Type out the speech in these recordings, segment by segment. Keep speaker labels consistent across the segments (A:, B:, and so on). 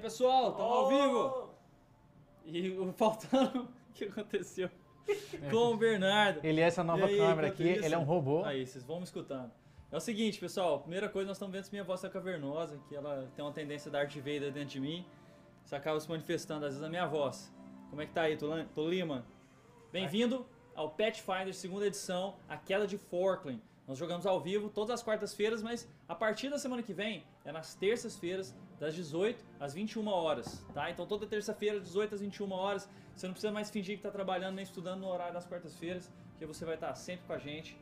A: pessoal, estamos ao
B: Oh!
A: vivo! E o faltando, o que aconteceu com o Bernardo?
C: Ele é essa nova
A: E aí,
C: câmera
A: enquanto
C: aqui,
A: isso-
C: ele é um robô.
A: Aí, vocês vão me escutando. É o seguinte, pessoal, primeira coisa, nós estamos vendo se minha voz é cavernosa, que ela tem uma tendência da Darth Vader dentro de mim. Isso acaba se manifestando, às vezes, na minha voz. Como é que tá aí, Tulan- Tolima? Bem-vindo ao Pathfinder, segunda edição, A Queda de Forkland. Nós jogamos ao vivo todas as quartas-feiras, mas a partir da semana que vem é nas terças-feiras, das 18 às 21 horas, tá? Então toda terça-feira, 18 às 21 horas, você não precisa mais fingir que está trabalhando nem estudando no horário das quartas-feiras, porque você vai estar sempre com a gente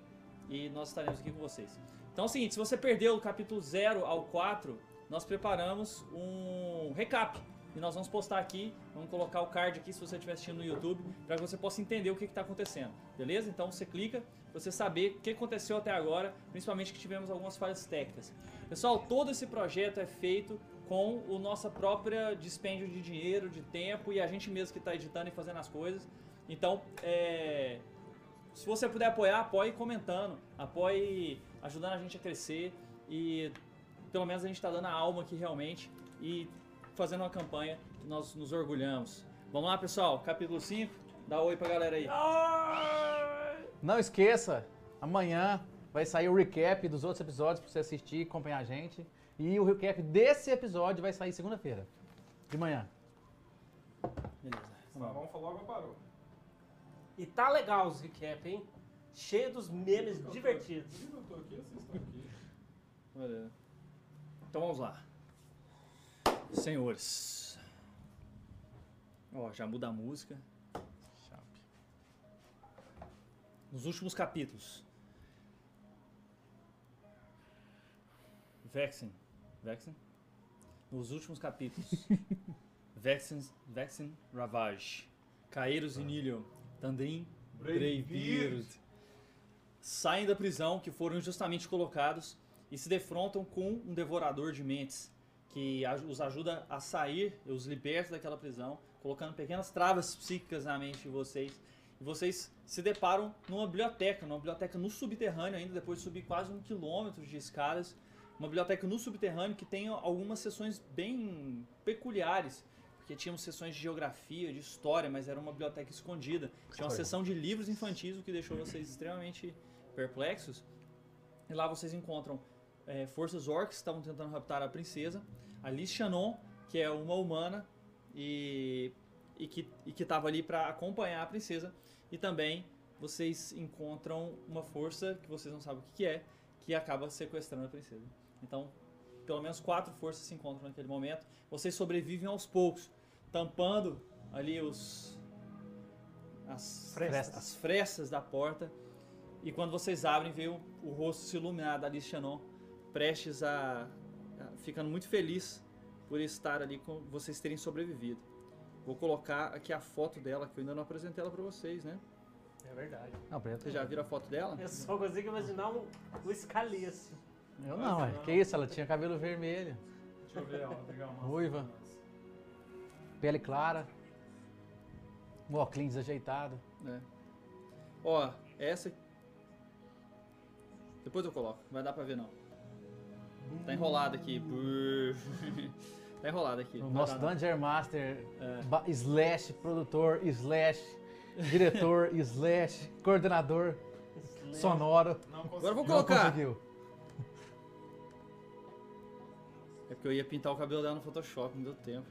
A: e nós estaremos aqui com vocês. Então é o seguinte, se você perdeu o capítulo 0 ao 4, nós preparamos um recap. E nós vamos postar aqui, vamos colocar o card aqui se você estiver assistindo no YouTube, para que você possa entender o que está acontecendo, beleza? Então você clica, pra você saber o que aconteceu até agora, principalmente que tivemos algumas falhas técnicas. Pessoal, todo esse projeto é feito com o nossa própria dispêndio de dinheiro, de tempo e a gente mesmo que está editando e fazendo as coisas. Então, é, se você puder apoiar, apoie comentando, apoie ajudando a gente a crescer e pelo menos a gente está dando a alma aqui realmente e fazendo uma campanha que nós nos orgulhamos. Vamos lá, pessoal, capítulo 5, dá oi pra galera aí.
B: Ai!
C: Não esqueça, amanhã vai sair o recap dos outros episódios pra você assistir, acompanhar a gente. E o recap desse episódio vai sair segunda-feira, de manhã.
A: Beleza. Vamos lá.
B: Salomão falou, agora parou.
D: E tá legal os recap, hein? Cheio dos memes divertidos.
B: Ih, não tô aqui, vocês estão aqui.
A: Beleza. Então vamos lá. Senhores. Ó, já muda a música. Nos últimos capítulos. Vexen. Vexen? Nos últimos capítulos. Vexen, Vexen Ravage. Caeiros Inilion. Tandrin Breivirt. Saem da prisão que foram justamente colocados e se defrontam com um devorador de mentes que a- os ajuda a sair, os liberta daquela prisão, colocando pequenas travas psíquicas na mente de vocês. E vocês se deparam numa biblioteca, numa biblioteca no subterrâneo ainda, depois de subir quase um quilômetro de escadas. Uma biblioteca no subterrâneo que tem algumas sessões bem peculiares, porque tínhamos sessões de geografia, de história, mas era uma biblioteca escondida. Tinha uma
C: Olha.
A: sessão de livros infantis, o que deixou vocês extremamente perplexos. E lá vocês encontram eh, forças orcs que estavam tentando raptar a princesa, Alice Shannon, que é uma humana e, e que e que estava ali para acompanhar a princesa, e também vocês encontram uma força que vocês não sabem o que que é, que acaba sequestrando a princesa. Então, pelo menos quatro forças se encontram naquele momento. Vocês sobrevivem aos poucos, tampando ali os as
C: Frestas.
A: as frestas da porta. E quando vocês abrem, vê o, o rosto se iluminar da Alice Shannon, prestes a, a- ficando muito feliz por estar ali com vocês terem sobrevivido. Vou colocar aqui a foto dela, que eu ainda não apresentei ela pra vocês, né?
D: É verdade.
C: Não, preto.
A: Vocês já viram a foto dela?
D: Eu só consigo imaginar um, um escalício.
C: Eu não, é. Que isso, ela tinha cabelo vermelho,
B: Deixa eu ver ela, pegar uma.
C: Ruiva. pele clara, um óculos desajeitado.
A: É. Ó, essa. Depois eu coloco, vai dar pra ver não. Tá enrolado aqui. Brrr. tá enrolado aqui.
C: O
A: não vai
C: nosso
A: dar não.
C: Dungeon Master,
A: É.
C: ba- slash produtor, slash diretor, slash coordenador sonoro.
B: Não
A: Agora eu
B: consegui.
A: vou
C: Não
A: colocar.
C: conseguiu.
A: É porque eu ia pintar o cabelo dela no Photoshop, não deu tempo.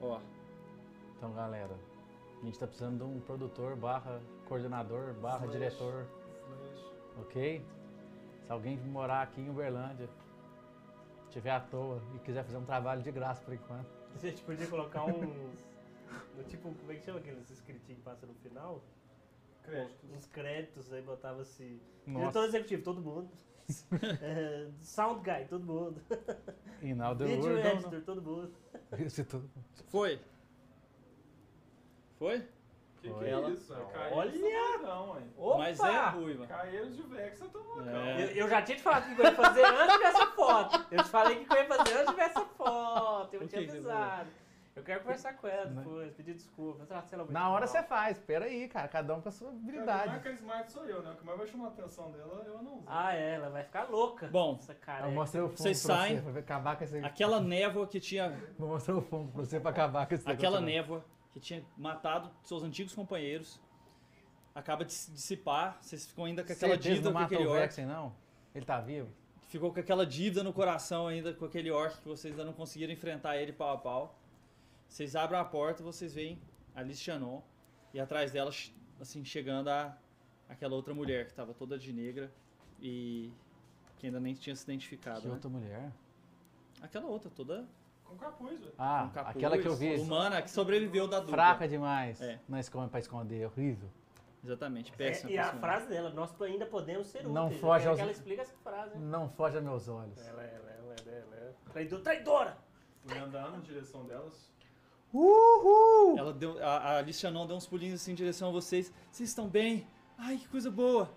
A: Ó,
C: Então, galera, a gente tá precisando de um produtor barra coordenador barra
B: Slash.
C: diretor,
B: Slash.
C: ok? Se alguém morar aqui em Uberlândia, estiver à toa e quiser fazer um trabalho de graça por enquanto,
D: A gente podia colocar uns. no tipo, como é que chama aqueles escritinhos que passa no final?
B: Créditos.
D: Uns créditos, aí botava-se. Diretor
C: nossa,
D: executivo, todo mundo. É, sound guy, todo mundo.
C: e now the
D: Video
C: world,
D: editor, todo mundo.
C: Isso tudo.
A: foi. Foi?
B: Que que
A: Ela.
B: é isso? É caíros
D: Olha!
B: do Não, hein?
D: Opa!
A: Mas é ruiva.
B: Caeiros de Vex, eu tô loucão.
A: É.
D: Eu, eu já tinha te falado que eu ia fazer antes dessa foto. Eu te falei que eu ia fazer antes dessa foto. Eu
A: O
D: tinha
A: que que você
D: avisado. Eu Eu quero conversar com ela
C: Né?
D: depois, pedir desculpa. Sei lá, sei lá, muito
C: Na hora
D: mal.
C: você faz, pera aí, cara, cada um com a sua
B: Cara, o mais
C: habilidade.
B: carismático sou eu, né? O que mais vai chamar a atenção dela eu não uso.
D: Ah, é, ela vai ficar louca.
A: Bom,
D: essa cara.
C: Eu mostrei o fundo
A: Vocês
C: pra
A: saem.
C: você, pra ver- acabar com esse...
A: Aquela névoa que tinha
C: Vou mostrar o fundo pra você pra acabar com esse
A: Aquela
C: negócio, né?
A: névoa que tinha matado seus antigos companheiros acaba de se dissipar. Vocês ficam ainda com aquela
C: Certeza
A: dívida
C: não
A: com
C: matou
A: aquele
C: o
A: orc.
C: Vexen, não? Ele tá vivo?
A: Ficou com aquela dívida no coração ainda com aquele orc que vocês ainda não conseguiram enfrentar ele pau a pau. Vocês abrem a porta, vocês veem Alice Shannon e atrás dela, ch- assim, chegando a aquela outra mulher que estava toda de negra e que ainda nem tinha se identificado.
C: Que
A: né?
C: outra mulher?
A: Aquela outra, toda
B: Com capuz, velho.
C: Ah,
A: com Um capuz,
C: aquela que eu vi.
A: humana, que sobreviveu da dupla.
C: Fraca demais.
A: É.
C: Não esconde pra esconder, é horrível.
A: Exatamente,
D: É,
A: péssima.
D: e a
A: personagem.
D: frase dela, nós ainda podemos ser úteis.
C: Não
D: Eu
C: foge
D: quero
C: aos-
D: que ela explica essa frase. hein?
C: Não foge aos meus olhos.
D: Ela, é, ela, ela, ela, é. ela. Traidor, traidora!
B: Fui andando em direção delas.
C: Uhul!
A: Ela deu, a, a Alice Shannon deu uns pulinhos assim em direção a vocês. Vocês estão bem? Ai, que coisa boa!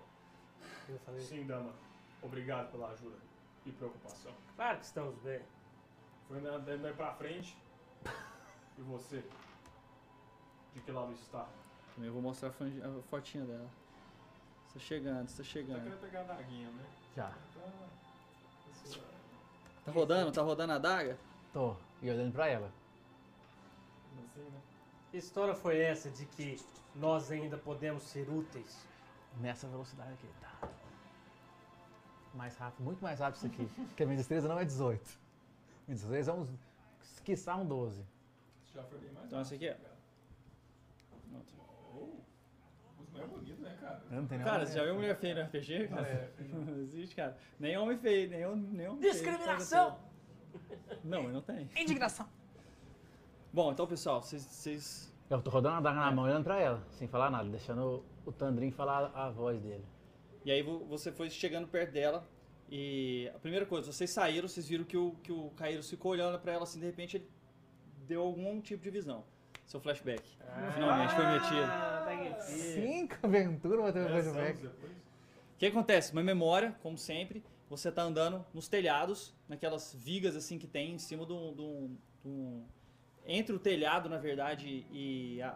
D: Eu falei,
B: Sim, dama. Obrigado pela ajuda e preocupação.
D: claro que estamos bem.
B: Fui andando andando pra frente. E você? De que lado está?
A: Também vou mostrar a, fan- a fotinha dela. Está chegando, está
B: Tá
A: chegando.
B: querendo pegar a daguinha, né?
C: Já,
B: Então, isso é-
A: Tá rodando? Tá rodando a daga?
C: tô. E olhando pra ela.
B: assim, né?
D: Que história foi essa de que nós ainda podemos ser úteis?
C: Nessa velocidade aqui, tá. Mais rápido, muito mais rápido isso aqui. Porque a minha destreza não é 18. Minha destreza é uns. Quiçá um 12.
B: Já foi bem mais né,
A: Então essa aqui é. Outra.
B: Uou! Os mais bonitos, né, cara?
C: Eu não tenho nenhuma
A: Cara, você já viu
C: mulher.
A: mulher feia no RPG?
B: Ah,
A: Cara?
B: é.
A: Não existe, cara. Nem homem feio, nem hom- nem homem feio.
D: Discriminação!
A: Não, mas não tem.
C: Indignação!
A: Bom, então pessoal, vocês- vocês
C: Eu tô rodando a daga na mão, olhando pra ela, sem falar nada, deixando o, o Tandrin falar a voz dele.
A: E aí vo- você foi chegando perto dela e a primeira coisa, vocês saíram, vocês viram que o, que o Caíros ficou olhando pra ela assim, de repente ele deu algum tipo de visão. Seu flashback. Finalmente foi metido.
D: Ah, tá aqui.
C: Cinco aventuras, bateu
B: Dez
C: coisa
B: anos
C: back.
B: é depois.
A: O que acontece? Uma memória, como sempre, você tá andando nos telhados, naquelas vigas assim que tem em cima de um. de um- de um- entre o telhado, na verdade, e a,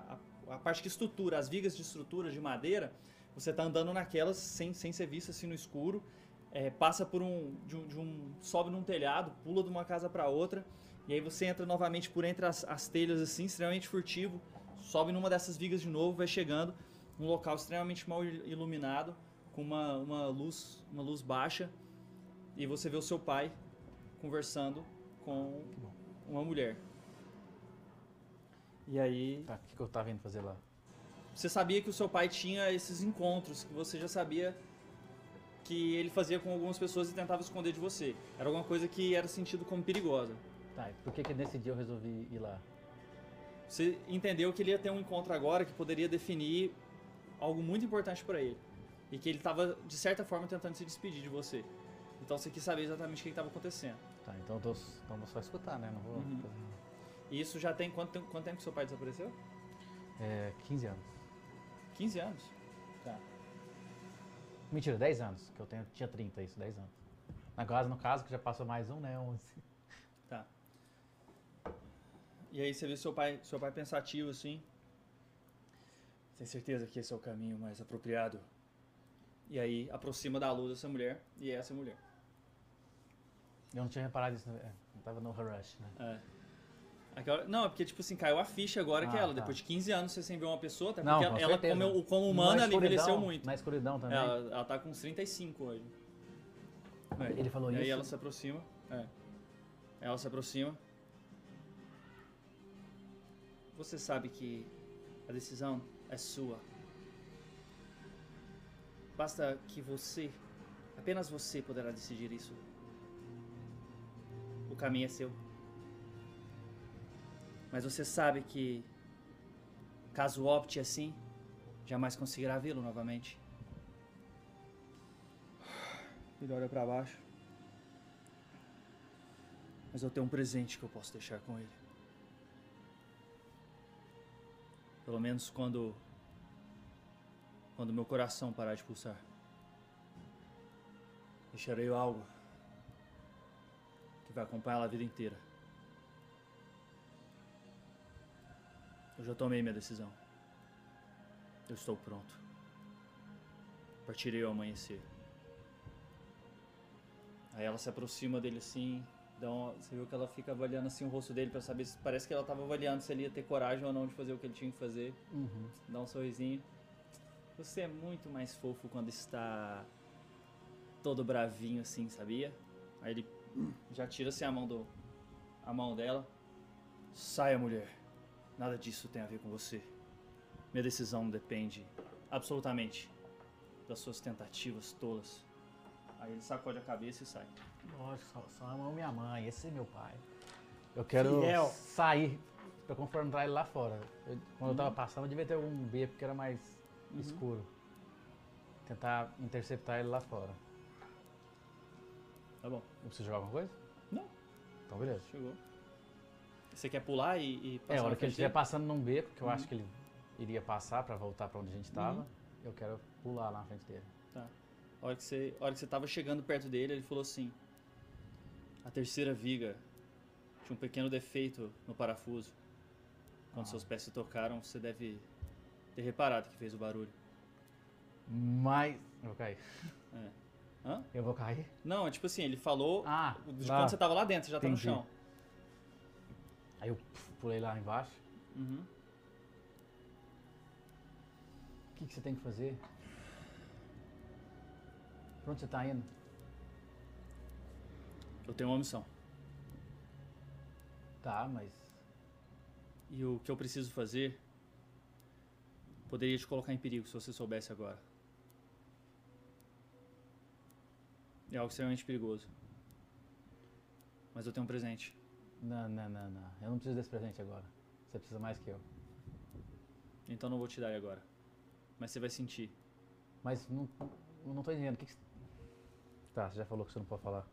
A: a- a parte que estrutura, as vigas de estrutura de madeira, você tá andando naquelas sem, sem ser visto assim no escuro. é, passa por um de, um. de um- sobe num telhado, pula de uma casa para outra. E aí você entra novamente por entre as, as telhas, assim, extremamente furtivo. Sobe numa dessas vigas de novo, vai chegando. Um local extremamente mal il- iluminado com uma, uma luz uma luz baixa e você vê o seu pai conversando com
C: bom.
A: uma mulher. E aí
C: Tá, o que, que eu tava indo fazer lá?
A: você sabia que o seu pai tinha esses encontros que você já sabia que ele fazia com algumas pessoas e tentava esconder de você. Era alguma coisa que era sentido como perigosa.
C: Tá, e por que, que nesse dia eu resolvi ir lá?
A: Você entendeu que ele ia ter um encontro agora que poderia definir algo muito importante pra ele. E que ele tava, de certa forma, tentando se despedir de você. Então você quis saber exatamente o que estava acontecendo.
C: Tá, então eu tô, então eu vou só escutar, né? Não vou
A: Uhum.
C: fazer nada.
A: E isso já tem quanto, tempo- quanto tempo que seu pai desapareceu?
C: É, 15 anos.
A: 15 anos. Tá.
C: Mentira, 10 anos, que eu tenho, tinha 30, isso, 10 anos. Na casa, no caso, que já passou mais um, né? 11.
A: E aí você vê seu pai, seu pai pensativo assim. Tem certeza que esse é o caminho mais apropriado? E aí aproxima da luz essa mulher e é essa mulher.
C: Eu não tinha reparado isso, né? Eu tava no rush, né?
A: É. Aquela- não, é porque, tipo assim, caiu a ficha agora que
C: Ah,
A: ela.
C: tá.
A: Depois de 15 anos você sem ver uma pessoa, até
C: Não,
A: porque
C: com
A: ela,
C: certeza.
A: como, como
C: Na
A: humana, ela
C: escuridão-
A: envelheceu muito.
C: Na escuridão também.
A: Ela, ela tá com uns 35 hoje. É,
C: Ele falou
A: e aí
C: isso?
A: ela se aproxima. É. Ela se aproxima. Você sabe que a decisão é sua. Basta que você, apenas você poderá decidir isso. O caminho é seu. Mas você sabe que, caso opte assim, jamais conseguirá vê-lo novamente. Ele olha pra baixo. Mas eu tenho um presente que eu posso deixar com ele. Pelo menos quando. Quando meu coração parar de pulsar. Deixarei algo. Que vai acompanhá-la a vida inteira. Eu já tomei minha decisão. Eu estou pronto. Partirei ao amanhecer. Aí ela se aproxima dele assim. Dá uma- você viu que ela fica avaliando assim o rosto dele pra saber se. Parece que ela tava avaliando se ele ia ter coragem ou não de fazer o que ele tinha que fazer.
C: Uhum.
A: Dá um sorrisinho. Você é muito mais fofo quando está todo bravinho assim, sabia? Aí ele já tira assim a mão do a mão dela. Saia, mulher. Nada disso tem a ver com você. Minha decisão depende absolutamente das suas tentativas tolas. Aí ele sacode a cabeça e sai.
C: Nossa, só, só amam minha mãe, esse é meu pai. Eu quero
D: Fiel.
C: sair pra confrontar ele lá fora. Eu- quando eu
A: Uhum.
C: tava passando, eu devia ter um beco que era mais escuro. Tentar interceptar ele lá fora.
A: Tá bom.
C: Eu preciso jogar alguma coisa?
A: Não.
C: Então, beleza.
A: Chegou. Você quer pular e, e
C: É,
A: na
C: a hora que
A: frente
C: ele estiver
A: dele?
C: passando num beco, que eu acho que ele iria passar pra voltar pra onde a gente tava, eu quero pular lá na frente dele.
A: A hora que você, a hora que você tava chegando perto dele, ele falou assim: A terceira viga tinha um pequeno defeito no parafuso. Quando
C: Ah.
A: seus pés se tocaram, você deve ter reparado que fez o barulho.
C: Mas. Eu vou cair.
A: É. Hã?
C: Eu vou cair?
A: Não, é tipo assim, ele falou
C: Ah!
A: de
C: lá.
A: quando você tava lá dentro, você já tá
C: Entendi.
A: no chão.
C: Aí eu puf, pulei lá embaixo.
A: Uhum.
C: O que, que você tem que fazer? Pra onde você tá indo?
A: Eu tenho uma missão.
C: Tá, mas.
A: E o que eu preciso fazer poderia te colocar em perigo se você soubesse agora. É algo extremamente perigoso. Mas eu tenho um presente.
C: Não, não, não, não. Eu não preciso desse presente agora. Você precisa mais que eu.
A: Então não vou te dar ele agora. Mas você vai sentir.
C: Mas não, eu não tô entendendo. O que, que você... Tá, você já falou que você não pode falar.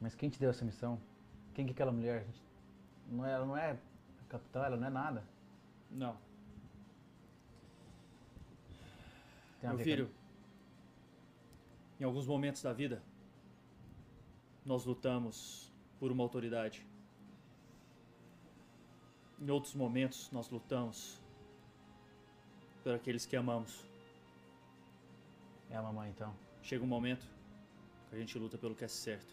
C: Mas quem te deu essa missão? Quem que é aquela mulher? A gente- Não é, ela não é capitã, ela não é nada.
A: Não.
C: Tem a
A: Meu
C: ver com-
A: filho, em alguns momentos da vida, nós lutamos por uma autoridade. Em outros momentos, nós lutamos por aqueles que amamos.
C: É a mamãe então.
A: Chega um momento que a gente luta pelo que é certo.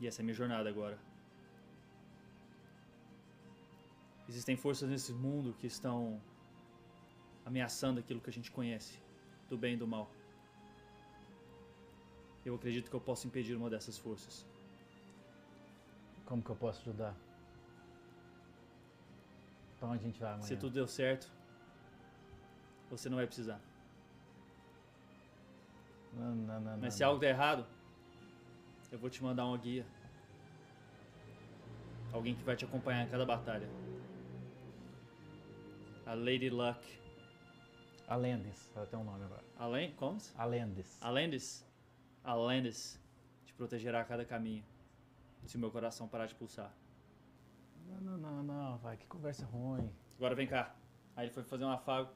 A: E essa é a minha jornada agora. Existem forças nesse mundo que estão ameaçando aquilo que a gente conhece, do bem e do mal. Eu acredito que eu posso impedir uma dessas forças.
C: Como que eu posso ajudar? Pra onde a gente vai amanhã?
A: Se tudo deu certo, você não vai precisar.
C: Não, não, não, não,
A: Mas se
C: não.
A: algo der errado, eu vou te mandar uma guia. Alguém que vai te acompanhar em cada batalha. A Lady Luck.
C: Alendes, ela tem um nome agora.
A: Além. Como? se-
C: Alendes.
A: Alendis. Alendis te protegerá a cada caminho. Se meu coração parar de pulsar.
C: Não, não, não, não, vai, que conversa ruim.
A: Agora vem cá. Aí ele foi fazer um afago.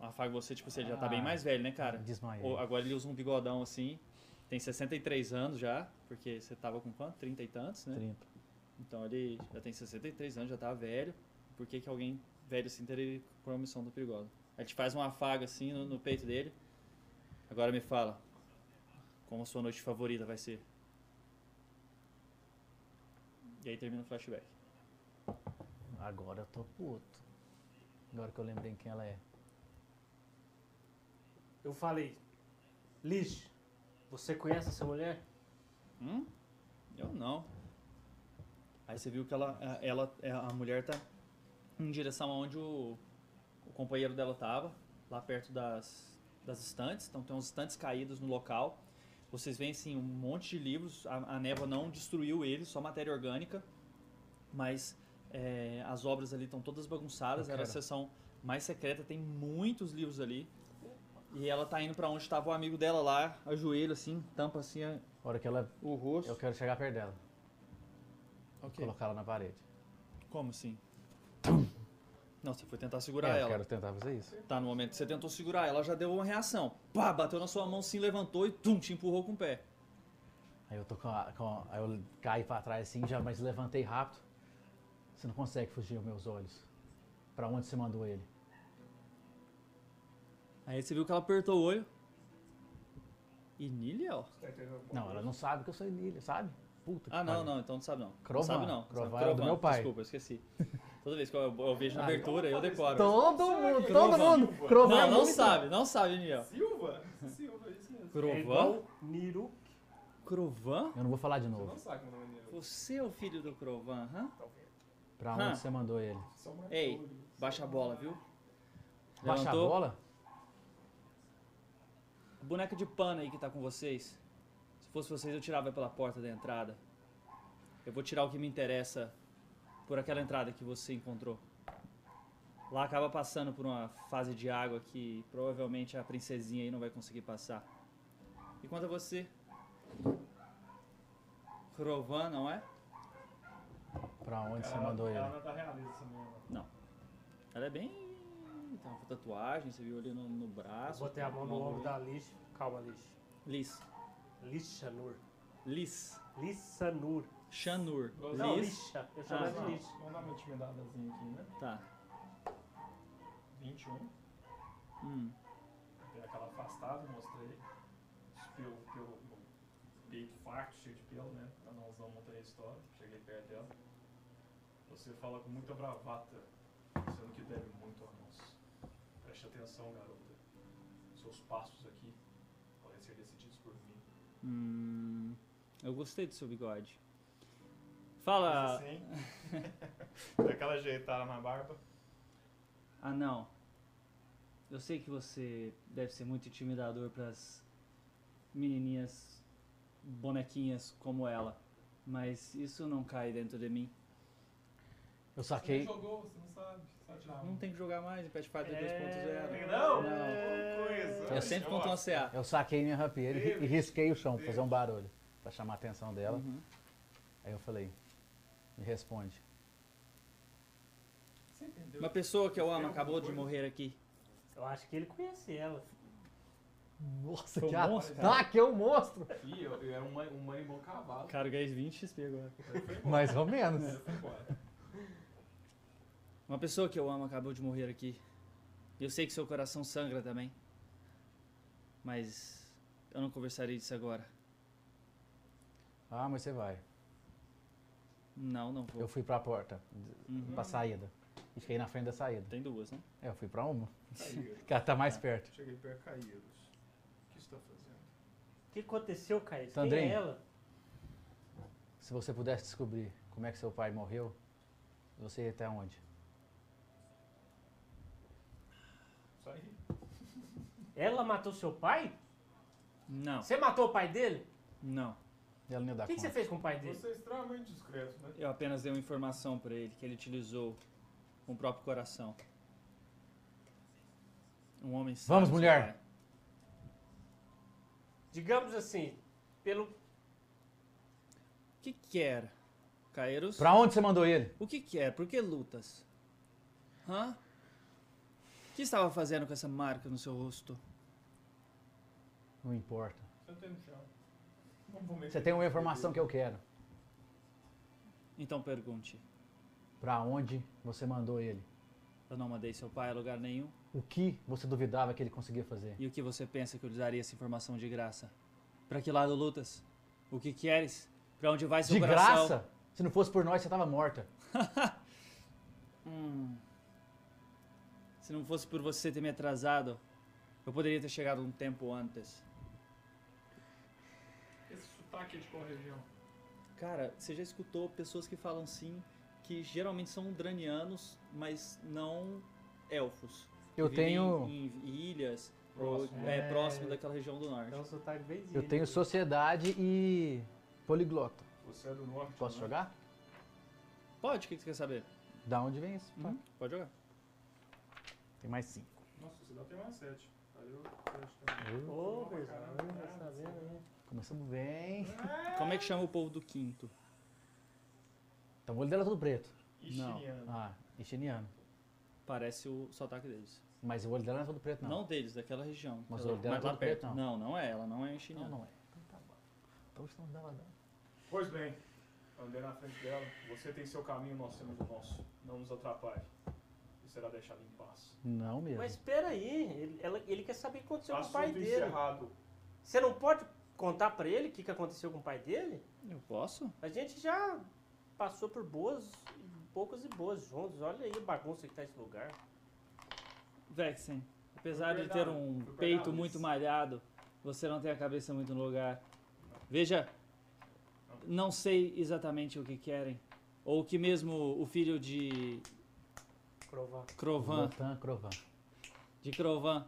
A: Um afago você, tipo, você já tá bem
C: Ah,
A: mais velho, né, cara?
C: Desmaiei.
A: Ou agora ele usa um bigodão assim. Tem 63 anos já, porque você tava com quanto? 30 e tantos, né?
C: 30.
A: Então ele já tem 63 anos, já tá velho. Por que, que alguém velho assim se interessaria por uma missão do perigosa? Aí te faz uma afaga assim no, no peito dele. Agora me fala. Como a sua noite favorita vai ser? E aí termina o flashback.
C: Agora eu tô puto. Agora que eu lembrei quem ela é.
D: Eu falei, Liz, você conhece essa mulher? É
A: Hum? Eu não. Aí você viu que ela, a- ela, a mulher tá em direção aonde o, o companheiro dela tava, lá perto das, das estantes. Então tem uns estantes caídos no local. Vocês veem assim um monte de livros. A, a névoa não destruiu eles, só matéria orgânica. Mas é, as obras ali estão todas bagunçadas.
C: Eu
A: Era a
C: quero.
A: seção mais secreta, tem muitos livros ali. E ela tá indo pra onde tava o amigo dela lá, ajoelho assim, tampa assim a-
C: A hora que ela.
A: o rosto.
C: Eu quero chegar perto dela.
A: Ok.
C: Colocar ela na parede.
A: Como assim? Não, você foi tentar segurar
C: É, eu
A: ela.
C: quero tentar fazer isso.
A: Tá, no momento que você tentou segurar ela, já deu uma reação. Pá, bateu na sua mão, sim, levantou e tum, te empurrou com o pé.
C: Aí eu tô com, a- com a- aí eu caí pra trás assim, já mas levantei rápido. Você não consegue fugir dos meus olhos. Pra onde você mandou ele?
A: Aí você viu que ela apertou o olho. E Niliel?
B: Você tá entendendo alguma
C: Não,
B: coisa?
C: ela não sabe que eu sou Emília, sabe? Puta que
A: Ah, não,
C: pariu.
A: não, então não sabe não.
C: Crovan.
A: Não sabe não.
C: Crovan
A: Sabe-
C: é o do meu pai.
A: Desculpa, eu esqueci. Toda vez que eu, eu vejo na
C: Ah,
A: abertura, eu decoro.
C: Todo
B: Será
C: mundo,
B: que
C: todo
A: Crovan?
C: mundo.
A: Não,
C: Crovan é
A: não
C: muito-
A: sabe, não sabe, Niliel.
B: Silva? Silva, é isso mesmo.
D: É
A: Crovan?
D: igual Niru.
A: Crovan?
C: Eu não vou falar de
B: Você não
C: novo.
B: sabe como é o nome dele.
A: Você é o filho do Crovan, hã?
C: Pra
A: Hã?
C: onde você mandou ele?
B: Só um marcou
A: Ei,
B: ele.
A: baixa a bola, viu?
C: Baixa a
A: Levantou.
C: bola?
A: A boneca de pano aí que tá com vocês. Se fosse vocês, eu tirava pela porta da entrada. Eu vou tirar o que me interessa por aquela entrada que você encontrou. Lá acaba passando por uma fase de água que provavelmente a princesinha aí não vai conseguir passar. E quanto a você? Rovan, não é?
C: Pra onde você
B: Ela-
C: mandou
B: ela
C: ele?
B: não é da realeza essa
A: Ah,
B: menina.
A: Ela é bem. Tem uma tatuagem, você viu ali no, no braço.
D: Botei a mão no ombro da Lish. Calma, Lish.
A: Liz.
D: Lishanur.
A: Liz.
D: Lissanur.
A: Shanur.
D: Não,
A: Liz.
D: lixa. Eu chamo ela
A: Ah,
D: de lixa.
B: Vamos dar uma intimidadazinha aqui, né?
A: Tá.
B: 21.
A: Hum.
B: Dei aquela afastada, mostrei. Os pelo, pelo peito farto, cheio de pelo, né? Pra não usar montanha história. Cheguei perto dela. Você fala com muita bravata, sendo que deve muito a nós. Preste atenção, garota. Seus passos aqui podem ser decididos por mim.
A: Hum, eu gostei do seu bigode. Fala.
B: Mas assim, daquela ajeitada na barba.
A: Ah, não. Eu sei que você deve ser muito intimidador pras menininhas bonequinhas como ela, mas isso não cai dentro de mim.
C: Eu saquei.
B: jogou, você não sabe. Só tirar um.
A: Não tem que jogar mais em Pathfinder
D: É,
A: 2.0.
B: Não?
A: É, Não.
B: Coisa.
A: Eu sempre conto uma CA.
C: Eu saquei minha rapieira e ri- e risquei o chão pra fazer um barulho. Pra chamar a atenção dela.
A: Uhum.
C: Aí eu falei, me responde.
B: Você entendeu?
A: Uma pessoa que eu amo
B: Eu
A: acabou de
B: coisa.
A: morrer aqui.
D: Eu acho que ele conhece ela.
C: Nossa,
A: Foi um
C: que
A: monstro,
C: ataque, é um monstro!
B: Ih, eu, eu era um mãe, um mãe bom cavalo.
A: Cara, eu ganhei 20 XP agora.
C: Mais ou menos.
B: Ele foi embora.
A: Uma pessoa que eu amo acabou de morrer aqui. E eu sei que seu coração sangra também. Mas eu não conversaria disso agora.
C: Ah, mas você vai.
A: Não, não vou.
C: Eu fui pra porta, d-
A: Uhum.
C: pra saída. E fiquei na frente da saída.
A: Tem duas, né?
C: É, eu fui pra uma.
B: Caíros.
C: Que ela tá mais perto.
B: Cheguei perto, Caíros. O que você tá fazendo?
D: O que aconteceu, Caio? Quem
C: Sandrinho.
D: é ela?
C: Se você pudesse descobrir como é que seu pai morreu, você ia até onde?
B: Saí.
D: Ela matou seu pai?
A: Não,
D: Você matou o pai dele?
A: não.
C: Tá Ela não ia dar
D: O que, que
C: conta.
D: você fez com o pai dele?
B: Você é extremamente discreto, né?
A: Eu apenas dei uma informação pra ele que ele utilizou com o próprio coração. Um homem sabe
C: Vamos,
A: seu
C: mulher.
A: pai.
D: Digamos assim, pelo.
A: O que quer, Caeiros?
C: Pra onde você mandou ele?
A: O que quer? Por que lutas? Hã? O que estava fazendo com essa marca no seu rosto?
C: Não importa.
B: Sentei no chão. Não vou mexer.
C: Você tem uma informação que eu quero.
A: Então pergunte.
C: Pra onde você mandou ele?
A: Eu não mandei seu pai a lugar nenhum.
C: O que você duvidava que ele conseguia fazer?
A: E o que você pensa que eu lhe daria essa informação de graça? Pra que lado lutas? O que queres? Pra onde vai seu
C: De
A: coração?
C: graça? Se não fosse por nós, você tava morta.
A: Hum. Se não fosse por você ter me atrasado, eu poderia ter chegado um tempo antes.
B: Esse sotaque é de qual região?
A: Cara, você já escutou pessoas que falam sim, que geralmente são dranianos, mas não elfos.
C: Eu
A: Vivem
C: tenho.
A: Em, em ilhas,
B: Próximo.
A: ou, é,
D: É.
A: próximo daquela região do norte.
D: É um sotaque bem
C: Eu tenho sociedade e. poliglota.
B: Você é do norte.
C: Posso
B: né?
C: jogar?
A: Pode, o que que você quer saber?
C: Da onde vem isso? Tá.
A: Uhum, Pode jogar.
C: Tem mais cinco.
B: Nossa, você dá até mais sete. Valeu. sete também.
D: Ô, Fernando, tá sabendo, né?
C: Começamos bem.
A: Como é que chama o povo do quinto?
C: Então o olho dela é tudo preto.
B: E
A: Não.
B: chiliano.
C: Ah, e chiniano.
A: Parece o sotaque deles.
C: Mas o olho dela não é todo preto,
A: Não,
C: não.
A: deles, daquela região.
C: Mas
A: Ela-
C: o dela é
A: lá
C: todo preto,
A: Não, não é, ela não é
C: não,
A: chilena.
C: não é. Então tá bom. Toastão da Ladão.
B: Pois bem, andei na frente dela. Você tem seu caminho, nós temos o nosso. Não nos atrapalhe. E será deixado em paz.
C: Não mesmo.
D: Mas espera aí, ele, ela- ele quer saber o que aconteceu com o
B: Assunto
D: é um pai dele.
B: encerrado.
D: Você não pode contar pra ele o que, que aconteceu com o pai dele?
A: Eu posso?
D: A gente já passou por boas, poucas e boas juntos. Olha aí a bagunça que tá esse lugar.
A: Vexen, apesar de
B: Fui
A: ter
B: perdão,
A: um
B: fui
A: peito
B: perdão,
A: muito
B: Luiz.
A: malhado, você não tem a cabeça muito no lugar. Veja, não sei exatamente o que querem. Ou que mesmo o filho de
D: Provar.
A: Crovan,
C: Votan Crovan.
A: de Crovan,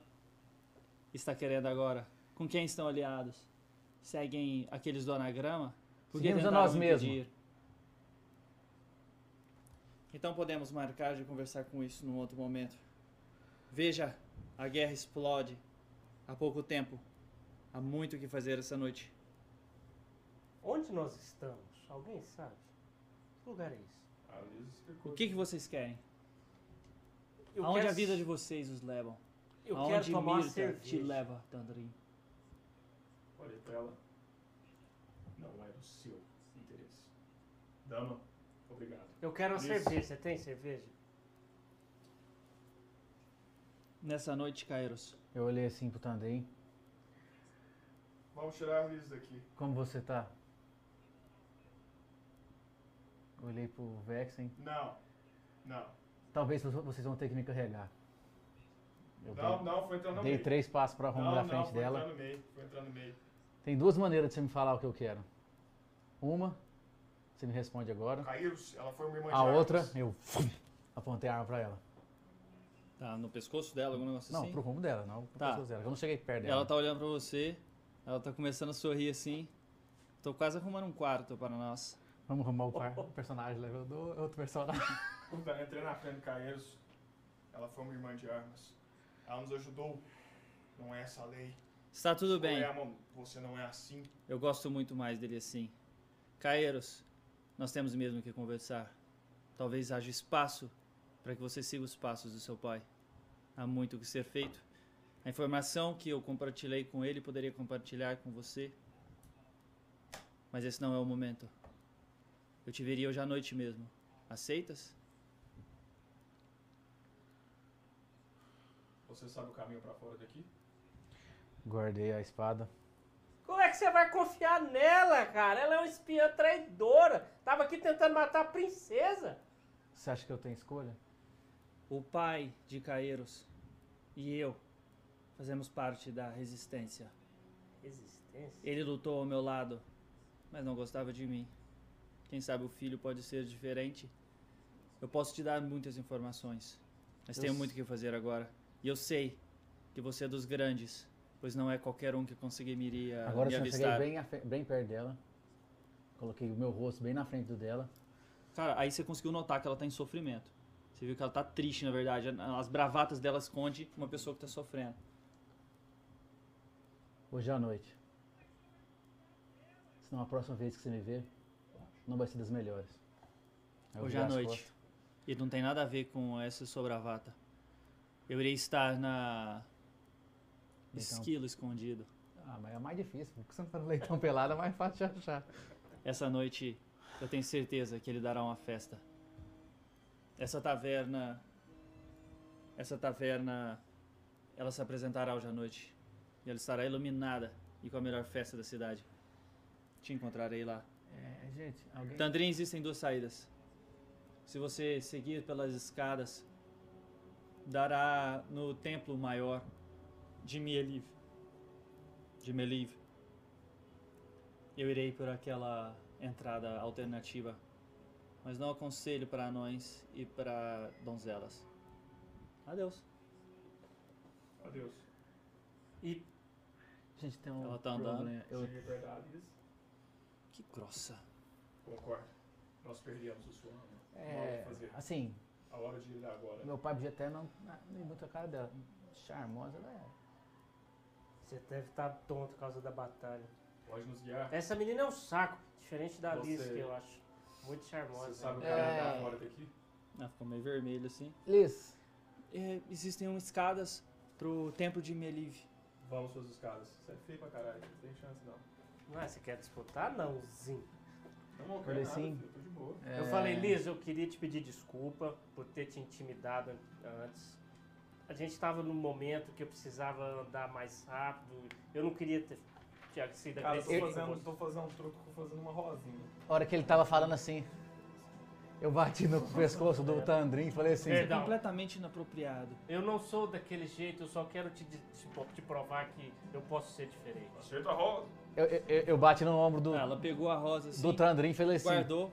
A: está querendo agora. Com quem estão aliados? Seguem aqueles do anagrama? Porque
C: Seguimos a
A: tentaram
C: nós mesmos.
A: impedir. Então podemos marcar de conversar com isso num outro momento. Veja, a guerra explode. Há pouco tempo. Há muito o que fazer essa noite.
D: Onde nós estamos? Alguém sabe? Que lugar é esse?
B: A Liz explicou.
A: O que, que vocês querem?
D: Eu
A: Aonde
D: quero-
A: a vida de vocês os levam?
D: Eu
A: Aonde
D: quero tomar uma
A: Mirta te
D: cerveja.
A: leva, Tandrin?
B: Olhei pra ela. Não era o seu interesse. Dama, obrigado.
D: Eu quero uma
B: Isso.
D: cerveja. Você tem cerveja?
A: Nessa noite, Kairos.
C: Eu olhei assim pro Tandem.
B: Vamos tirar a Liz daqui.
C: Como você tá? Olhei pro Vexen.
B: Não. Não.
C: Talvez vo- vocês vão ter que me carregar. Eu
B: Não, não, foi entrar
C: dei,
B: no
C: dei
B: meio.
C: três passos pra arrumar
B: não,
C: na
B: não,
C: frente
B: foi
C: dela.
B: entrar no meio. Foi entrar no meio.
C: Tem duas maneiras de você me falar o que eu quero. Uma, você me responde agora.
B: Caíros, ela foi uma irmã de
C: A
B: armas.
C: outra, eu apontei a arma pra ela.
A: Tá no pescoço dela, algum negócio
C: Não,
A: assim?
C: pro rumo dela, não pro
A: Tá.
C: pescoço dela. que Eu não cheguei perto dela.
A: Ela tá olhando pra você, ela tá começando a sorrir assim. Tô quase arrumando um quarto para nós.
C: Vamos arrumar o par- o personagem level do outro personagem.
B: Puta, eu entrei na frente do Caeiros. Ela foi uma irmã de armas. Ela nos ajudou. Não é essa a lei.
A: Está tudo bem,
B: Não é, mano, você não é assim.
A: eu gosto muito mais dele assim. Caeiros, nós temos mesmo que conversar. Talvez haja espaço para que você siga os passos do seu pai. Há muito o que ser feito. A informação que eu compartilhei com ele poderia compartilhar com você. Mas esse não é o momento. Eu te veria hoje à noite mesmo. Aceitas?
B: Você sabe o caminho pra fora daqui?
C: Guardei a espada.
D: Como é que você vai confiar nela, cara? Ela é uma espiã traidora. Tava aqui tentando matar a princesa.
C: Você acha que eu tenho escolha?
A: O pai de Caeiros e eu fazemos parte da resistência.
D: Resistência.
A: Ele lutou ao meu lado, mas não gostava de mim. Quem sabe o filho pode ser diferente. Eu posso te dar muitas informações, mas
C: Eu
A: tenho
C: s-
A: muito o que fazer agora. E eu sei que você é dos grandes, pois não é qualquer um que conseguiria
C: Agora
A: me
C: sim, eu cheguei
A: avistar.
C: bem, à fre- bem perto dela. Coloquei o meu rosto bem na frente do dela.
A: Cara, aí você conseguiu notar que ela tá em sofrimento. Você viu que ela tá triste, na verdade. As bravatas dela esconde uma pessoa que tá sofrendo.
C: Hoje à noite. Senão a próxima vez que você me ver, não vai ser das melhores. Aí eu
A: Hoje
C: virei
A: à
C: as
A: noite.
C: costas.
A: E não tem nada a ver com essa sobravata. Eu irei estar na.
C: Então.
A: Esquilo escondido.
C: Ah, mas é mais difícil. Porque você não tá no leitão pelado, é mais fácil de achar.
A: Essa noite eu tenho certeza que ele dará uma festa. Essa taverna. Essa taverna. Ela se apresentará hoje à noite. E ela estará iluminada e com a melhor festa da cidade. Te encontrarei lá.
C: É, gente, alguém.
A: Tandrin, existem duas saídas. Se você seguir pelas escadas, dará no templo maior de Mieliv. De Meliv. Eu irei por aquela entrada alternativa, mas não aconselho para anões e para donzelas. Adeus.
B: Adeus.
D: E
C: Gente, tem um
A: Ela tá andando.
C: problema. Eu-
B: Cheguei perto da Liz.
A: Que grossa.
B: Concordo. Nós perdemos o sono.
C: é,
B: Vamos fazer.
C: assim,
B: A hora de ir agora.
C: meu pai podia até não. ah, Nem muito a cara dela. Charmosa ela é.
D: você deve estar tonto por causa da batalha.
B: Pode nos guiar.
D: Essa menina é um saco. Diferente da
B: Você-
D: Liz, que eu acho muito charmosa.
B: Você sabe o
C: É.
B: caminho pra fora daqui?
A: Ela ficou meio vermelha assim.
C: Liz,
A: É, existem umas escadas pro templo de Meliv.
B: Vamos suas escadas. Você é feio pra caralho. Não tem chance não.
D: Ah, você quer disputar? Nãozinho.
B: Eu não quero
C: Falei
B: Tá nada,
C: sim.
B: filho, tô de boa.
C: É.
D: Eu falei, Liz, eu queria te pedir desculpa por ter te intimidado an- antes. A gente estava num momento que eu precisava andar mais rápido. Eu não queria ter, ter sido
B: Cara, eu tô
D: agressivo. com
B: fazendo,
D: você.
B: tô fazendo um truque, tô fazendo uma rosinha.
C: A hora que ele tava falando assim, eu bati no pescoço do Tandrin e falei assim,
A: Isso é
D: Perdão.
A: completamente inapropriado.
D: Eu não sou daquele jeito, eu só quero te, di- te po- te provar que eu posso ser diferente.
B: Acerta a rosa.
C: eu, eu, eu- eu bati no ombro do,
A: Ela pegou a rosa assim,
C: do Tandrin e falei assim,
A: guardou.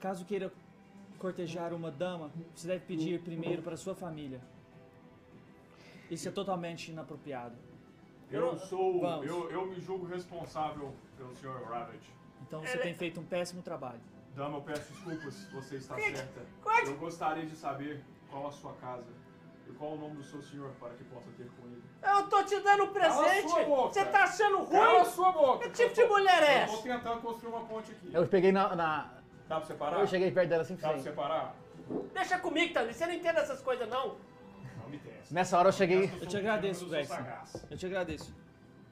A: Caso queira cortejar uma dama, você deve pedir primeiro para sua família. Isso é totalmente inapropriado.
B: Eu sou.
A: Vamos.
B: Eu, eu me julgo responsável pelo Sr. Rabbit.
A: Então você
D: Ela-
A: tem feito um péssimo trabalho.
B: Dama, eu peço desculpas, você está
D: Gente,
B: certa.
D: quase-
B: Eu gostaria de saber qual a sua casa e qual o nome do seu senhor para que possa ter com ele.
D: Eu tô te dando um presente!
B: sua boca.
D: Você tá achando ruim?
B: Cala a sua boca!
D: Que tipo de mulher é
B: Eu tô
D: essa?
B: tentando construir uma ponte aqui.
C: eu peguei na... na-
B: Dá pra separar?
C: eu cheguei perto dela assim,
B: Dá pra
C: falei,
B: separar?
D: Deixa comigo, Tami, você não entende essas coisas, não.
B: Não me
A: assim,
B: testa.
C: nessa hora eu cheguei...
B: sou
A: Eu te
B: tímido,
A: agradeço,
B: eu sou
A: Gregson.
B: sagaz.
A: Eu te agradeço.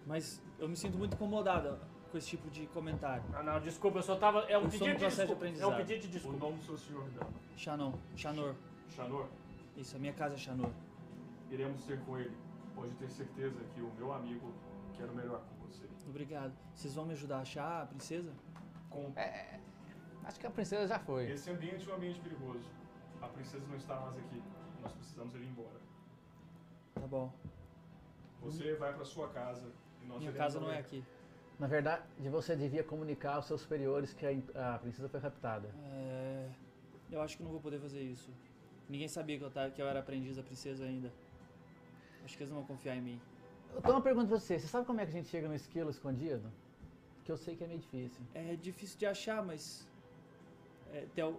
A: Mas eu me sinto muito incomodada com esse tipo de comentário.
D: Ah, não, desculpa, eu só tava. É um
A: Eu sou um
D: pedido de
A: processo de
D: desculpa. É um
A: aprendizado.
D: pedido de
B: O
D: desculpa.
B: nome do seu senhor, Dama.
A: Xanon, Xanor.
B: Xanor,
A: Isso, a minha casa é Xanor.
B: iremos ser com ele. Pode ter certeza que o meu amigo quer o melhor com você.
A: Obrigado. Vocês vão me ajudar a achar a princesa?
B: Com
C: É. Acho que a princesa já foi.
B: Esse ambiente é um ambiente perigoso. A princesa não está mais aqui. Nós precisamos ir embora.
A: Tá bom.
B: Você vai para sua casa e
A: Hum.
B: nós
A: Minha
B: iremos
A: casa não é
B: amanhã.
A: aqui.
C: Na verdade, você devia comunicar aos seus superiores que a im- a princesa foi raptada.
A: É... Eu acho que não vou poder fazer isso. Ninguém sabia que eu, tava, que eu era aprendiz da princesa ainda. Acho que eles não vão confiar em mim.
C: Eu tenho uma pergunta pra você, você sabe como é que a gente chega no esquilo escondido? Que eu sei que é meio difícil.
A: É difícil de achar, mas. é, até o,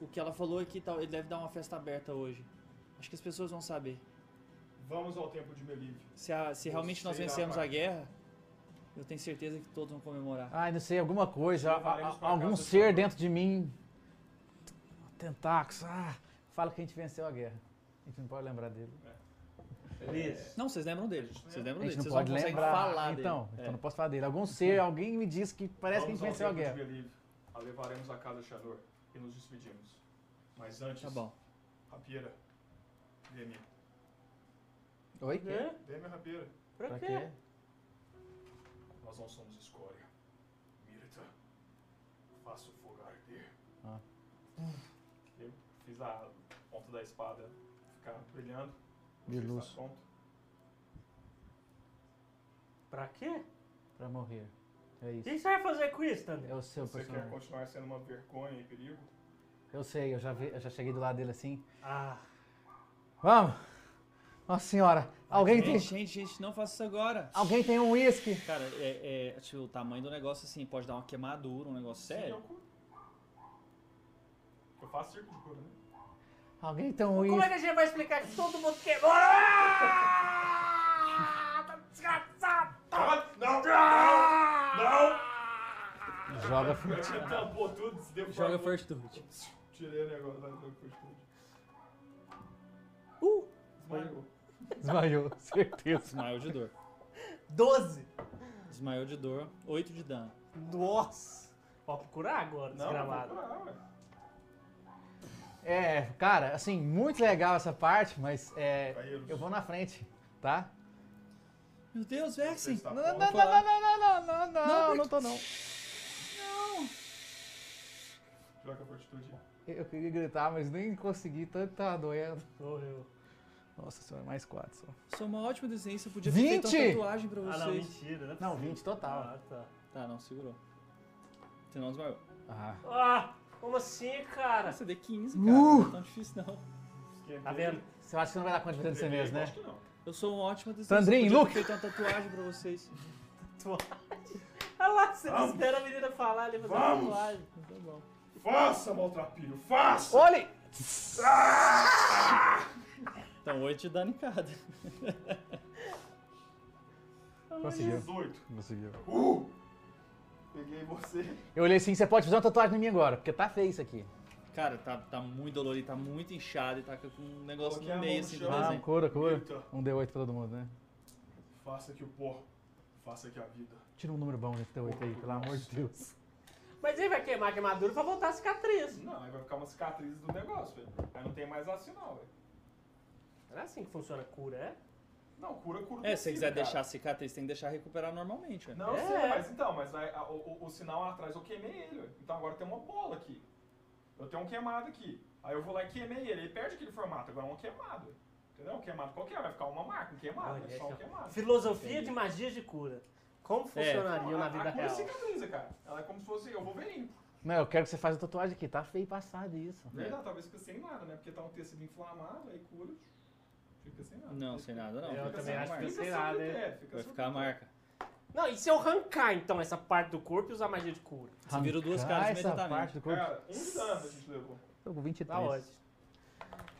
A: o que ela falou é que tal, ele deve dar uma festa aberta hoje. Acho que as pessoas vão saber.
B: Vamos ao tempo de Melive.
A: Se, a- se realmente nós
B: Será,
A: vencermos a
B: pai?
A: guerra, eu tenho certeza que todos vão comemorar.
C: Ai, não sei, alguma coisa, a- a-
B: Levaremos pra
C: algum
B: casa
C: ser
B: sua.
C: dentro de mim. Tentáculos, ah, fala que a gente venceu a guerra. A gente não pode lembrar dele.
D: Liz.
A: Não, vocês lembram dele. Vocês lembram
C: A
A: dele.
C: gente não
A: Vocês
C: pode
A: não conseguem
C: lembrar.
A: falar
C: então,
A: dele.
C: então
A: É.
C: não posso falar dele. Algum ser, alguém me disse que parece que a
B: Vamos
C: gente venceu a
B: ao tempo
C: guerra.
B: de Melive. A levaremos à casa de Xanor e nos despedimos. Mas antes,
A: Tá bom.
B: rapieira. Dê-me.
C: Oi?
D: Hã?
B: Dê-me a é rapieira.
D: Pra
C: Pra
D: quê?
C: quê?
B: Nós não somos escória. Mirta, faça o fogo arder.
C: Ah.
B: Eu fiz a ponta da espada ficar brilhando.
C: De
B: Você está
C: luz.
B: pronto?
D: Pra quê?
C: Pra morrer. É
D: O
C: isso.
D: que você vai fazer com isso, Tandri?
C: É o seu
B: Você quer
C: personagem.
B: continuar sendo uma vergonha e perigo?
C: Eu sei, eu já, vi- eu já cheguei do lado dele assim.
D: Ah,
C: Vamos! Nossa senhora, alguém tem,
A: Gente, gente, gente, não faça isso agora.
C: alguém tem um uísque?
A: Cara, é, é, acho que o tamanho do negócio, assim, pode dar uma queimadura, um negócio
B: Sim,
A: sério.
B: eu curo. Eu faço circo de cura, né?
C: Alguém tem um
D: como é
C: uísque?
D: que a gente vai explicar que todo mundo queimou? Ah, tá desgraçado!
B: Não!
C: Joga
B: Não! Eu tinha tampou tudo, se deu
A: Joga
B: fora.
A: first dude.
B: Tirei o negócio, vai jogar first food.
D: Uh,
B: Desmaiou.
C: Tá Desmaiou, certeza.
A: Desmaiou de dor.
D: 12!
A: Desmaiou de dor, 8 de dano.
D: Nossa! Pode procurar agora,
B: Não, não,
D: desgramado.
B: não, ué.
C: É, cara, assim, muito legal essa parte, mas é,
B: Caíros.
C: eu vou na frente, tá?
A: Meu Deus,
B: Você
A: Vexen!
B: está
C: Não,
B: pronto?
C: não, não, não, não, não, não, não, não, não tô não.
B: Joga fortitude.
C: Eu queria gritar, mas nem consegui, tanto tava doendo.
D: Morreu.
C: Nossa senhora, mais quatro só.
A: Sou uma ótima desenhista, podia ter feito
C: 20?
A: uma tatuagem pra
D: Ah, não,
A: vocês.
D: mentira, né?
C: Não, 20 total.
D: Ah, tá.
A: tá, não, segurou. Você não desmaiou.
C: Ah.
D: Ah, como assim,
B: Ah.
D: cara?
A: Você deu 15,
C: Uh!
A: cara. Não é tão difícil, não.
B: Esquentei.
D: Tá vendo?
C: Você acha que não vai dar conta de fazer de você mesmo, né?
B: Acho que não.
A: Eu sou uma ótima desenhista.
C: Sandrinho,
A: podia
C: Luke!
A: ter feito uma tatuagem pra vocês.
D: Olha lá, você não
B: Vamos.
D: espera a menina falar ali, fazer uma
B: Vamos.
D: tatuagem.
A: Tá bom.
B: Faça, maltrapilho, faça!
C: Olhe!
A: Então, 8 de dano em cada.
C: Conseguiu.
B: 18.
C: Conseguiu.
B: Uh! Peguei você.
C: Eu olhei assim, você pode fazer uma tatuagem em mim agora, porque tá feio isso aqui.
A: Cara, tá, tá muito dolorido, tá muito inchado e tá com um negócio
B: Coloquei a
A: no
B: mão
A: meio,
B: no
A: assim, do
B: chão.
C: Ah,
A: desenho.
C: cura, cura.
B: Eita.
C: Um D8 pra todo mundo, né?
B: Faça que o pó Faça aqui a vida.
C: Tira um número bom de teu oito aí, pelo amor de Deus.
D: Mas ele vai queimar a queimadura pra voltar a cicatriz.
B: Não, aí vai ficar uma cicatriz do negócio, velho. Aí não tem mais assim, não, velho.
D: Não é assim que funciona a cura, é?
B: Não, cura, cura.
A: É, se você
B: possível,
A: quiser
B: cara.
A: deixar a cicatriz, tem que deixar recuperar normalmente, velho.
B: Não,
D: É.
B: sei, mas então, mas aí, a- o, o- o sinal atrás eu queimei ele. ué. Então agora tem uma bola aqui. Eu tenho um queimado aqui. Aí eu vou lá e queimei ele. Ele perde aquele formato, agora é um queimado. ué. Entendeu? Um queimado qualquer, vai ficar uma marca, um queimado,
D: Olha,
B: é só um
D: essa-
B: queimado.
D: Filosofia de magias de cura. Como
C: É.
D: funcionaria
B: Não,
D: na
B: a-
D: vida
B: a cura
D: real?
B: cicatriza, cara. Ela é como se fosse, eu vou ver limpo.
C: Não, eu quero que você faça a tatuagem aqui. Tá feio passado isso.
A: É.
B: Verdade, né? talvez fique sem nada, né? Porque tá um tecido inflamado, aí cura, fica sem nada.
A: Não, sem nada não.
D: Eu
A: Fica
D: também
A: só a
D: acho que
A: marca.
D: eu sei.
B: Fica sem
D: nada,
B: critério,
A: Vai
B: sem
A: ficar a
B: critério.
A: marca.
D: Não, e se eu arrancar então essa parte do corpo e usar magia de cura?
A: Você virou duas
C: Arrancar
A: caras
C: Ah, essa
A: imediatamente.
C: parte do corpo.
B: Cara, um de dano a gente levou.
C: Tô com
D: Da
C: 23.
D: ódio.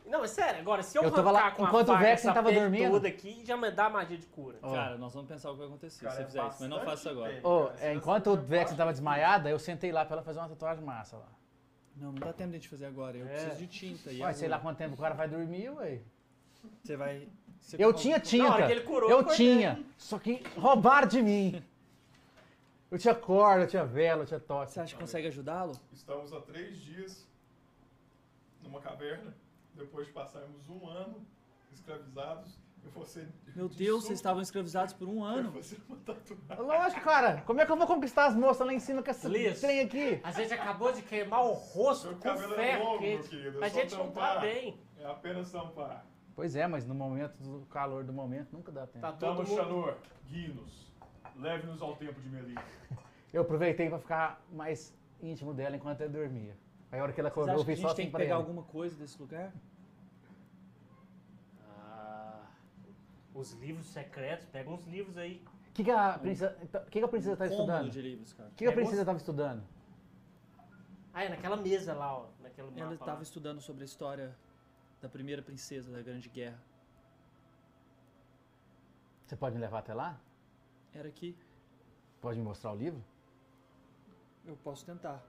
D: Não, é sério, agora se eu,
C: Eu tava lá-
D: arrancar com a
C: enquanto o
D: faca
C: Vexen
D: essa
C: tava
D: pele
C: dormindo.
D: toda aqui, já me dá magia de cura.
C: Ó.
A: Cara, nós vamos pensar o que vai acontecer
B: Cara,
A: se você
B: é
A: fizer isso, mas não
B: bastante
A: faça isso agora.
B: pele.
C: Ô,
B: Cara, esse
C: é,
B: lance
C: enquanto
B: do
C: o Vex
B: tatuagem-
C: tava desmaiada, eu sentei lá pra ela fazer uma tatuagem massa lá.
A: Não, não dá tempo de a gente fazer agora. Eu
D: É.
A: preciso de tinta. E
C: Ué, sei
A: agulha.
C: lá quanto tempo o cara vai dormir, ué.
A: Você vai. você
C: Eu
A: coloca-
C: tinha
D: Na hora
C: tinta.
D: que ele curou,
C: Eu
D: acordei.
C: tinha. Só que roubaram de mim. Eu tinha corda, eu tinha vela, eu tinha tosse.
A: Você acha que consegue ajudá-lo?
B: Estamos há três dias numa caverna, depois de passarmos um ano escravizados, e você...
A: Meu Deus,
B: de súbito,
A: vocês tá estavam escravizados por um
B: vai
A: ano.
B: fazer uma tatuagem.
C: Lógico, cara. Como é que eu vou conquistar as moças lá em cima com esse
D: Liso.
C: trem aqui?
D: A gente acabou de queimar o rosto
B: Seu
D: com
B: cabelo é
D: ferro
B: longo, meu
D: quente.
B: querido. é
D: A
B: só
D: gente não tá
B: tampar.
D: bem.
B: É apenas tampar.
C: Pois é, mas no momento do calor do momento nunca dá tempo.
D: Tá todo
B: Damos
D: mundo...
B: Chanor, guie-nos. Leve-nos ao tempo de Melin.
C: Eu aproveitei pra ficar mais íntimo dela enquanto eu dormia. Aí a hora que ela
A: Vocês
C: acordou, eu
A: acham que a
C: fiz só
A: gente tem
C: assim
A: que
C: pra
A: pegar
C: ela.
A: alguma coisa desse lugar?
D: Ah, os livros secretos, pega uns livros aí.
C: O que, que a princesa, então, que que a princesa tá
A: Um cômodo
C: estudando?
A: de
C: O que,
A: livros, cara.
C: que a princesa tava estudando?
D: Ah, é naquela mesa lá, ó. Naquele mapa
A: Ela
D: lá.
A: estava estudando sobre a história da primeira princesa da Grande Guerra.
C: Você pode me levar até lá?
A: Era aqui.
C: Pode me mostrar o livro?
A: Eu posso tentar.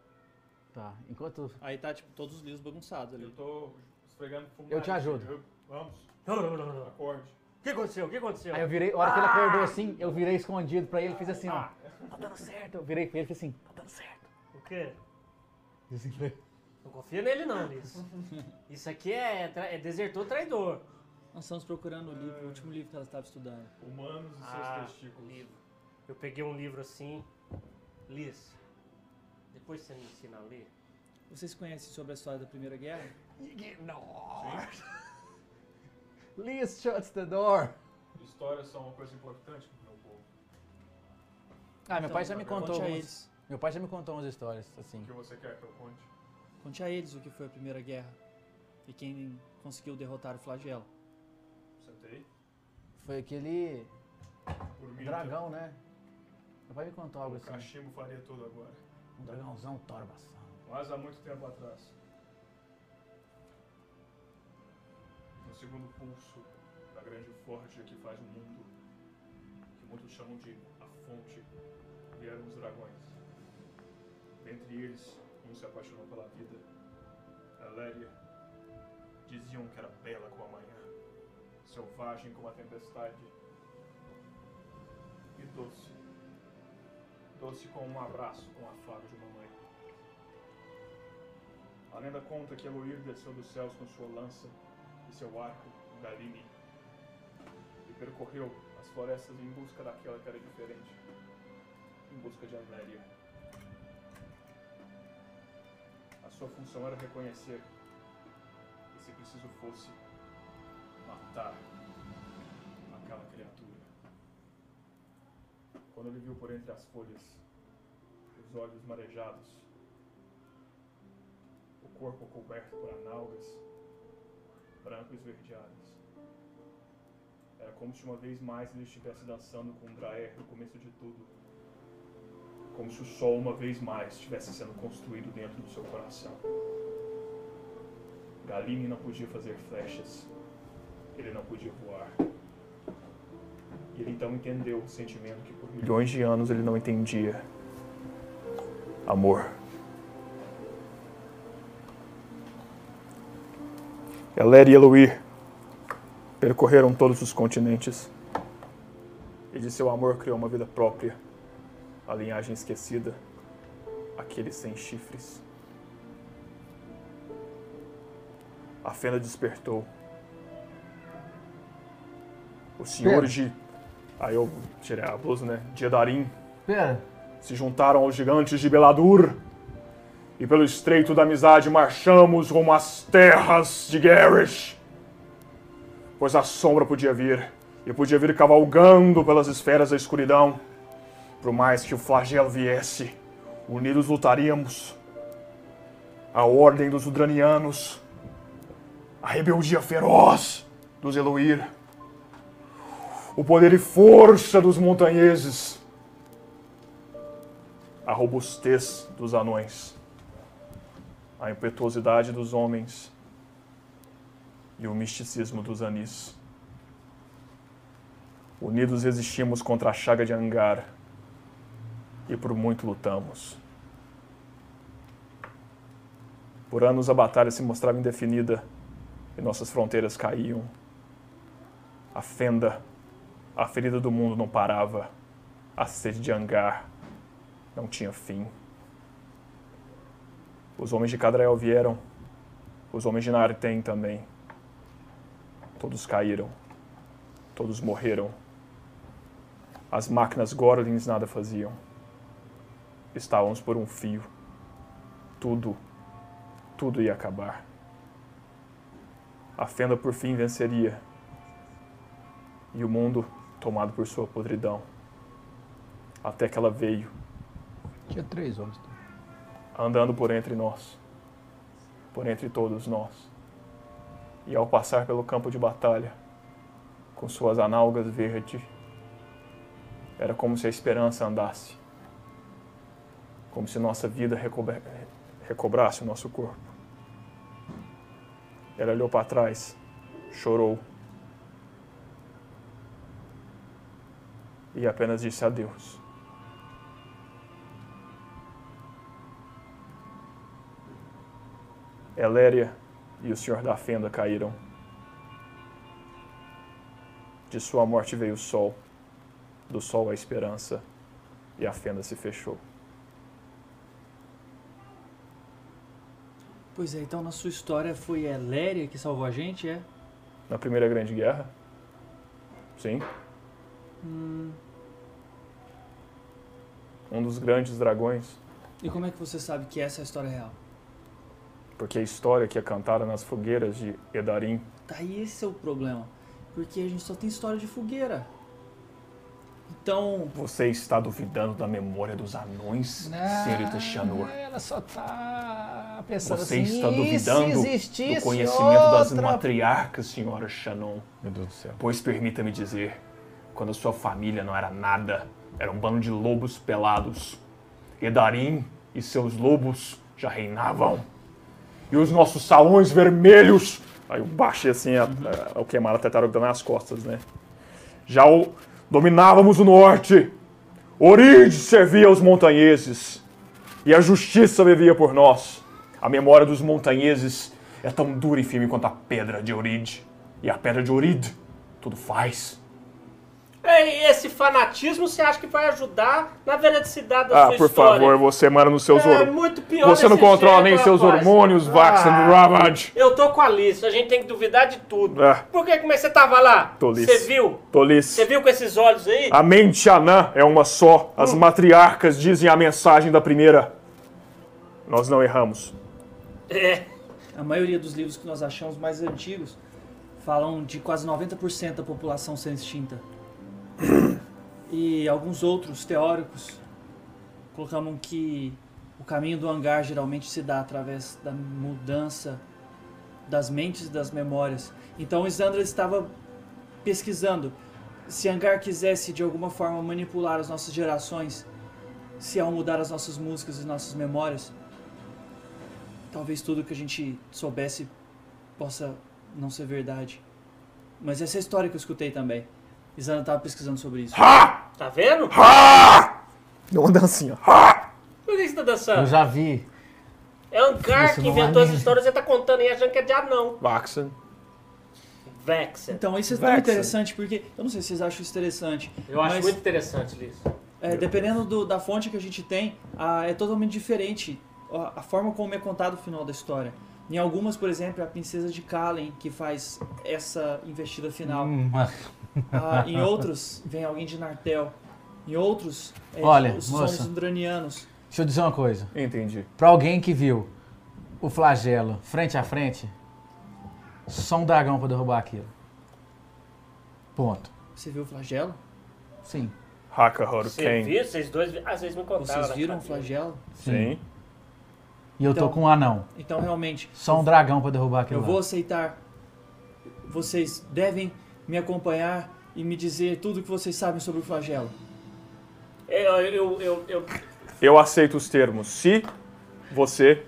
C: Tá. Enquanto.
A: Aí tá, tipo, todos os livros bagunçados
B: Eu
A: ali.
B: tô esfregando fumaça.
C: Eu te ajudo.
B: Eu- Vamos,
D: Não, não, não, não. O
B: acorde.
D: que aconteceu? O que aconteceu?
C: Aí eu virei, a hora que ele
A: Ah!
C: acordou assim, eu virei escondido pra ele e fiz assim, ó.
D: Ah,
C: Tá dando certo. Eu virei pra ele e fiz assim, tá dando certo.
D: o quê?
C: Fiz assim pra ele.
D: Não confia nele não, Liz. Isso aqui é, tra- é desertor traidor.
A: Nós estamos procurando o livro, o último livro que ela estava estudando.
B: Humanos e
D: Ah,
B: seus testículos.
D: livro. Eu peguei um livro assim. Liz, depois você me ensina a ler?
A: Vocês conhecem sobre a história da Primeira Guerra?
C: Ignore. Liz shuts the door.
B: Histórias são uma coisa importante pro meu povo.
C: Ah, meu
A: Então,
C: pai já me contou
A: Conte a
C: algumas,
A: eles.
C: Meu pai já me contou umas histórias, assim.
B: O que você quer que eu conte?
A: Conte a eles o que foi a Primeira Guerra. E quem conseguiu derrotar o flagelo.
B: Sentei.
C: Foi aquele
B: Por mim,
C: dragão, né? Meu pai me contou algo
B: O
C: assim.
B: cachimbo faria tudo agora.
C: Um dragãozão torbação.
B: Mas há muito tempo atrás. No segundo pulso da grande forja que faz o mundo, que muitos chamam de a fonte, vieram os dragões. Dentre eles, um se apaixonou pela vida. Aléria. Diziam que era bela como a manhã, selvagem como a tempestade, e doce. Doce como um abraço, com um afago de uma mãe. A lenda conta que Eloir desceu dos céus com sua lança e seu arco, Galini, e percorreu as florestas em busca daquela que era diferente, em busca de Amélia. A sua função era reconhecer, e se preciso fosse, matar aquela criatura. Quando ele viu por entre as folhas, os olhos marejados, o corpo coberto por análogas, branco esverdeadas. Era como se uma vez mais ele estivesse dançando com Draer no começo de tudo. Como se o sol uma vez mais estivesse sendo construído dentro do seu coração. Galine não podia fazer flechas. Ele não podia voar. E ele então entendeu o sentimento que por milhões de anos ele não entendia. Amor. Elere e Eloir percorreram todos os continentes e de seu amor criou uma vida própria, a linhagem esquecida, aqueles sem chifres. A fenda despertou. Os senhores de. Aí eu tirei a blusa, né? De Edarim
C: Pera,
B: se juntaram aos gigantes de Beladur. E pelo estreito da amizade marchamos rumo às terras de Garish. Pois a sombra podia vir, e podia vir cavalgando pelas esferas da escuridão. Por mais que o flagelo viesse, unidos lutaríamos. A ordem dos Udranianos, a rebeldia feroz dos Eluir, o poder e força dos montanheses a robustez dos anões, a impetuosidade dos homens e o misticismo dos anis. Unidos resistimos contra a chaga de Angar e por muito lutamos. Por anos a batalha se mostrava indefinida e nossas fronteiras caíam. A fenda, a ferida do mundo não parava. A sede de Angar não tinha fim. Os homens de Cadrael vieram, os homens de Nartem também. Todos caíram, todos morreram. As máquinas Gorlins nada faziam. Estávamos por um fio. Tudo, tudo ia acabar. A fenda por fim venceria. E o mundo tomado por sua podridão. Até que ela veio
C: tinha três homens. então.
B: andando por entre nós, por entre todos nós. E ao passar pelo campo de batalha, com suas análogas verde, era como se a esperança andasse, como se nossa vida recobre- recobrasse o nosso corpo. Ela olhou para trás, chorou e apenas disse adeus. Eléria e o Senhor da Fenda caíram. De sua morte veio o sol, do sol a esperança, e a fenda se fechou.
A: Pois é, então na sua história foi a Léria que salvou a gente, é?
B: Na Primeira Grande Guerra? Sim.
A: Hum.
B: Um dos grandes dragões,
A: E como é que você sabe que essa é a história real?
B: porque a história que é cantada nas fogueiras de Edarim
A: Daí esse é o problema. Porque a gente só tem história de fogueira. Então,
B: Você está duvidando da memória dos anões, senhorita Shanur?
C: Ela só tá pensando
B: Você
C: assim.
B: está
C: "E
B: duvidando
C: se existisse
B: do conhecimento das
C: outra
B: matriarcas, senhora Shannon.
E: Meu Deus do céu.
B: Pois permita-me dizer, quando sua família não era nada, era um bando de lobos pelados. Edarim e seus lobos já reinavam. E os nossos salões vermelhos. Aí eu baixei assim a, a, o queimar a tartaruga nas costas, né? Já o, dominávamos o norte. Orid servia aos montanheses. E a justiça vivia por nós. A memória dos montanheses é tão dura e firme quanto a pedra de Orid. E a pedra de Orid tudo faz.
D: Ei, esse fanatismo você acha que vai ajudar na veracidade da
B: ah,
D: sua
B: por
D: história?
B: favor, você manda nos seus
D: É
B: hormônios.
D: muito pior
B: Você não
D: desse
B: controla
D: jeito,
B: nem seus
D: rapaz. Ah.
B: hormônios, Vax and Ravage.
D: Eu tô com a lista, a gente tem que duvidar de tudo.
B: Ah,
D: Por que como é que você tava lá?
B: Tolice.
D: Você viu? Você
B: tolice.
D: viu com esses olhos aí?
B: A mente anã é uma só.
D: Hum.
B: As matriarcas dizem a mensagem da primeira. Nós não erramos.
D: É.
A: a maioria dos livros que nós achamos mais antigos falam de quase 90% da população sendo extinta. e alguns outros teóricos colocavam que o caminho do hangar geralmente se dá através da mudança das mentes e das memórias. Então Isandra estava pesquisando se hangar quisesse de alguma forma manipular as nossas gerações, se ao mudar as nossas músicas e nossas memórias, talvez tudo que a gente soubesse possa não ser verdade. Mas essa é a história que eu escutei também. Isana tava pesquisando sobre isso.
D: Tá vendo?
B: Não anda assim, ó.
D: Por que você tá
C: Eu
D: dançando?
C: já vi.
D: É Angar
C: Isso
D: que
C: não é
D: inventou essa
C: nem-
D: história, você tá contando aí achando que é de anão.
B: Vaxen.
D: Vexen.
A: Então, isso é tão
B: Vexa.
A: interessante, porque. Eu não sei se vocês acham isso interessante.
D: Eu acho
A: mas-
D: muito interessante, Liz.
A: É, dependendo do- da fonte que a gente tem, a- é totalmente diferente a, a forma como é contado o final da história. Em algumas, por exemplo, é a princesa de Kalen que faz essa investida final.
C: Hum,
A: Ah, em outros, vem alguém de Nartel. Em outros, é,
C: Olha,
A: os
C: moça.
A: sons dranianos.
C: deixa eu dizer uma coisa.
B: Entendi.
C: Pra alguém que viu o flagelo frente a frente, só um dragão pra derrubar aquilo. Ponto.
A: Você viu o flagelo?
C: Sim.
B: Haka
D: Você
B: Hurricane.
D: viu? Vocês dois. vi- Ah, vocês me contaram.
A: Vocês
D: né,
A: viram o
C: um
D: Fabinho?
A: flagelo?
B: Sim.
C: E eu
A: Então-
C: tô com um anão.
A: Então, realmente,
C: Só um dragão pra derrubar aquilo.
A: eu
C: lá.
A: vou aceitar. Vocês devem me acompanhar e me dizer tudo o que vocês sabem sobre o flagelo.
D: É, Eu, eu, eu, eu-
B: Eu aceito os termos se você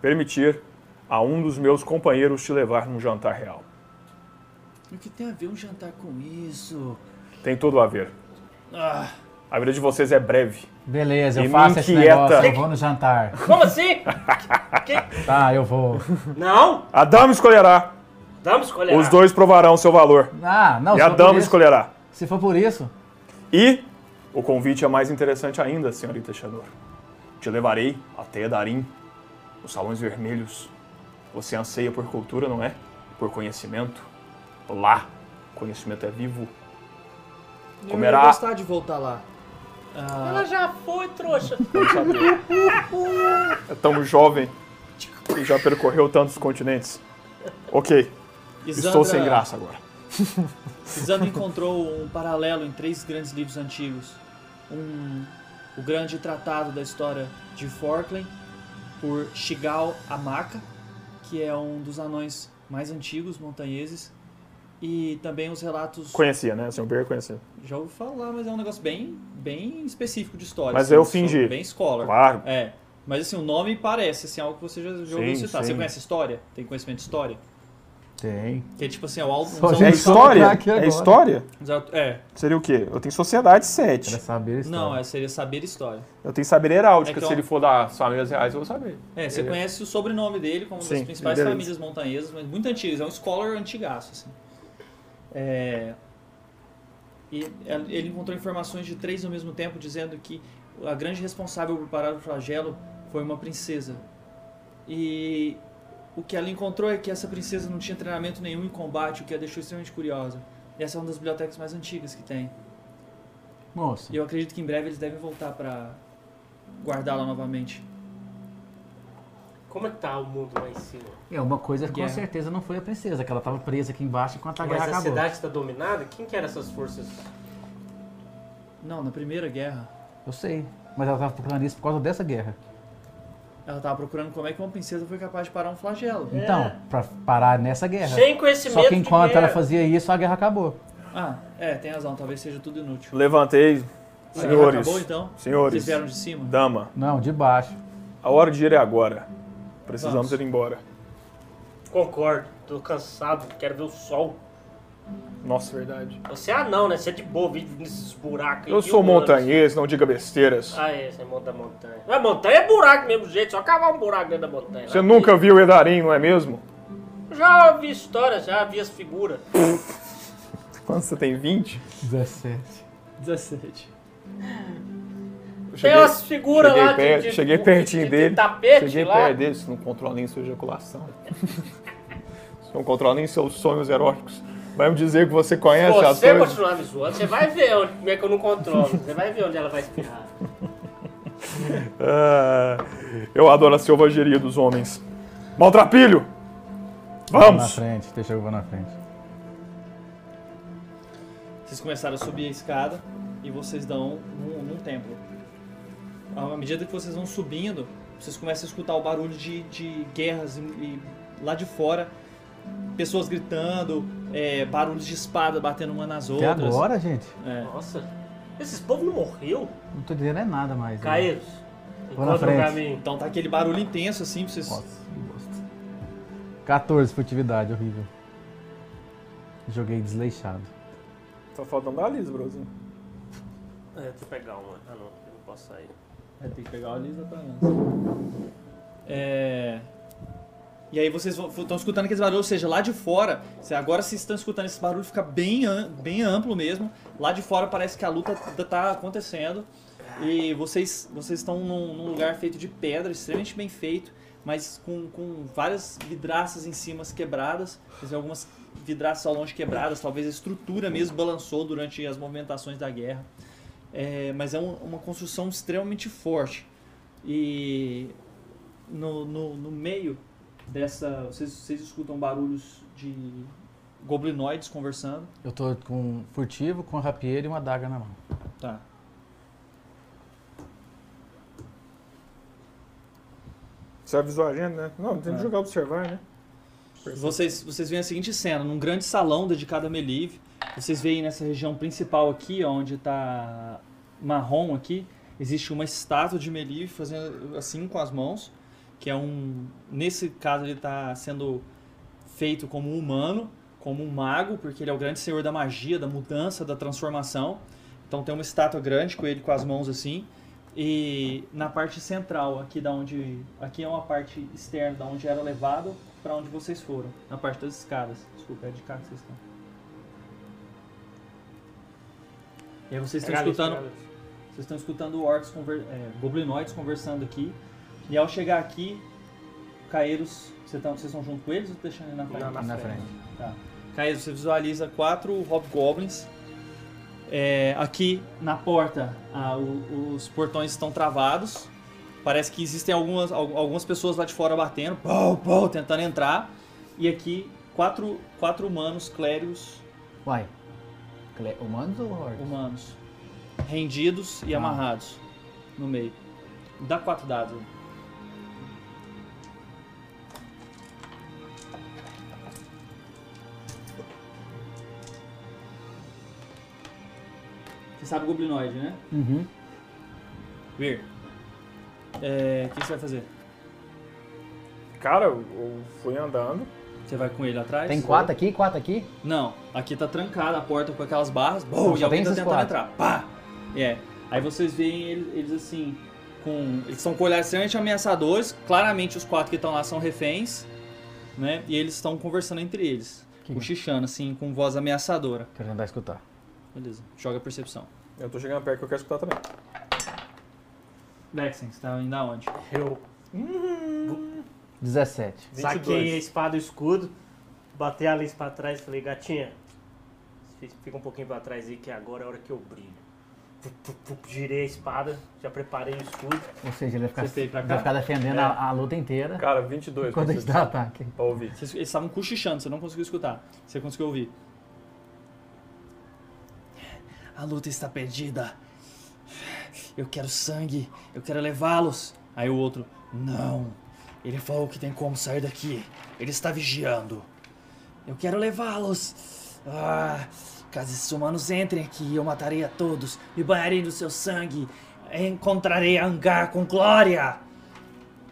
B: permitir a um dos meus companheiros te levar num jantar real.
A: E O que tem a ver um jantar com isso?
B: Tem tudo a ver.
A: Ah,
B: A vida de vocês é breve.
C: Beleza,
B: E
C: eu
B: me
C: faço esse
B: inquieta.
C: negócio, eu vou no jantar.
D: Como assim?
C: Tá, eu vou.
D: Não!
B: A dama escolherá,
D: Vamos escolher.
B: os dois provarão seu valor.
C: Ah, não,
B: e
C: se
B: a
C: for por
B: dama
C: isso-
B: escolherá.
C: Se for por isso,
B: E o convite é mais interessante ainda, senhorita Chanor. Te levarei até Darim, os salões vermelhos. Você anseia por cultura, não é? Por conhecimento. Lá, conhecimento é vivo. Comerá-
A: Eu ia gostar de voltar lá. Ah,
D: Ela já foi, trouxa.
B: um É tão jovem e já percorreu tantos continentes. Ok, estou sem graça agora.
A: Isandra encontrou um paralelo em três grandes livros antigos. Um, o grande tratado da história de Forkland, por Shigal Amaka, que é um dos anões mais antigos montanheses. E também os relatos...
B: Conhecia, né? Senhor Beer conhecia.
A: Já ouvi falar, mas é um negócio bem, bem específico de história.
B: Mas
A: assim,
B: eu
A: sou
B: fingi.
A: Bem scholar.
B: Claro.
A: É. Mas assim, o nome parece assim, algo que você já, já ouviu
B: Sim,
A: citar. Você
B: sim.
A: conhece história? Tem conhecimento de história?
B: Tem.
A: Que é tipo assim, é o álbum.
C: Só
A: são
C: gente
B: É
A: os-
B: história?
C: Vamos entrar aqui
B: É
C: agora.
B: história?
A: os aut- É.
B: Seria o quê? Eu tenho Sociedade
C: quero
B: 7.
C: saber isso.
A: Não, é, seria saber história.
B: Eu tenho Saber Heráldica.
A: É que
B: Se
A: eu-
B: ele for da família reais, eu vou saber.
A: É, você
B: Ele-
A: conhece o sobrenome dele como uma das
B: Sim,
A: principais
B: beleza.
A: famílias montanhesas, mas muito antigas. É um scholar antigaço, assim. É... E el- ele encontrou informações de três ao mesmo tempo, dizendo que a grande responsável por parar o flagelo foi uma princesa. E o que ela encontrou é que essa princesa não tinha treinamento nenhum em combate, o que a deixou extremamente curiosa. E essa é uma das bibliotecas mais antigas que tem.
D: é-
C: Moço,
A: E eu acredito que em breve eles devem voltar pra guardá-la novamente.
D: Como é que tá o mundo lá em cima?
C: é uma coisa que com
A: Guerra.
C: certeza não foi a princesa, que ela tava presa aqui embaixo enquanto a
D: Mas
C: guerra
D: a
C: acabou.
D: cidade está dominada? Quem que eram essas forças?
A: Não, na primeira guerra.
C: Eu sei, mas ela tava procurando isso por causa dessa guerra.
A: Ela tava procurando como é que uma princesa foi capaz de parar um flagelo.
C: Então, pra parar nessa guerra.
D: Sem conhecimento
C: É,
D: é?
C: Só que enquanto
D: É. de guerra.
C: ela fazia isso, a guerra acabou.
A: Ah, é, tem razão, talvez seja tudo inútil.
B: Levantei,
A: Mas Acabou
B: senhores.
A: então? Vocês
B: Senhores,
A: vieram de cima?
B: dama,
C: Não, de baixo.
B: a hora de ir é agora. Precisamos
A: Vamos.
B: ir embora.
D: Concordo, tô cansado, quero ver o sol.
B: Nossa, verdade.
D: Você é anão, né? Você é de boa, vive nesses buracos aí,
B: Eu
D: mil
B: sou
D: anos.
B: montanhês, não diga besteiras.
D: Ah, é, você monta montanha. Mas montanha é buraco do mesmo jeito, só cavar um buraco dentro da montanha.
B: Você nunca viu Edarim, não é mesmo?
D: Já vi história, já vi as figuras.
B: Quando você tem 20?
C: 17.
A: 17.
B: Eu
D: Tem
B: cheguei-
D: umas figuras
B: cheguei
D: lá de-
B: perto-
D: de,
B: cheguei
D: de-
B: pertinho
D: de- de
B: dele,
D: tapete
B: Cheguei
D: lá.
B: perto dele, você não controla nem sua ejaculação. você não controla nem seus sonhos eróticos. Vai me dizer que você conhece
D: Se
B: as
D: você
B: coisas.
D: continuar me zoando, você vai ver onde, como é que eu não controlo. Você vai ver onde ela vai espirrar.
B: Ah, eu adoro a selvageria dos homens. Maltrapilho!
C: Na
B: Vamos!
C: frente, deixa eu vou na frente.
A: Vocês começaram a subir a escada e vocês dão num, num templo. À medida que vocês vão subindo, vocês começam a escutar o barulho de, de guerras e, e lá de fora. Pessoas gritando, é, barulhos de espada batendo uma nas
C: Até
A: outras.
C: agora, gente,
A: É.
D: Nossa, esses povos não morreu?
C: não tô dizendo é nada mais. né?
D: Caeiros,
C: Vou na
D: encontra o
C: frente.
D: caminho.
A: Então tá aquele barulho intenso assim, pra vocês.
C: Nossa, que bosta. 14 furtividade, horrível. Joguei desleixado.
B: Tá faltando a Liz, brozinho.
D: É, deixa eu pegar uma. Ah não, eu não posso sair.
A: É, tem que pegar o Lisa pra antes. É. E aí vocês vão- estão escutando aqueles barulhos, ou seja, lá de fora, se- agora vocês estão escutando esse barulho, fica bem, am- bem amplo mesmo. Lá de fora parece que a luta tá- tá acontecendo. E vocês, vocês estão num, num lugar feito de pedra, extremamente bem feito, mas com, com várias vidraças em cima quebradas. Vocês veem algumas vidraças ao longe quebradas, talvez a estrutura mesmo balançou durante as movimentações da guerra. É, mas é um- uma construção extremamente forte. E no, no, no meio dessa. Vocês, vocês escutam barulhos de goblinoides conversando.
C: Eu tô com um furtivo, com a rapieira e uma adaga na mão.
A: Tá.
F: Você avisou a gente, né? Não, tem que jogar observar, né?
A: Vocês, vocês veem a seguinte cena, num grande salão dedicado a Melive. Vocês veem nessa região principal aqui, ó, onde tá marrom aqui, existe uma estátua de Melive fazendo assim com as mãos, que é um, nesse caso ele tá sendo feito como um humano, como um mago, porque ele é o grande senhor da magia, da mudança, da transformação. Então tem uma estátua grande com ele com as mãos assim. E na parte central, aqui da onde. Aqui é uma parte externa da onde era levado para onde vocês foram. Na parte das escadas. Desculpa, é de cá que vocês estão. E aí vocês estão
D: Galera,
A: escutando.
D: galera.
A: Vocês estão escutando orcs, conver... é, goblinoides conversando aqui. E ao chegar aqui, Caeiros, vocês estão, vocês estão junto com eles ou deixando ele na frente?
D: Não,
C: na
D: frente.
C: frente.
A: Tá. Caeiros, você visualiza quatro hobgoblins. É, aqui na porta, ah, o- os portões estão travados. Parece que existem algumas, al- algumas pessoas lá de fora batendo, pau, pau, tentando entrar. E aqui, quatro, quatro humanos, clérigos
C: Uai. Cle- Humanos ou orcs?
A: humanos rendidos e
C: Ah.
A: amarrados no meio. Dá quatro dados. né? aí. Você sabe goblinoide, né?
C: Uhum.
A: Weird. É, o que você vai fazer?
F: Cara, eu- eu fui andando.
A: Você vai com ele atrás?
C: Tem quatro aqui, quatro aqui?
A: Não, aqui tá trancada a porta com aquelas barras, bom,
C: Não,
A: e
C: só
A: alguém
C: tem
A: tá
C: esses
A: tentando
C: quatro.
A: entrar. Pá! É. Aí vocês veem ele- eles assim, com. Eles são com olhares extremamente ameaçadores. Claramente os quatro que estão lá são reféns, né? E eles estão conversando entre eles.
C: Que-
A: Cochichando, assim, com voz ameaçadora.
C: Quero tentar escutar.
A: Beleza. Joga a percepção.
F: Eu tô chegando perto que eu quero escutar também.
A: Lexen, você tá indo aonde?
D: Eu
C: 17.
F: 22.
D: saquei a espada e o escudo, bati a luz pra trás e falei, gatinha, fica um pouquinho pra trás aí que agora é a hora que eu brilho. Pup, pup, pup, girei a espada, já preparei o escudo.
C: Ou seja, ele vai
A: Você veio pra cá?
C: ficar,
A: É.
C: vai ficar defendendo a, a luta inteira
F: Cara, 22.
C: quando
F: pra
C: ele dá ataque.
F: pra ouvir.
A: Vocês- eles estavam cochichando, você não conseguiu escutar. Você conseguiu ouvir. A luta está perdida. Eu quero sangue. Eu quero levá-los. Aí o outro, não. Ele falou que tem como sair daqui. Ele está vigiando. Eu quero levá-los. Ah, caso esses humanos entrem aqui, eu matarei a todos. Me banharei no seu sangue. Encontrarei Angar com glória.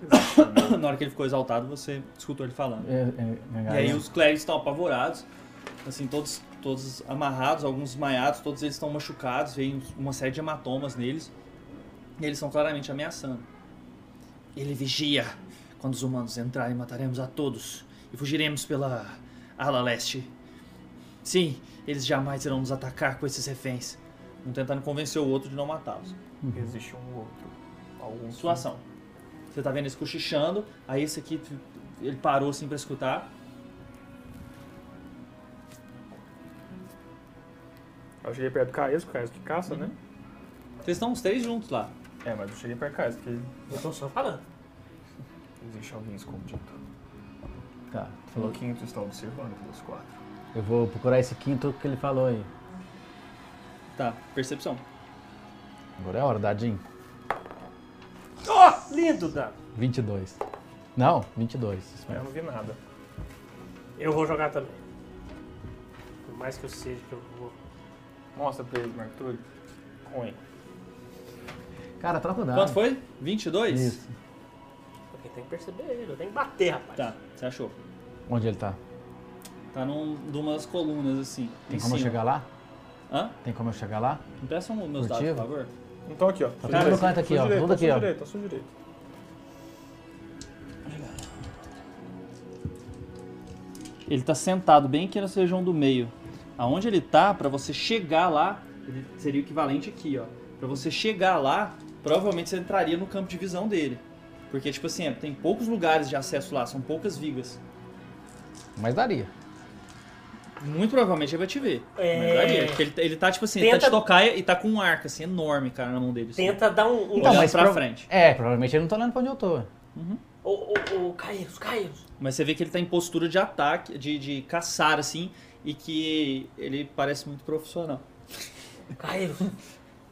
A: Na hora que ele ficou exaltado, você escutou ele falando.
C: É, é,
A: E aí os clérigos estão apavorados, assim, todos, todos amarrados, alguns desmaiados, todos eles estão machucados, vem uma série de hematomas neles, e eles estão claramente ameaçando. Ele vigia. Quando os humanos entrarem, mataremos a todos e fugiremos pela ala leste. Sim, eles jamais irão nos atacar com esses reféns. Um tentando convencer o outro de não matá-los.
F: Existe um outro. Algum
A: Sua ação. Você tá vendo eles cochichando, aí esse aqui, ele parou assim pra escutar.
F: Eu cheguei perto do Caes, o Caes que caça, né?
A: Uhum. Vocês estão os três juntos lá.
F: É, mas eu cheguei perto do Caes, porque
D: Eu tô só falando.
F: existe alguém escondido.
C: Tá,
F: O
C: falou que
F: quinto está observando pelos quatro.
C: eu vou procurar esse quinto que ele falou aí.
A: Tá, percepção.
C: Agora é a hora, dadinho.
D: Ó, lindo, Dan.
C: 22. Não, 22. isso
F: Eu
C: mesmo.
F: não vi nada.
D: Eu vou jogar também. Por mais que eu seja que eu vou.
F: Mostra pra ele, Marco Túlio. Ruim.
C: Cara, troca o dado.
A: Quanto foi? 22?
C: Tá. Isso.
D: Porque tem que perceber ele, eu tenho que bater, rapaz.
A: Tá, você achou.
C: Onde ele tá?
A: Tá num, numa das colunas, assim.
C: Tem
A: em
C: como eu
A: cima.
C: chegar lá?
A: Hã?
C: Tem como eu chegar lá?
A: Me peçam meus dados, por
C: Furtivo?
A: favor.
F: Então aqui, ó.
C: Tá
F: Tá
C: tudo no canto aqui, ó. Tudo aqui, ó.
F: direito, à sua direita.
A: Ele tá sentado bem aqui nessa região do meio. Aonde ele tá, pra você chegar lá, ele seria o equivalente aqui, ó. Pra você chegar lá, provavelmente você entraria no campo de visão dele. Porque, tipo assim, é, tem poucos lugares de acesso lá, são poucas vigas.
C: Mas daria.
A: Muito provavelmente ele vai te ver.
D: É.
A: Mas daria, porque ele, ele tá, tipo assim, ele tá de
D: Tenta-
A: tocaia e tá com um arco, assim, enorme, cara, na mão dele. assim.
D: Tenta dar um. um
A: Olhando
C: Então, mas
A: pra
C: prova-
A: frente.
C: É, provavelmente ele não tá olhando pra onde eu tô.
D: Ô, ô, ô, Caíros, Caíros.
A: Mas você vê que ele tá em postura de ataque, de, de caçar, assim, e que ele parece muito profissional.
D: Caíros.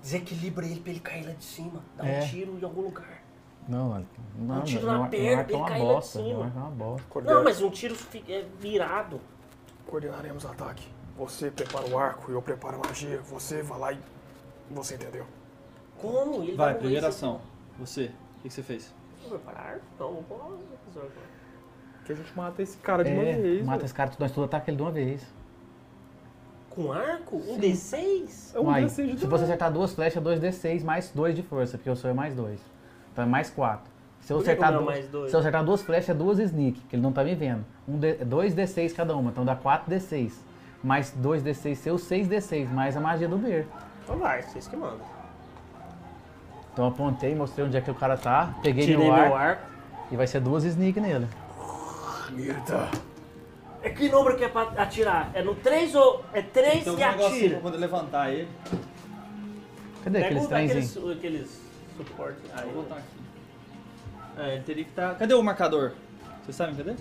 D: Desequilibra ele pra ele cair lá de cima. Dá
C: É.
D: um tiro em algum lugar.
C: Não, mano. Não,
D: Um tiro
C: não,
D: na
C: não,
D: perna,
C: é
D: ele
C: uma
D: cai lá de
C: bosta.
D: cima.
C: Não é uma bosta.
D: Não, mas um tiro fi- é virado.
G: Coordenaremos o ataque. Você prepara o arco, eu preparo a magia. Você vai lá e. Você entendeu?
D: Como? Ele
A: Vai,
D: morrer
A: primeira
D: sem-
A: ação. Você, o que que você fez?
D: Vou parar? Não, vou agora.
G: Que a gente mata esse cara de uma
C: É,
G: vez. né?
C: mata
G: velho.
C: esse cara, tu nós tudo ataca ele de uma vez.
D: Com arco? Um D6?
G: É um
C: Uai,
G: desejo
C: se você acertar duas flechas, é 2d6 mais 2 de força, porque eu sou mais 2. Então é mais 4. Se eu,
D: Por que
C: acertar
D: que não é
C: duas,
D: mais dois?
C: se eu acertar duas flechas, é duas sneak, que ele não tá me vendo. Um D, 2d6 cada uma, então dá 4d6. Mais 2d6 seu, 6d6, mais a magia do Ber.
D: Então vai, vocês que mandam.
C: Então eu apontei, mostrei onde é que o cara tá, peguei
D: Tirei
C: meu ar,
D: meu arco.
C: e vai ser duas sneak nele.
G: Mirta.
D: É que número que é pra atirar? É no 3 ou. É 3
A: Tem um
D: e
A: negocinho pra
D: atira.
A: poder levantar ele.
C: Cadê
D: Pega
C: aqueles
D: um- aqueles,
C: trenzinhos?
D: aqueles suporte.
A: Aí
D: Aí,
A: eu vou botar aqui. É, ele teria que estar. Cadê o marcador? Vocês sabem cadê?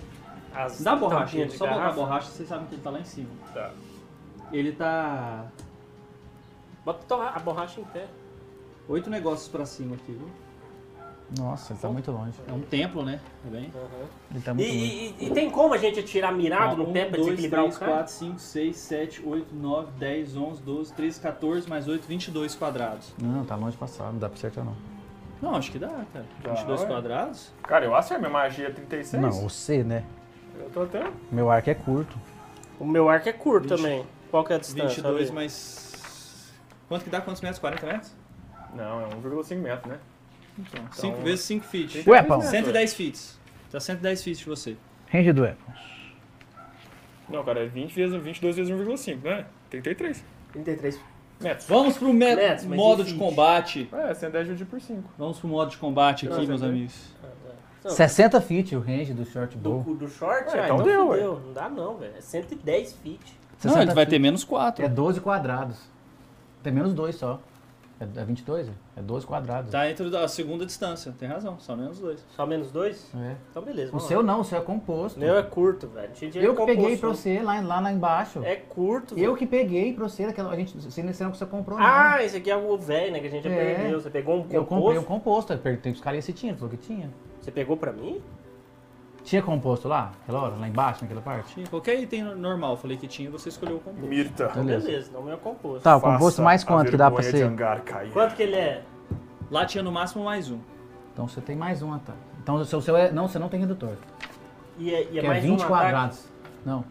D: as
A: Dá a borracha,
D: tampinhas de
A: só botar a
D: garrafa.
A: borracha, vocês sabem que ele tá lá em cima.
D: Tá.
A: Ele tá.
D: Bota então a borracha em pé.
A: Oito negócios pra cima aqui, viu?
C: Nossa, ele tá muito longe.
A: É um templo, né? Tá bem?
C: Ele tá
D: E,
C: muito longe.
D: e- e- e tem como a gente atirar
A: Ah,
D: mirado
A: um,
D: no pé pra desequilibrar o cara?
A: 4, 5, 6, 7, 8, 9, 10, 11, 12, 13, 14, mais 8, 22 quadrados.
C: Não, tá longe de passar, não dá pra acertar não.
A: Não, acho que dá, cara. 22
F: ué.
A: quadrados?
F: Cara, eu acertei minha magia 36.
C: Não, o C, né?
F: Eu tô até.
C: Meu arco é curto.
D: O meu arco é curto também. Qual que é a
C: tá
A: 22
D: mas...
A: mais. Quanto que dá? Quantos metros? 40 metros?
F: Não, é 1,5 metros, né?
C: Tá
A: Então, 5 vezes 5 feet.
C: Ué, pão.
A: 110 feet. Tá 110 feet de você.
C: Range do Apple.
F: Não, cara, é 20 vezes, 22 vezes 1,5, né? 33
D: 33.
F: metros.
A: Vamos pro me-
D: Metros, mas
A: modo
D: em
A: de
D: feet.
A: combate.
F: É, 110 dividido por 5.
A: Vamos pro modo de combate aqui,
F: Nossa,
D: é
A: meus
F: né?
A: amigos.
D: Não,
C: 60 feet o range do short
D: do,
C: bow.
D: cu- do short?
F: É,
D: ah,
F: então
D: então
F: deu,
D: fudeu. Não dá não, velho. É 110 feet.
A: Não,
C: 60
A: ele vai
C: feet.
A: ter menos 4.
C: É 12 quadrados. Tem menos 2 só. É, é 22, é 12 quadrados.
A: Tá entre a segunda distância. Tem razão, só menos 2.
D: Só menos dois?
C: É.
D: Então beleza.
C: O
D: vamos
C: seu
D: lá.
C: não, o seu é composto.
D: O meu é curto, velho. Tinha dinheiro
C: Eu que
D: pra
C: peguei
D: compor
C: pra
D: suco.
C: você lá, lá, lá embaixo.
D: né? É curto,
C: Eu
D: velho.
C: que peguei pra você, daquela, a gente, você você não você comprou não. né?
D: Ah, esse aqui é o velho, né? Que a gente já
C: É.
D: perdeu. Você pegou um composto?
C: eu comprei o composto, eu perguntei pros caras se tinha, ele falou que tinha.
D: Você pegou pra mim?
C: Tinha composto lá, aquela hora, lá embaixo, naquela parte?
A: Tinha qualquer item normal, falei que tinha, você escolheu o composto.
F: Mirta.
D: Então
C: Beleza.
D: beleza, não é o composto.
C: Tá, o composto mais
F: a
C: quanto que dá pra
F: vergonha de
C: ser?
F: Angar cair.
D: Quanto que ele é?
A: Lá tinha no máximo mais um.
C: Então você tem mais um ataque. Então o seu, o seu é. Não, você não tem redutor.
D: E é, e é
C: que é
D: mais
C: 20
D: um ataque?
C: quadrados. Não.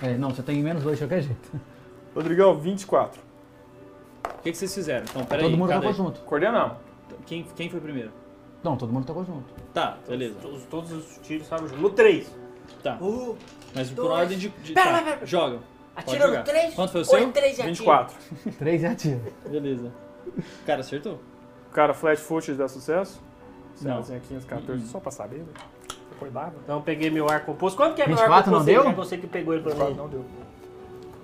C: É, não, você tem menos 2 de qualquer jeito.
F: Rodrigão, 24.
A: O que, que vocês fizeram? Então, peraí.
C: todo mundo
A: cadê?
C: tocou junto.
F: Coordenamos.
A: Quem, quem foi primeiro?
C: Não, todo mundo tocou junto.
A: Tá, beleza.
D: Os- todos os tiros sabem junto. No 3.
A: Tá.
D: Uh,
A: Mas por
D: dois.
A: ordem de. de
D: Pera,
A: tá.
D: pera, pera.
A: Joga.
D: atira
A: jogar.
D: no 3.
A: Quanto foi o
D: Ou
A: seu?
D: é 3 e atira.
F: 24.
C: 3 e atira.
A: Beleza. Cara, acertou?
F: Cara, flat footage dá sucesso?
A: Não. Hum.
F: 514, só pra saber, velho. Foi barba.
D: Então eu peguei meu ar composto. Quanto que é meu ar
C: 24
D: composto?
C: não deu?
D: É você que pegou ele pra mim.
F: Não deu.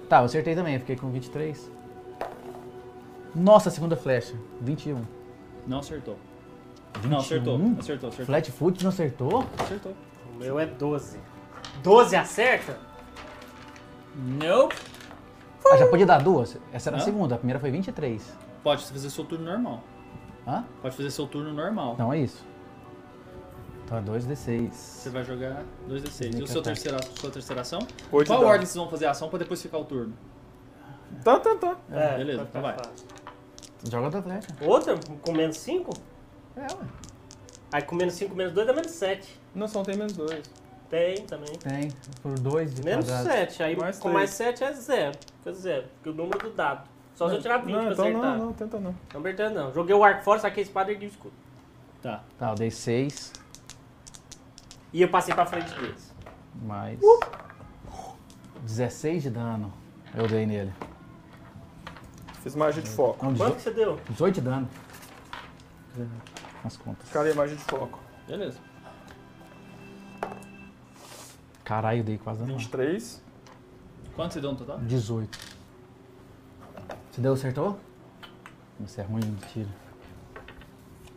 C: Tá, eu acertei também, eu fiquei com 23. Nossa, segunda flecha. 21.
A: Não acertou. Não, acertou.
C: Hum.
A: Acertou, acertou.
C: um? Flat foot não acertou?
A: Acertou.
D: O meu é 12. 12 acerta?
A: Nope.
C: Ah, já podia dar duas? Essa era a
A: Hã?
C: segunda, a primeira foi 23.
A: Pode fazer seu turno normal.
C: Hã?
A: Pode fazer seu turno normal.
C: Então é isso. Então é
A: Você
C: 2d6.
A: vai jogar 2d6. E o seu
C: Ataque.
A: terceira, sua terceira ação?
F: Oito
A: Qual
F: dá.
A: ordem vocês vão fazer a ação pra depois ficar o turno?
F: Tá, tá, tá.
D: É,
A: beleza,
D: tá, tá,
A: então vai.
D: tá.
C: Joga outra flecha.
D: Outra? Com menos 5?
C: É, ué.
D: Aí com menos 5, menos 2 dá menos 7.
F: Não, só tem menos dois.
D: Tem também.
C: Tem. Por 2 de
D: Menos
C: quadrado.
D: 7. Aí
F: Mais
D: com
F: três.
D: mais 7 é 0. Fica 0. Porque o número do dado. Só se eu tirar 20
F: Não,
D: pra
F: então
D: acertar.
F: não, não, tenta não.
D: Não, Bertão, não. Joguei o arco fora, saquei a espada e ergui o escudo.
A: Tá.
C: Tá, eu dei 6.
D: E eu passei pra frente deles.
A: Uh!
C: Mais. 16 de dano eu dei nele.
G: Fiz magia de foco.
C: Não,
D: Quanto que
C: 18,
D: você deu?
C: 18 de dano. Nas contas.
G: Cadê a magia de foco?
A: Beleza.
C: Caralho, eu dei quase dano.
G: 23.
A: Quanto você deu no total?
C: 18. Você deu, acertou? Você é ruim de tiro.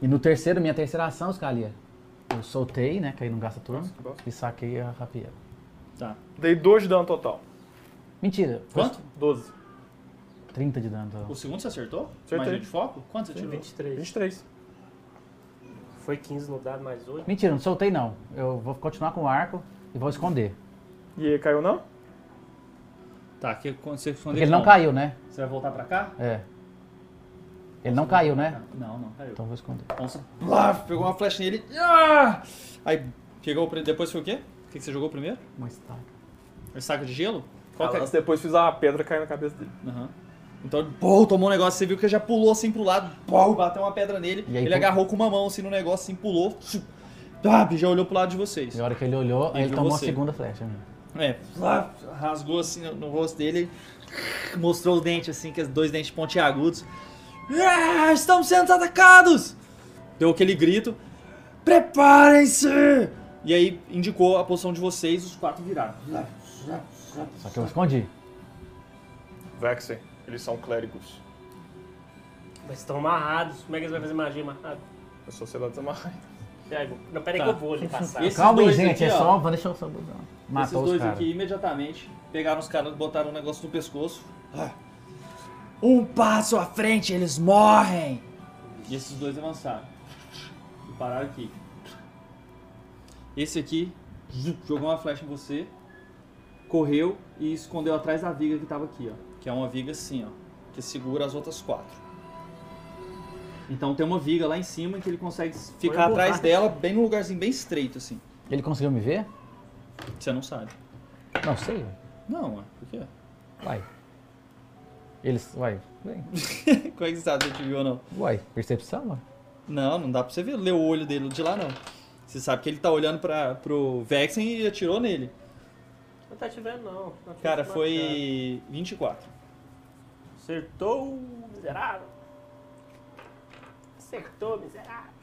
C: E no terceiro, minha terceira ação, Scalia. Eu soltei, né? Caí no gasto turno.
G: Nossa, que bosta.
C: E saquei a rapieira.
A: Tá.
G: Dei 2 de dano total.
C: Mentira.
A: Quanto?
G: 12.
C: 30 de dano. total.
A: O segundo você acertou?
G: Acertei.
A: Magia de foco? Quanto você tirou?
D: 23.
G: 23.
D: Foi 15 no dado, mais 8.
C: Mentira, não soltei não. Eu vou continuar com o arco e vou esconder.
G: E aí, caiu não?
A: Tá, que quando você escondeu.
C: Porque ele não caiu, né?
A: Você vai voltar pra cá?
C: É. Ele não caiu, né?
A: Não, não caiu.
C: Então eu vou esconder.
A: Então você blá, pegou uma flecha nele. Ah! Aí pegou o pri- depois foi o quê? O que que você jogou primeiro?
C: Uma estaca.
A: Um saco de gelo? Qual que é?
G: Mas depois fiz a pedra cair na cabeça dele.
A: Aham. Então ele pô, tomou um negócio, você viu que ele já pulou assim pro lado, pô, bateu uma pedra nele,
C: E aí,
A: ele
C: pô-
A: agarrou com uma mão assim no negócio, assim, pulou, tchum, tá, já olhou pro lado de vocês.
C: E a hora que ele olhou,
A: E
C: aí ele
A: viu
C: tomou
A: você.
C: a segunda flecha. minha.
A: É, lá, rasgou assim no, no rosto dele, mostrou o dente assim, que os dois dentes pontiagudos. Ah, estamos sendo atacados! Deu aquele grito. Preparem-se! E aí indicou a posição de vocês, os quatro viraram.
C: Só que eu escondi.
F: Vexen, eles são clérigos.
D: Mas estão amarrados. Como é que eles vão fazer magia amarrado?
F: A sociedade amarra.
D: Aí, vou- Não, peraí
A: Tá.
D: que eu vou ali passar.
A: Esse- Esses
C: Calma aí,
A: dois
C: gente.
A: aqui,
C: é
A: ó.
C: só. Deixa eu só. Matou
A: Esses dois
C: os caras.
A: aqui imediatamente pegaram os caras, botaram um negócio no pescoço. Ah. Um passo à frente, eles morrem! E esses dois avançaram. E pararam aqui. Esse aqui zup, jogou uma flecha em você, correu e escondeu atrás da viga que tava aqui, ó. Que é uma viga assim, ó. Que segura as outras quatro. Então tem uma viga lá em cima que ele consegue ficar atrás dela, bem num lugarzinho bem estreito, assim.
C: Ele conseguiu me ver?
A: Você não sabe.
C: Não sei.
A: Não, ué, por quê?
C: Uai. Eles. Uai. Vem.
A: Como é que você sabe se ele te viu ou não?
C: Uai. Percepção, uai.
A: Não, não dá pra você ver, ler o olho dele de lá, não. Você sabe que ele tá olhando pra, pro Vexen e atirou nele.
D: Não tá te vendo, não. Não te
A: Cara,
D: vendo
A: foi 24.
D: marcado. Acertou, miserável. Acertou, miserável.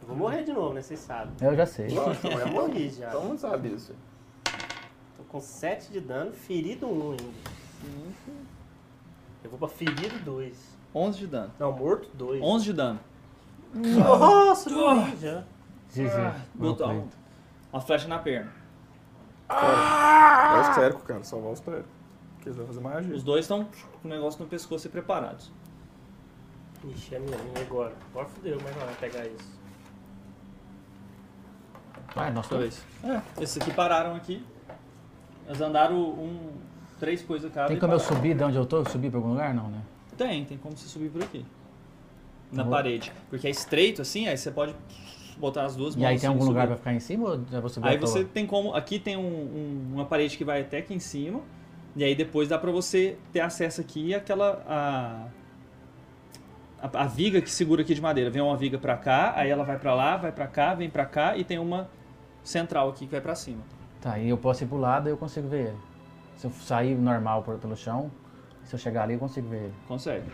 D: Eu vou morrer de novo, né? Vocês sabem.
C: Eu já sei.
D: Eu
G: é
D: já morri já.
F: Então não sabe isso.
D: Tô com 7 de dano, ferido 1 ainda. Eu vou pra ferido 2.
A: 11 de dano.
D: Não, morto 2.
A: 11 de dano.
D: Nossa, morri já.
A: Ah,
C: GG. Não
A: Botou
C: foi.
A: uma flecha na perna.
G: É os clérigos, cara. Salvar os clérigos. Porque eles vão fazer magia.
A: Os dois estão com o negócio no pescoço e preparados.
D: Ixi, é minha, minha agora. Agora fudeu, mas não vai pegar isso.
C: Vai, nós dois.
A: Dois. É, esses aqui pararam aqui. Eles andaram um, três coisas cada.
C: Tem
A: e
C: como eu
A: pararam.
C: subir de onde eu tô? Subir pra algum lugar? Não, né?
A: Tem, tem como você subir por aqui. Na
C: Vou-
A: parede. Porque é estreito assim, aí você pode botar as duas mãos.
C: E aí tem
A: assim
C: algum lugar
A: subir.
C: pra ficar em cima ou já vou subir
A: Aí
C: à toa?
A: você tem como. Aqui tem um- um- uma parede que vai até aqui em cima. E aí depois dá pra você ter acesso aqui àquela. A, a, a viga que segura aqui de madeira. Vem uma viga pra cá, aí ela vai pra lá, vai pra cá, vem pra cá e tem uma central aqui que vai pra cima.
C: Tá, e eu posso ir pro lado e eu consigo ver ele. Se eu sair normal por- pelo chão, se eu chegar ali eu consigo ver ele.
A: Consegue.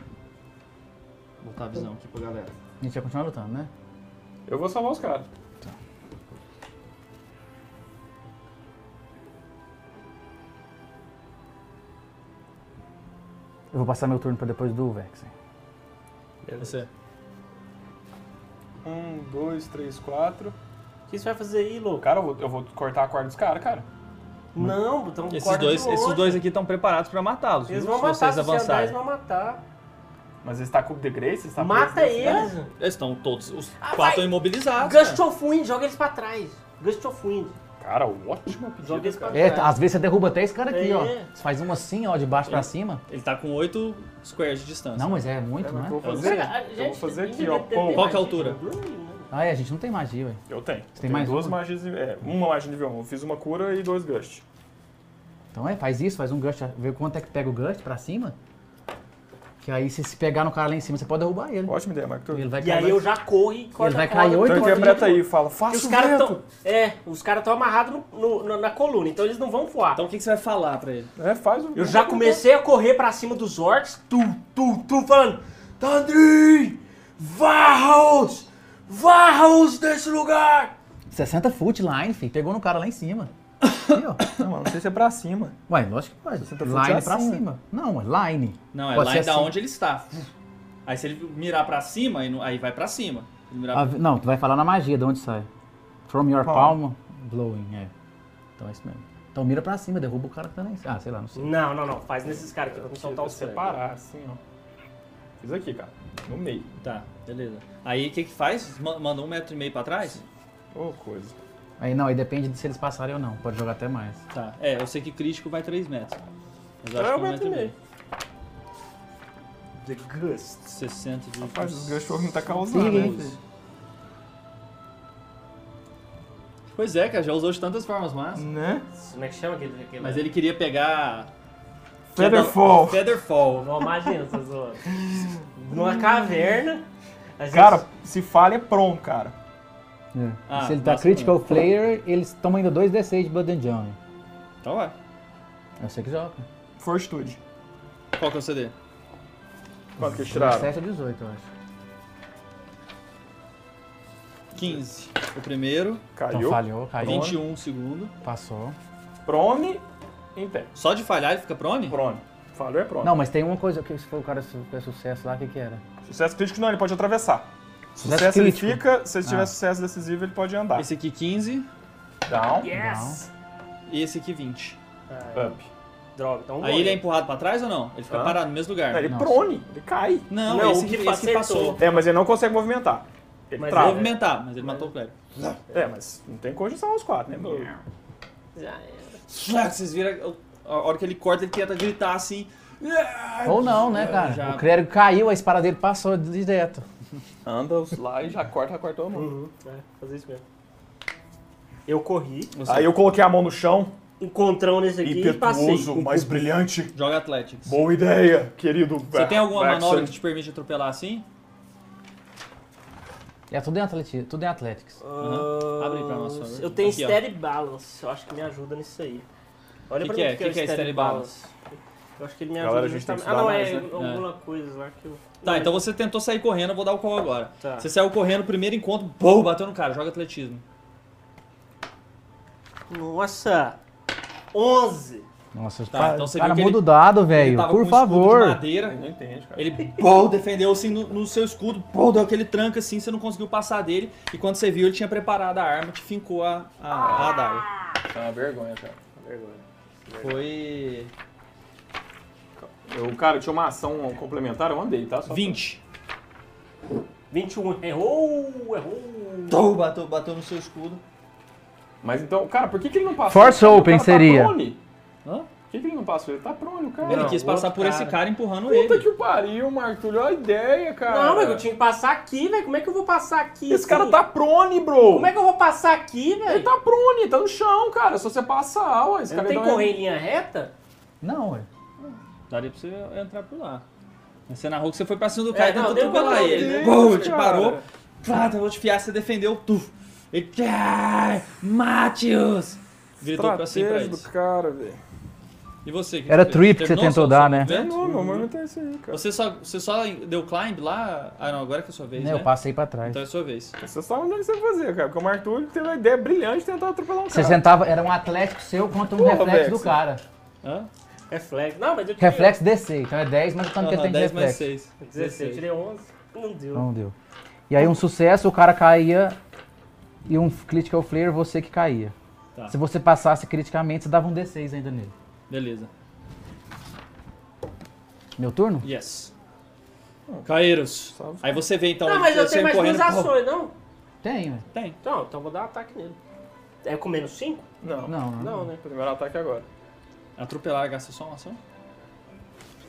A: Vou botar a visão aqui pra tipo, galera.
C: A gente vai continuar lutando, né?
F: Eu vou salvar os caras.
C: Eu vou passar meu turno pra depois do Vex.
D: Então,
A: Você.
F: 1, 2, 3, 4.
D: O que você vai fazer aí, louco?
F: Cara, eu vou, eu vou cortar a corda dos caras, cara.
D: Não, então
A: Esses
D: corda
A: dois,
D: de longe.
A: esses dois aqui estão preparados pra matá-los.
D: Eles
A: viu?
D: vão matar,
A: se vocês
D: se você andar,
A: avançarem.
D: eles vão matar.
F: Mas eles tá com o de Grace, eles tá
D: Mata
F: preso.
D: eles.
A: Eles estão todos. Os
D: Ah, vai.
A: quatro né? estão imobilizados.
D: Gust
A: cara.
D: of Wind, joga eles pra trás. Gust of Wind,
F: Cara, ótima pedida.
D: joga eles pra
F: cara.
C: É,
D: trás.
C: às vezes você derruba até esse cara aqui, ó.
D: É.
C: Você faz um assim, ó, de baixo pra cima.
A: Ele tá com oito squares de distância.
C: Não, mas é muito,
F: É, mas o
C: né?
F: que eu vou
A: Eu
F: fazer?
D: Cara, a
F: eu vou
D: gente
F: fazer
D: tem
F: aqui, ó.
D: que ter-
F: Pum.
A: Qual que é a
D: imagina,
A: altura?
D: Bruno,
C: Ah, é, a gente não tem magia, velho.
F: Eu tenho. Tem
C: mais
F: duas
C: uma?
F: magias. É, uma magia de nível 1. Eu fiz uma cura e dois gust.
C: Então é, faz isso, faz um gust, vê quanto é que pega o gust pra cima. Que Que aí se se pegar no cara lá em cima, você pode derrubar ele.
B: Ótima ideia, Marco.
C: Ele vai
D: E aí
C: cair.
D: eu já corro e corto
C: Ele vai
D: a corda
C: cair
D: do
C: oito
B: Então
C: Então,
B: interpreta aí, fala,
D: Porque
B: faça
D: um. os
B: o
D: caras
B: vento.
D: estão. É, os caras estão amarrados no- no- na- na coluna, então eles não vão voar.
A: Então o que, que você vai falar pra ele?
B: É, faz o
D: Eu já comecei a correr pra cima dos orcs, tu, tu, tu, falando: Tandrin, varra-os! Varra-os desse lugar!
C: 60 foot line, filho. Pegou no cara lá em cima. Aqui, ó.
B: Não, mano, não sei se é pra cima.
C: Ué, lógico que pode.
B: 60 foot
C: Line
B: é
C: pra
B: assim,
C: cima. Não, é line.
A: Não, é
C: Pode
A: lá
C: ser
A: da
C: assim.
A: onde ele está. Aí se ele mirar pra cima, aí, não- aí vai pra cima. Ele mirar
C: Ah, Não, tu vai falar na magia de onde sai. From your palm,
B: Palm.
C: blowing, é. Então é isso mesmo. Então mira pra cima, derruba o cara que tá lá em cima. Ah, sei lá, não sei.
D: Não, não, não, faz nesses caras aqui pra não soltar
B: Soltar
D: os
B: separar, assim, ó. Fiz aqui, cara. No meio.
A: Tá, beleza. Aí o que que faz? Ma- Manda um metro e meio pra trás?
B: Ô, coisa.
C: Aí não, aí depende de se eles passarem ou não. Pode jogar até mais.
A: Tá, é, eu sei que crítico vai 3 metros. Mas eu acho
B: É,
A: que é um metro e meio.
D: The Gust.
A: 60 de...
B: Rapaz, os cachorros não tá causando,
C: Sim,
B: né?
C: hein?
A: Pois é, cara, já usou de tantas formas, mas...
B: Né?
D: Como é que chama aquele? aquele
A: Mas ele queria pegar...
B: Featherfall.
A: Featherfall.
D: Não, imagina, essas tá zoando. Numa caverna. a gente-
B: Cara, se falha é prom, cara.
C: É.
A: Ah,
C: se ele tá
A: passa
C: critical player, eles tomam ainda 2d6 de Blood and Journey.
A: Então vai.
C: É você que joga.
B: Fortitude.
A: Qual que é o CD?
B: Quanto que eles
C: 17 ou 18, eu acho.
A: 15. O primeiro.
C: Então
B: Caiu.
C: falhou, caiu.
A: 21 o um segundo.
C: Passou.
B: Prone em pé.
A: Só de falhar ele fica prone?
B: Prone. Falhou é prone.
C: Não, mas tem uma coisa que se for o cara su- que é sucesso lá, o que que era?
B: Sucesso crítico não, ele pode atravessar.
C: Sucesso
B: Sucesso, ele
C: crítico.
B: fica, se ele tiver
C: Ah.
B: sucesso decisivo, ele pode andar.
A: Esse aqui 15
B: Down,
D: Yes!
A: e esse aqui 20.
D: Ah,
B: up.
D: droga, então
A: Aí ele é empurrado pra trás ou não? Ele fica
B: Hã?
A: parado no mesmo lugar.
B: Não, ele
C: Nossa.
B: prone, ele cai.
A: Não,
D: Não,
A: esse,
D: o
A: que,
D: que
A: esse que
D: acertou.
A: passou.
B: É, mas ele não consegue movimentar. Ele
D: Mas
B: trava.
D: ele-
A: Movimentar, mas ele matou o Cleber.
B: É, mas não tem condição os quatro, né? meu?
D: Já era.
A: Vocês viram a hora que ele corta, ele tenta gritar assim.
C: Ou não, né, cara?
A: já-
C: O clérigo caiu, a espada dele passou direto.
B: Anda os lá e já corta, já cortou a mão.
D: Uhum, é, fazer isso mesmo. Eu corri,
B: Aí eu coloquei a mão no chão,
D: encontrão nesse aqui e passei.
B: impetuoso, mais brilhante.
A: Joga Athletics.
B: Boa ideia, querido.
A: Você tem alguma
B: Braxton.
A: manobra que te permite atropelar assim?
C: É tudo em atleti- tudo em
B: Uhum.
C: Athletics.
A: Aham. Abre aí pra nós, por favor.
D: Eu tenho
A: Aqui, ó.
D: Steady Balance, eu acho que me ajuda nisso aí. Olha
A: Que
D: pra
A: que
D: mim
A: é? Que
D: o
A: que é Steady
D: Eu acho que ele me
B: Galera,
D: ajuda
B: a gente tem que
D: justamente. Ah, não, é
B: estudar mais,
D: alguma coisa lá que eu.
A: Tá, então você tentou sair correndo, eu vou dar o call agora.
D: Tá.
A: Você saiu correndo, primeiro encontro, bum, bateu no cara, joga atletismo.
D: Nossa! 11!
C: Nossa,
A: Tá,
C: pa-
A: então você
C: cara,
A: viu que
C: muda
A: ele-
C: o dado,
A: Ele
C: velho.
A: tava com um
C: Por
A: escudo
C: favor.
A: De madeira,
B: Não entende, cara.
A: Ele pô, defendeu assim no, no seu escudo, pô, deu aquele tranca assim, você não conseguiu passar dele. E quando você viu, ele tinha preparado a arma, te fincou a, a, a adaga.
B: É uma vergonha, cara.
A: Foi.
B: Eu, cara, eu tinha uma ação complementar, eu andei, tá? Só pra-
A: 20.
D: 21, errou! Errou!
A: Pô, bateu, bateu no seu escudo.
B: Mas então, cara, por que, que ele não passou?
C: Force
B: O cara
C: open
B: tá
C: seria.
B: prone.
A: Hã?
B: Por que, que ele não passou? Ele tá prone, o cara.
A: Ele
D: Não,
A: quis
D: o
A: passar
D: outro
A: por esse
D: cara.
A: cara empurrando
B: Puta
A: ele.
B: que o pariu, Marco. Olha a ideia, cara.
D: Não, mas eu tinha que passar aqui, velho. Como é que eu vou passar aqui?
B: Esse cara
D: assim?
B: tá prone, bro.
D: Como é que eu vou passar aqui,
B: Ele
D: velho?
B: tá prone, tá no chão, cara. Se você passar, ó, esse
D: Não
B: cara é tá-
D: tem
B: dá
D: que
B: uma-
D: correr em linha reta?
C: Não, ué.
A: Daria pra você entrar por lá. Mas Você narrou que você foi pra cima do cara
D: É,
A: e tentou
D: não, deu
A: atropelar
D: pra-
A: ele, né?
B: Deus,
A: Pô, te
B: cara.
A: parou. Claro, eu vou te fiar, você defendeu. Tu. Ele. Ai, Matius! Gritou assim pra cima pra
B: Estratégia
A: eles.
B: do cara, velho.
A: E você? que
C: Era
A: você fez?
C: trip que você
A: Terminou
C: tentou
A: seu-
C: dar,
A: seu
C: né?
A: movimento?
B: Não, meu momento é esse aí, cara.
A: Você só, você só deu climb lá? Ah, não, agora que é a sua vez,
C: Né,
A: né?
C: Eu passei pra trás.
A: Então é a sua vez.
B: Você sabe onde você vai fazer, cara. Porque o Marco Túlio teve uma ideia brilhante de tentar atropelar um
C: Você
B: cara.
C: sentava, era um atlético seu contra um
B: Porra,
C: reflexo
B: Bex.
C: do cara.
A: Hã?
D: Reflexo. Não, mas eu tirei
C: Reflexo DC, então é 10, mas o tanto que
A: Aham,
C: ele tem de
A: 10 mais
C: reflexo.
A: 6.
D: 16, eu tirei 11. Não deu.
C: Não deu. E aí um sucesso, o cara caía e um critical flare, você que caía.
A: Tá.
C: Se você passasse criticamente, você dava um D6 ainda nele.
A: Beleza.
C: Meu turno?
A: Yes. Caíros.
B: Salve.
A: Aí você vê então.
D: Não,
A: ele-
D: mas eu
A: você
D: tenho mais
A: correndo,
D: duas
A: pô,
D: ações, não?
C: Tem, ué.
A: Tem.
D: Então, então eu vou dar um ataque nele. É com menos 5?
B: Não.
C: Não, não.
D: Não, né?
B: Primeiro ataque agora.
A: Atropelar gasta só uma ação?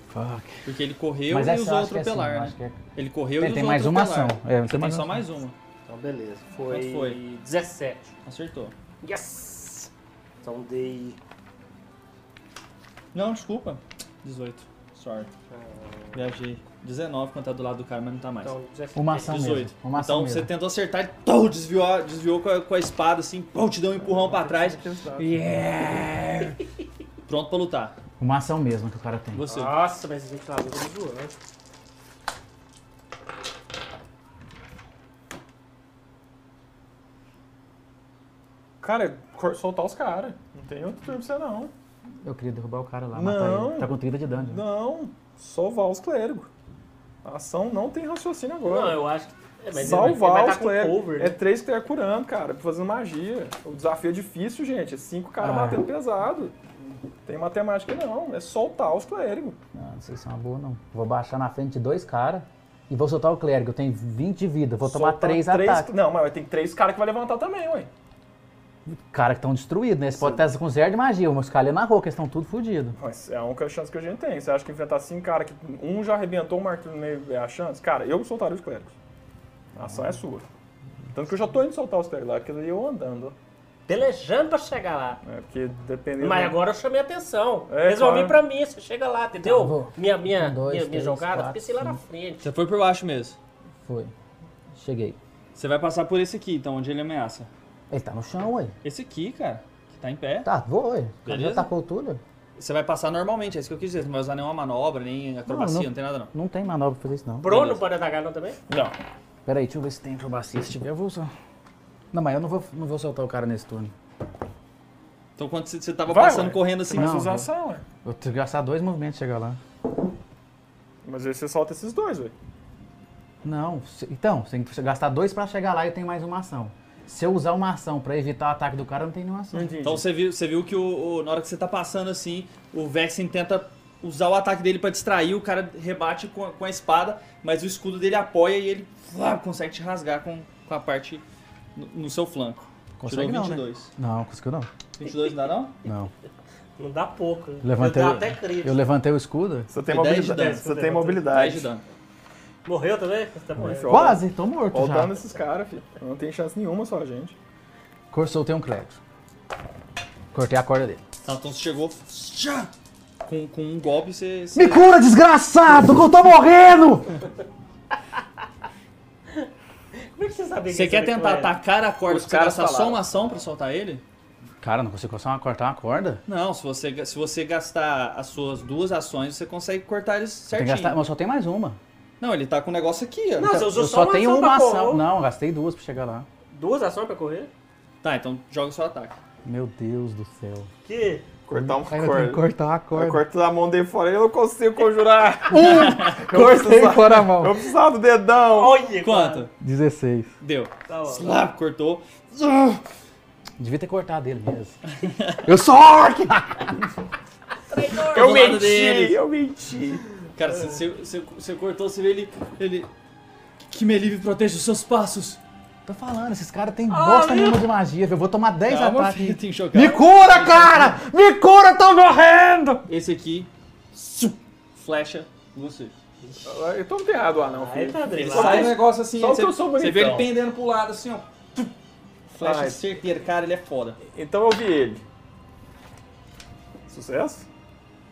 C: Fuck.
A: Porque ele correu
C: mas
A: e
C: essa eu
A: usou
C: acho que é assim,
A: atropelar,
C: eu
A: né?
C: acho que é.
A: Ele correu e
C: Ele tem
A: usou
C: mais uma ação.
A: atropelar.
C: É, você
A: Tem
C: mais
A: só
C: uma
A: mais uma.
D: Então, beleza. Foi,
A: Quanto foi?
D: 17.
A: Acertou.
D: Yes! Então dei
A: Não, desculpa. 18. Sorry.
D: Ah,
A: Viajei. 19 quando tá do lado do cara, mas não tá mais.
D: então, 17.
C: Uma ação mesmo.
A: 18.
C: Uma ação
A: então
C: mesmo.
A: você tentou acertar e pum, desviou, a- desviou com, a, com a espada, assim, pum, te deu um empurrão pra trás.
B: é
C: Yeah!
A: Pronto pra lutar.
C: Uma ação mesmo que o cara tem.
A: Você.
D: Nossa, mas a gente tá louco de zoando.
B: Cara, cor- soltar os caras. Não tem outro turno pra você, não.
C: Eu queria derrubar o cara lá, matar
B: Não.
C: ele. Tá com 30 de dano. já.
B: Não, sovar os clérigos. A ação não tem raciocínio agora.
D: Não, eu acho que. É, mas ele vai,
B: Salvar
D: ele vai
B: os
D: tá com cover.
B: clérigos.
D: né?
B: É três clérigos curando, cara, fazendo magia. O desafio é difícil, gente. É cinco caras
C: Ah.
B: batendo pesado. Tem matemática não, é soltar os clérigos.
C: Não, não sei se é uma boa, não. Vou baixar na frente de dois caras e vou soltar o clérigo. Eu tenho 20 de vida. Vou tomar
B: Soltar
C: 3 ataques.
B: Não, mas tem três caras que vai levantar também, ué.
C: Cara que estão destruídos, né? Eles podem estar com zero de magia. Os caras ali na rua, que eles estão tudo fodidos.
B: Mas é a única chance que a gente tem. Você acha que enfrentar cinco caras que um já arrebentou o martelo no meio é a chance? Cara, eu soltaria os clérigos. A ação é sua. Tanto que eu já tô indo soltar os clérigos lá, porque daí eu andando.
D: Pelejando pra chegar lá.
B: É, porque dependendo...
D: Mas agora eu chamei a atenção.
B: É,
D: Resolvi
B: claro.
D: pra mim, você chega lá, entendeu?
C: Tá, vou.
D: minha minha,
C: Um, dois,
D: minha, minha
C: três,
D: jogada,
C: quatro,
D: pensei lá na frente.
A: Você foi por baixo mesmo.
C: Foi. Cheguei.
A: Você vai passar por esse aqui, então, onde ele ameaça.
C: Ele tá no chão, ué.
A: Esse aqui, cara, que tá em pé.
C: Tá, vou, ué. O cara já
A: Beleza.
C: atacou tudo. ué.
A: Você vai passar normalmente, é isso que eu quis dizer. Você não vai usar nenhuma manobra, nem acrobacia,
C: Não,
A: não,
C: não.
A: tem nada não.
C: Não tem manobra pra fazer isso, não.
D: Bruno
A: Beleza.
D: pode atacar não também?
A: Não.
C: Pera aí, deixa eu ver se tem acrobacia. Se tiver, eu vou usar. Não, mas eu não vou, não vou soltar o cara nesse turno.
A: Então quando você- você tava
B: Vai,
A: passando
B: ué.
A: correndo assim,
B: Mas
C: Não,
B: usa
C: eu-
B: ação, ué.
C: Eu tenho que gastar dois movimentos pra chegar lá.
B: Mas aí você solta esses dois, ué.
C: Não, se- então, você tem que gastar dois pra chegar lá e tem mais uma ação. Se eu usar uma ação pra evitar o ataque do cara, não tem nenhuma ação.
A: Então você viu, você viu que o, o- na hora que você tá passando assim, o Vexen tenta usar o ataque dele pra distrair, o cara rebate com a, com a espada, mas o escudo dele apoia e ele flá, consegue te rasgar com, com a parte no, no seu flanco.
C: Consegue
A: Tirou
C: não, né?
A: 22.
C: Não, conseguiu não.
A: 22 não dá não?
C: Não.
D: Não dá pouco. né?
C: Levantei-
D: Eu dá até crítico.
C: Eu levantei o escudo.
B: Você tem
A: Foi é dez de
B: mobilidade.
A: dano.
B: Você tem
A: Dez de
B: mobilidade.
A: dano.
D: Morreu também? Você tá morrendo.
B: Olha o dano-
C: Quase, tô morto
B: olha o
C: já.
B: dano desses caras, filho. Não tem chance nenhuma só, gente.
C: Cor- Soltei um clérigo. Cortei a corda dele.
A: Tá, então você chegou tchá, com, com um golpe você, você
C: Me cura, desgraçado, que eu tô morrendo!
D: Como é que você sabia que
A: Você
D: esse
A: quer
D: era
A: tentar
D: clérigo?
A: atacar a corda
B: é? Os
A: pra você
B: caras
A: gastar só
B: falaram.
A: uma ação pra soltar ele?
C: Cara, não consigo só cortar uma corda?
A: Não, se você, se você gastar as suas duas ações, você consegue cortar eles
C: Eu tenho que
A: certinho.
C: gastar, mas só tem mais uma.
A: Não, ele tá com o negócio aqui, ó.
D: Não, você usou
C: Eu
D: só,
C: só
D: uma
C: tenho
D: ação
C: uma
D: pra né?
C: ação.
D: correr.
C: Não, gastei duas pra chegar lá.
D: Duas ações pra correr?
A: Tá, então joga o seu ataque.
C: Meu Deus do céu.
D: Que?
B: Cortar um uma
C: Cara, eu tenho que
B: corda.
C: cortar a
B: Eu
C: corda.
B: corto a mão dele fora e eu não consigo conjurar.
C: Cortei
B: precisava-
C: fora a mão.
B: Eu precisava do dedão.
D: Olha!
A: Quanto?
C: 16.
A: Deu.
D: cara. Tá bom.
A: Slap, cortou. Ah!
C: Devia ter cortado ele mesmo. Eu sou orc!
A: Do
B: Eu
A: lado
B: menti,
A: deles.
B: eu menti.
A: Cara, você- você você- você cortou, você vê ele. Ele. Que me livre proteja os seus passos.
C: Tô falando, esses caras têm bosta nenhuma de magia, viu? Eu vou tomar 10
A: Calma,
C: ataques.
A: filho, tem que jogar.
C: Me cura, cara! Me cura, eu tô morrendo!
A: Esse aqui. su- Flecha em você.
B: Eu tô enterrado lá, não,
D: Aí
B: filho.
D: tá, André.
A: Só
D: Lá.
A: faz um negócio assim,
B: só
A: aí
B: que eu sou
A: Você vê ele
B: bonitão.
A: pendendo pro lado assim, ó. Tum. Flecha
B: Ai.
A: certeira, cara, ele é foda.
B: Então eu vi ele. Sucesso?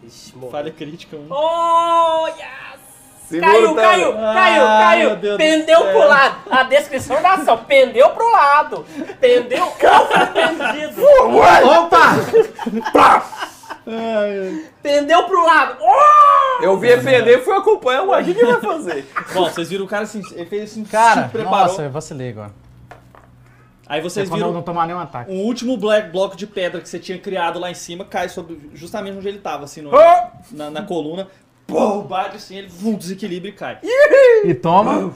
D: Ixi, morreu.
A: Falha crítica, um.
D: Oh, yes!
B: Segura
D: Caiu,
B: o dano.
D: caiu, caiu,
A: Ah,
D: caiu!
A: meu Deus do
D: Pendeu
A: céu.
D: pro lado! A descrição da ação, pendeu pro lado! Pendeu ofendido!
C: Opa!
D: Pendeu pro lado! Oh!
B: Eu vi ele perder e fui acompanhar, ué. O que que ele vai fazer?
A: Bom, vocês viram o cara assim, ele fez assim,
C: Cara,
A: se preparou.
C: nossa, eu vacilei agora.
A: Aí vocês
C: Vocês viram...
A: viram
C: eu não tomar nenhum ataque.
A: o último black, bloco de pedra que você tinha criado lá em cima, cai sobre justamente onde ele tava, assim, no-
B: Ah!
A: na, na coluna. Pô, bate assim, ele vum, desequilibra e cai.
C: E toma,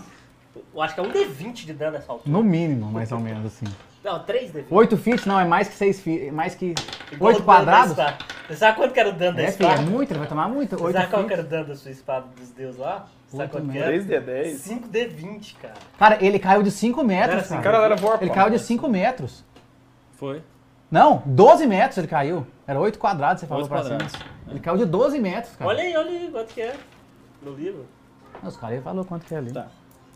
D: Eu acho que é um D20 de dano nessa altura.
C: no mínimo, mais ou menos, assim.
D: Não, 3 D20.
C: 8 feet não, é mais que 6 feet, é mais que
D: Igual
C: 8
D: o dano da
C: quadrados.
D: espada. Você sabe quanto que era o dano da
C: É, filho, é
D: espada?
C: muito, ele vai tomar muito.
D: Você
C: 8
D: sabe qual que
C: feet.
D: era o dano da sua espada dos deuses lá? Você sabe
C: Oito
D: quanto que
C: mesmo.
D: era?
B: 3D10.
D: 5 D20, cara.
C: Cara, ele caiu de 5
D: é? Era
C: metros,
D: assim,
B: Cara,
C: cara.
B: ela era boa,
C: Ele caiu de 5 metros.
A: Foi.
C: Não, 12 metros ele caiu. Era 8 quadrados, você falou
A: Oito
C: pra
A: quadrados,
C: cima. Ele caiu de 12 metros, cara.
D: Olha aí, olha aí quanto que é no livro.
C: Não, Os caras aí falou quanto que é ali.
A: Tá.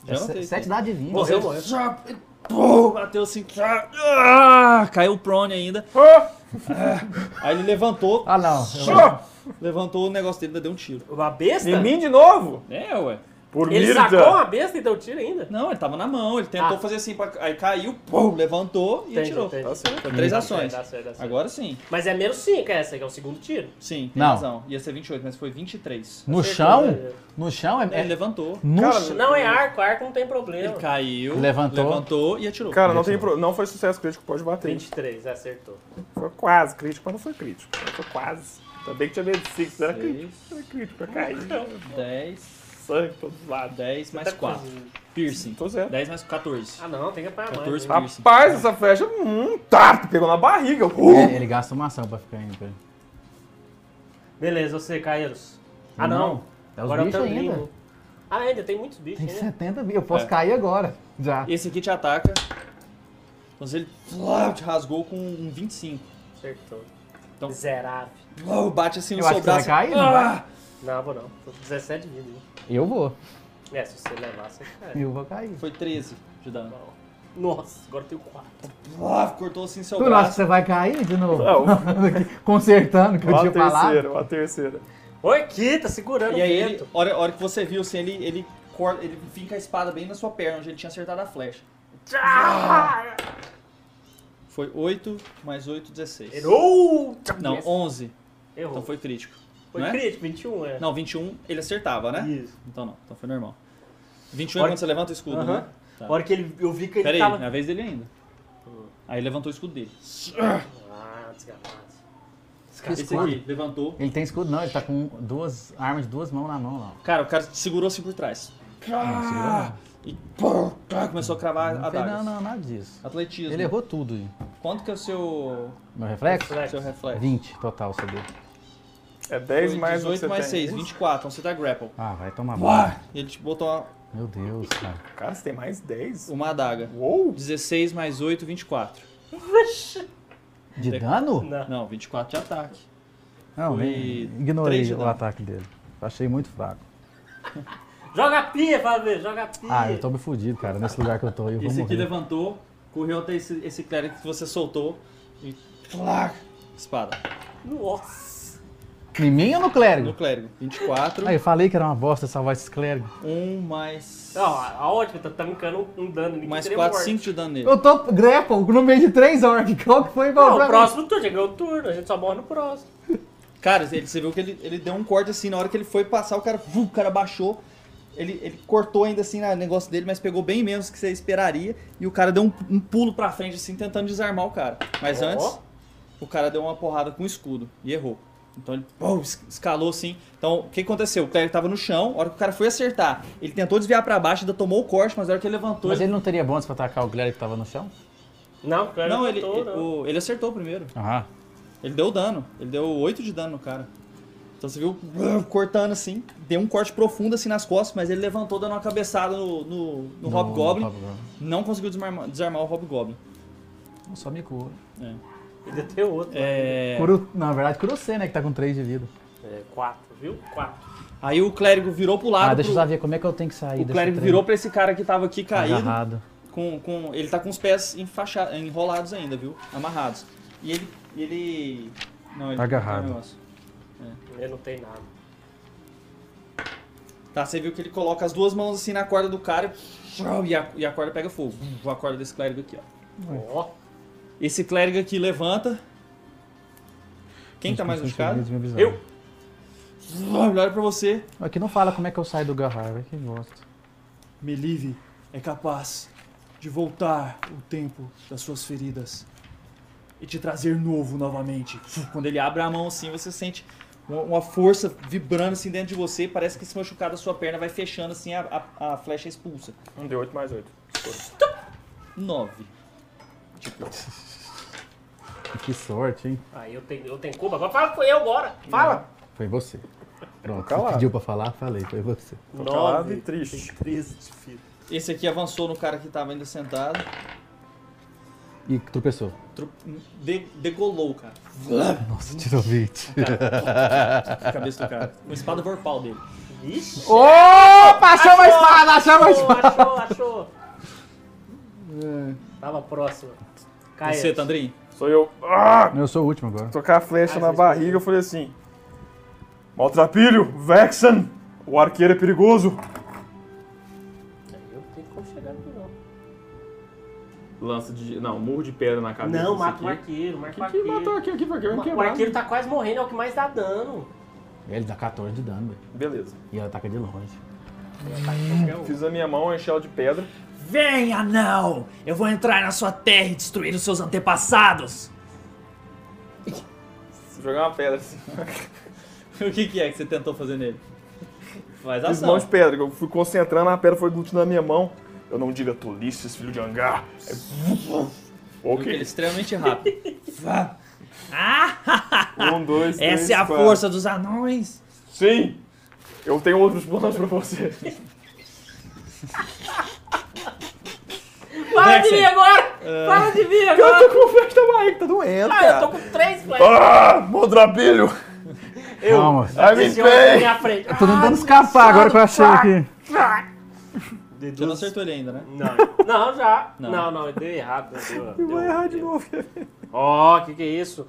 A: Já
C: É
A: anotei
C: se-
A: aqui.
C: sete dá de 20.
D: Morreu, morreu.
A: Já, ele, pô, bateu assim, já, ah, caiu o prone ainda.
B: Ah!
A: Aí ele levantou,
C: Ah, não. Eu-
A: Show! levantou o negócio dele e deu um tiro.
D: Uma besta?
H: Em mim de novo?
A: É, ué.
H: Por
D: Ele
H: Mirda.
D: sacou uma besta e deu tiro ainda?
A: Não, ele tava na mão, ele tentou
D: Ah.
A: fazer assim, pra- aí caiu, pum, levantou e
D: Entendi,
A: atirou.
D: entendi.
H: Tá certo.
A: Foi três
D: Dá
A: ações.
D: certo, dá Tá certo, dá certo.
A: Agora sim,
D: Mas é menos 5 essa, que é o segundo tiro.
A: sim, tem
C: Não.
A: razão. Ia ser 28, mas foi 23.
C: No
D: Acertou,
C: chão?
D: né?
C: No chão é.
A: Ele
C: é
A: levantou,
C: no
H: Cara,
C: chão.
D: Não, é arco, arco não tem
A: ele
D: problema.
A: caiu,
C: Levantou.
A: levantou e atirou.
H: Cara, não, tem pro- não foi sucesso crítico, pode bater.
D: 23, acertou.
H: Foi quase crítico, mas não foi crítico. Foi quase. Ainda bem que tinha medo 6, era crítico. Era crítico, eu caí.
A: 10,
H: Sangue pra todos os lados.
A: 10
D: Tá
A: mais 4. Piercing.
H: Tô zero.
A: 10 mais 14.
D: Ah não, tem que apanhar mais.
A: 14
D: né?
A: piercing.
H: Rapaz, essa flecha, hum, tá, pegou na barriga.
C: É,
H: Uh!
C: ele gasta uma ação pra ficar indo. pra ele.
D: Beleza, você, Caeiros. Ah não,
C: É os
D: agora tá eu
C: bichos
D: também.
C: ainda.
D: Ah, ainda tem muitos bichos,
C: Tem
D: né?
C: 70 mil. Eu posso
A: É.
C: cair agora. Já.
A: Esse aqui te ataca. Mas ele flá, te rasgou com um 25.
D: Acertou.
A: Então-
D: Miserável.
A: Uau, bate assim no
C: Eu
A: seu
C: acho que tá você vai
A: braço.
C: cair. não
D: Ah!
C: vai?
D: Não, vou não. Tô com 17 de vida.
C: Eu vou.
D: É, se você levar, você cai.
C: Eu vou cair.
A: Foi 13 de dano.
D: Não. Nossa, agora eu tenho 4.
A: Uau, cortou assim seu
C: Tu não acha
A: braço.
C: que você vai cair de novo?
H: Não.
C: Consertando o que eu
H: Ó a
C: tinha falado.
H: É, terceira, ó a terceira.
D: Oi, aqui, tá segurando
A: E aí,
D: o
A: ele,
D: vento.
A: hora, hora que você viu, assim, ele, ele, corta, ele finca a espada bem na sua perna, onde ele tinha acertado a flecha. Foi 8 mais 8, 16.
D: Errou!
A: Não, 11.
D: Errou.
A: Então foi crítico.
D: Foi
A: né?
D: crítico, 21, é.
A: Não, 21 ele acertava, né?
D: Isso.
A: Então não, então foi normal. 21 é
D: Olha-
A: quando você levanta o escudo,
D: Aham.
A: né? Tá.
D: A hora que ele, eu vi que ele
A: Pera aí,
D: tava...
A: é a vez dele ainda. Aí levantou o escudo dele.
D: Ah, desgramado.
A: Esse aqui levantou.
C: Ele tem escudo, não. Ele tá com duas armas de duas mãos na mão lá.
A: Cara, o cara segurou assim por trás.
C: Ah,
A: E pô, pá, começou a cravar a
C: Não, fez- não,
A: daga.
C: não, nada disso.
A: Atletismo.
C: Ele errou tudo. hein?
A: Quanto que é o seu,
C: Meu reflexo?
D: Reflexo.
A: seu reflexo?
C: 20 total, CD.
H: É 10
A: Foi
H: mais o que
A: 18
H: você
A: mais
H: tem.
A: 6, 24. Então você tá grapple.
C: Ah, vai tomar
A: Uá!
C: banho.
A: Ele te botou uma,
C: Meu Deus, cara.
H: Cara, você tem mais 10?
A: uma adaga.
H: Uou!
A: 16 mais 8, 24.
C: De dano?
D: Não.
A: Não, 24 de ataque.
C: Não,
A: Foi
C: nem.
A: três
C: Ignorei
A: de
C: o
A: dano.
C: ataque dele. Achei muito fraco.
D: Joga a pia, Fábio, joga a pia.
C: Ah, eu tô me fudido, cara. Nesse lugar que eu tô, eu vou
A: Esse aqui
C: morrer.
A: levantou, correu até esse, esse clérigo que você soltou e. Plac! Espada.
D: Nossa.
C: Em mim ou no clérigo?
A: No clérigo. 24.
C: Aí, eu falei que era uma bosta salvar esses clérigos.
A: 1 mais.
D: Não, a ótima, tá tancando um- um dano. ninguém
A: mais
D: teria
A: 4,
D: morte.
A: 5 de dano nele.
C: Eu tô grapple no meio de três orcs. Qual que foi igual
D: Não,
C: pra
D: o
C: mim?
D: próximo turno, já ganhou o turno, a gente só morre no próximo.
A: Cara, ele, você viu que ele, ele deu um corte assim, na hora que ele foi passar, o cara, vu, o cara baixou. Ele, ele cortou ainda assim no negócio dele, mas pegou bem menos que você esperaria. E o cara deu um, um pulo pra frente, assim, tentando desarmar o cara. Mas
D: Ó.
A: antes, o cara deu uma porrada com o escudo e errou. Então ele pô, es- escalou assim. Então, o que aconteceu? O clérigo tava no chão, a hora que o cara foi acertar, ele tentou desviar pra baixo, ainda tomou o corte, mas na hora que ele levantou.
C: Mas ele não teria bônus pra atacar o clérigo que tava no chão?
D: Não, claro
A: Não, ele,
D: não.
A: ele, o- ele acertou primeiro.
C: Aham.
A: Ele deu dano. Ele deu 8 de dano no cara. Então você viu brrr, cortando assim, deu um corte profundo assim nas costas, mas ele levantou dando uma cabeçada no, no, no Hobgoblin. Não conseguiu desarmar, desarmar o Hobgoblin.
C: Só me cura.
D: Ainda tem outro. né?
A: É,
C: Curo- Na verdade, curou você, né? Que tá com três de vida.
D: É, quatro, viu? Quatro.
A: Aí o clérigo virou pro lado.
C: ah, deixa eu
A: pro-
C: lá ver como é que eu tenho que sair. Tá
A: o clérigo virou pra esse cara que tava aqui caído.
C: Agarrado.
A: com, com ele tá com os pés enfaixados, enrolados ainda, viu? Amarrados. E ele ele não, ele
C: Agarrado.
A: tem um negócio.
D: Ele não tem nada.
A: Tá, você viu que ele coloca as duas mãos assim na corda do cara e a, e a corda pega fogo. A corda desse clérigo aqui, ó.
D: Ó,
A: Esse clérigo aqui levanta. Quem tá mais machucado?
C: Eu.
A: Ele Olha pra você.
C: Aqui não fala como é que eu saio do garrar, velho. Que bosta.
A: Melive é capaz de voltar o tempo das suas feridas e te trazer novo novamente. Quando ele abre a mão assim, você sente uma, uma força vibrando assim dentro de você. Parece que se machucar da sua perna vai fechando assim, a, a, a flecha expulsa.
H: Um deu 8 mais 8.
A: 9.
C: Que sorte, hein?
D: aí eu tenho, eu tenho culpa. Agora fala que foi eu, bora. Fala.
C: Foi você. Pronto,
H: calado.
C: você pediu pra falar, falei, foi você.
H: Tô calado e triste.
D: 13 de vida.
A: Esse aqui avançou no cara que tava ainda sentado.
C: E tropeçou.
A: Tru- de- degolou, o cara.
C: Nossa, tirou 20.
A: A cabeça do cara. Com a espada vorpal dele.
D: Ixi.
C: Opa, achou uma espada, achou uma
D: Achou,
C: espada.
D: achou, achou. Tava próximo. Caia.
C: é.
A: Você, tá Tandrin?
H: Sou eu. Ah!
C: Eu sou o último agora.
H: Tocar a flecha
D: Ah,
H: na
D: vocês
H: barriga, eu falei assim. Maltrapilho, Vexen, o arqueiro é perigoso.
D: Aí eu tenho como chegar no não.
F: Lança de. Não, murro de pedra na cabeça.
D: Não,
F: desse
D: mata o
F: aqui.
D: arqueiro, mata o
F: Que que matou
D: arqueiro.
F: aqui? Aqui vai
D: Ma- O
F: quebrar.
D: arqueiro tá quase morrendo, é o que mais dá dano.
C: Ele dá 14 de dano, velho.
F: Beleza.
C: E ela ataca de longe.
H: Fiz a minha mão, enchei ela de pedra.
C: Vem, anão! Eu vou entrar na sua terra e destruir os seus antepassados!
H: Joguei uma pedra assim.
A: o que, que é que você tentou fazer nele? Faz
H: Fiz mão
A: ação.
H: de pedra, eu fui concentrando, a pedra foi aglutinando na minha mão. Eu não diga tolices, filho de hangar. É...
A: Porque ele é
H: Ok.
A: extremamente rápido.
H: Um, dois, três,
C: Essa é a
H: quatro.
C: força dos anões!
H: Sim! Eu tenho outros planos pra você.
D: Para de
A: Vexen.
D: mim agora! Para de mim agora!
H: Eu tô com flash da barriga, tá doendo,
D: Ah, eu tô com três flash.
H: Ah, maltrapilho!
D: Eu,
C: Calma.
H: I'm in
D: esse homem na
C: é
H: pain!
D: minha frente. Ah,
C: Tô tentando escapar agora que eu achei aqui.
A: Você não acertou ele ainda, né?
D: Não, não, já.
A: Não.
D: Não, não, deu errado. né? Deu, deu,
H: Vou errar de novo.
D: Ó, que que é isso?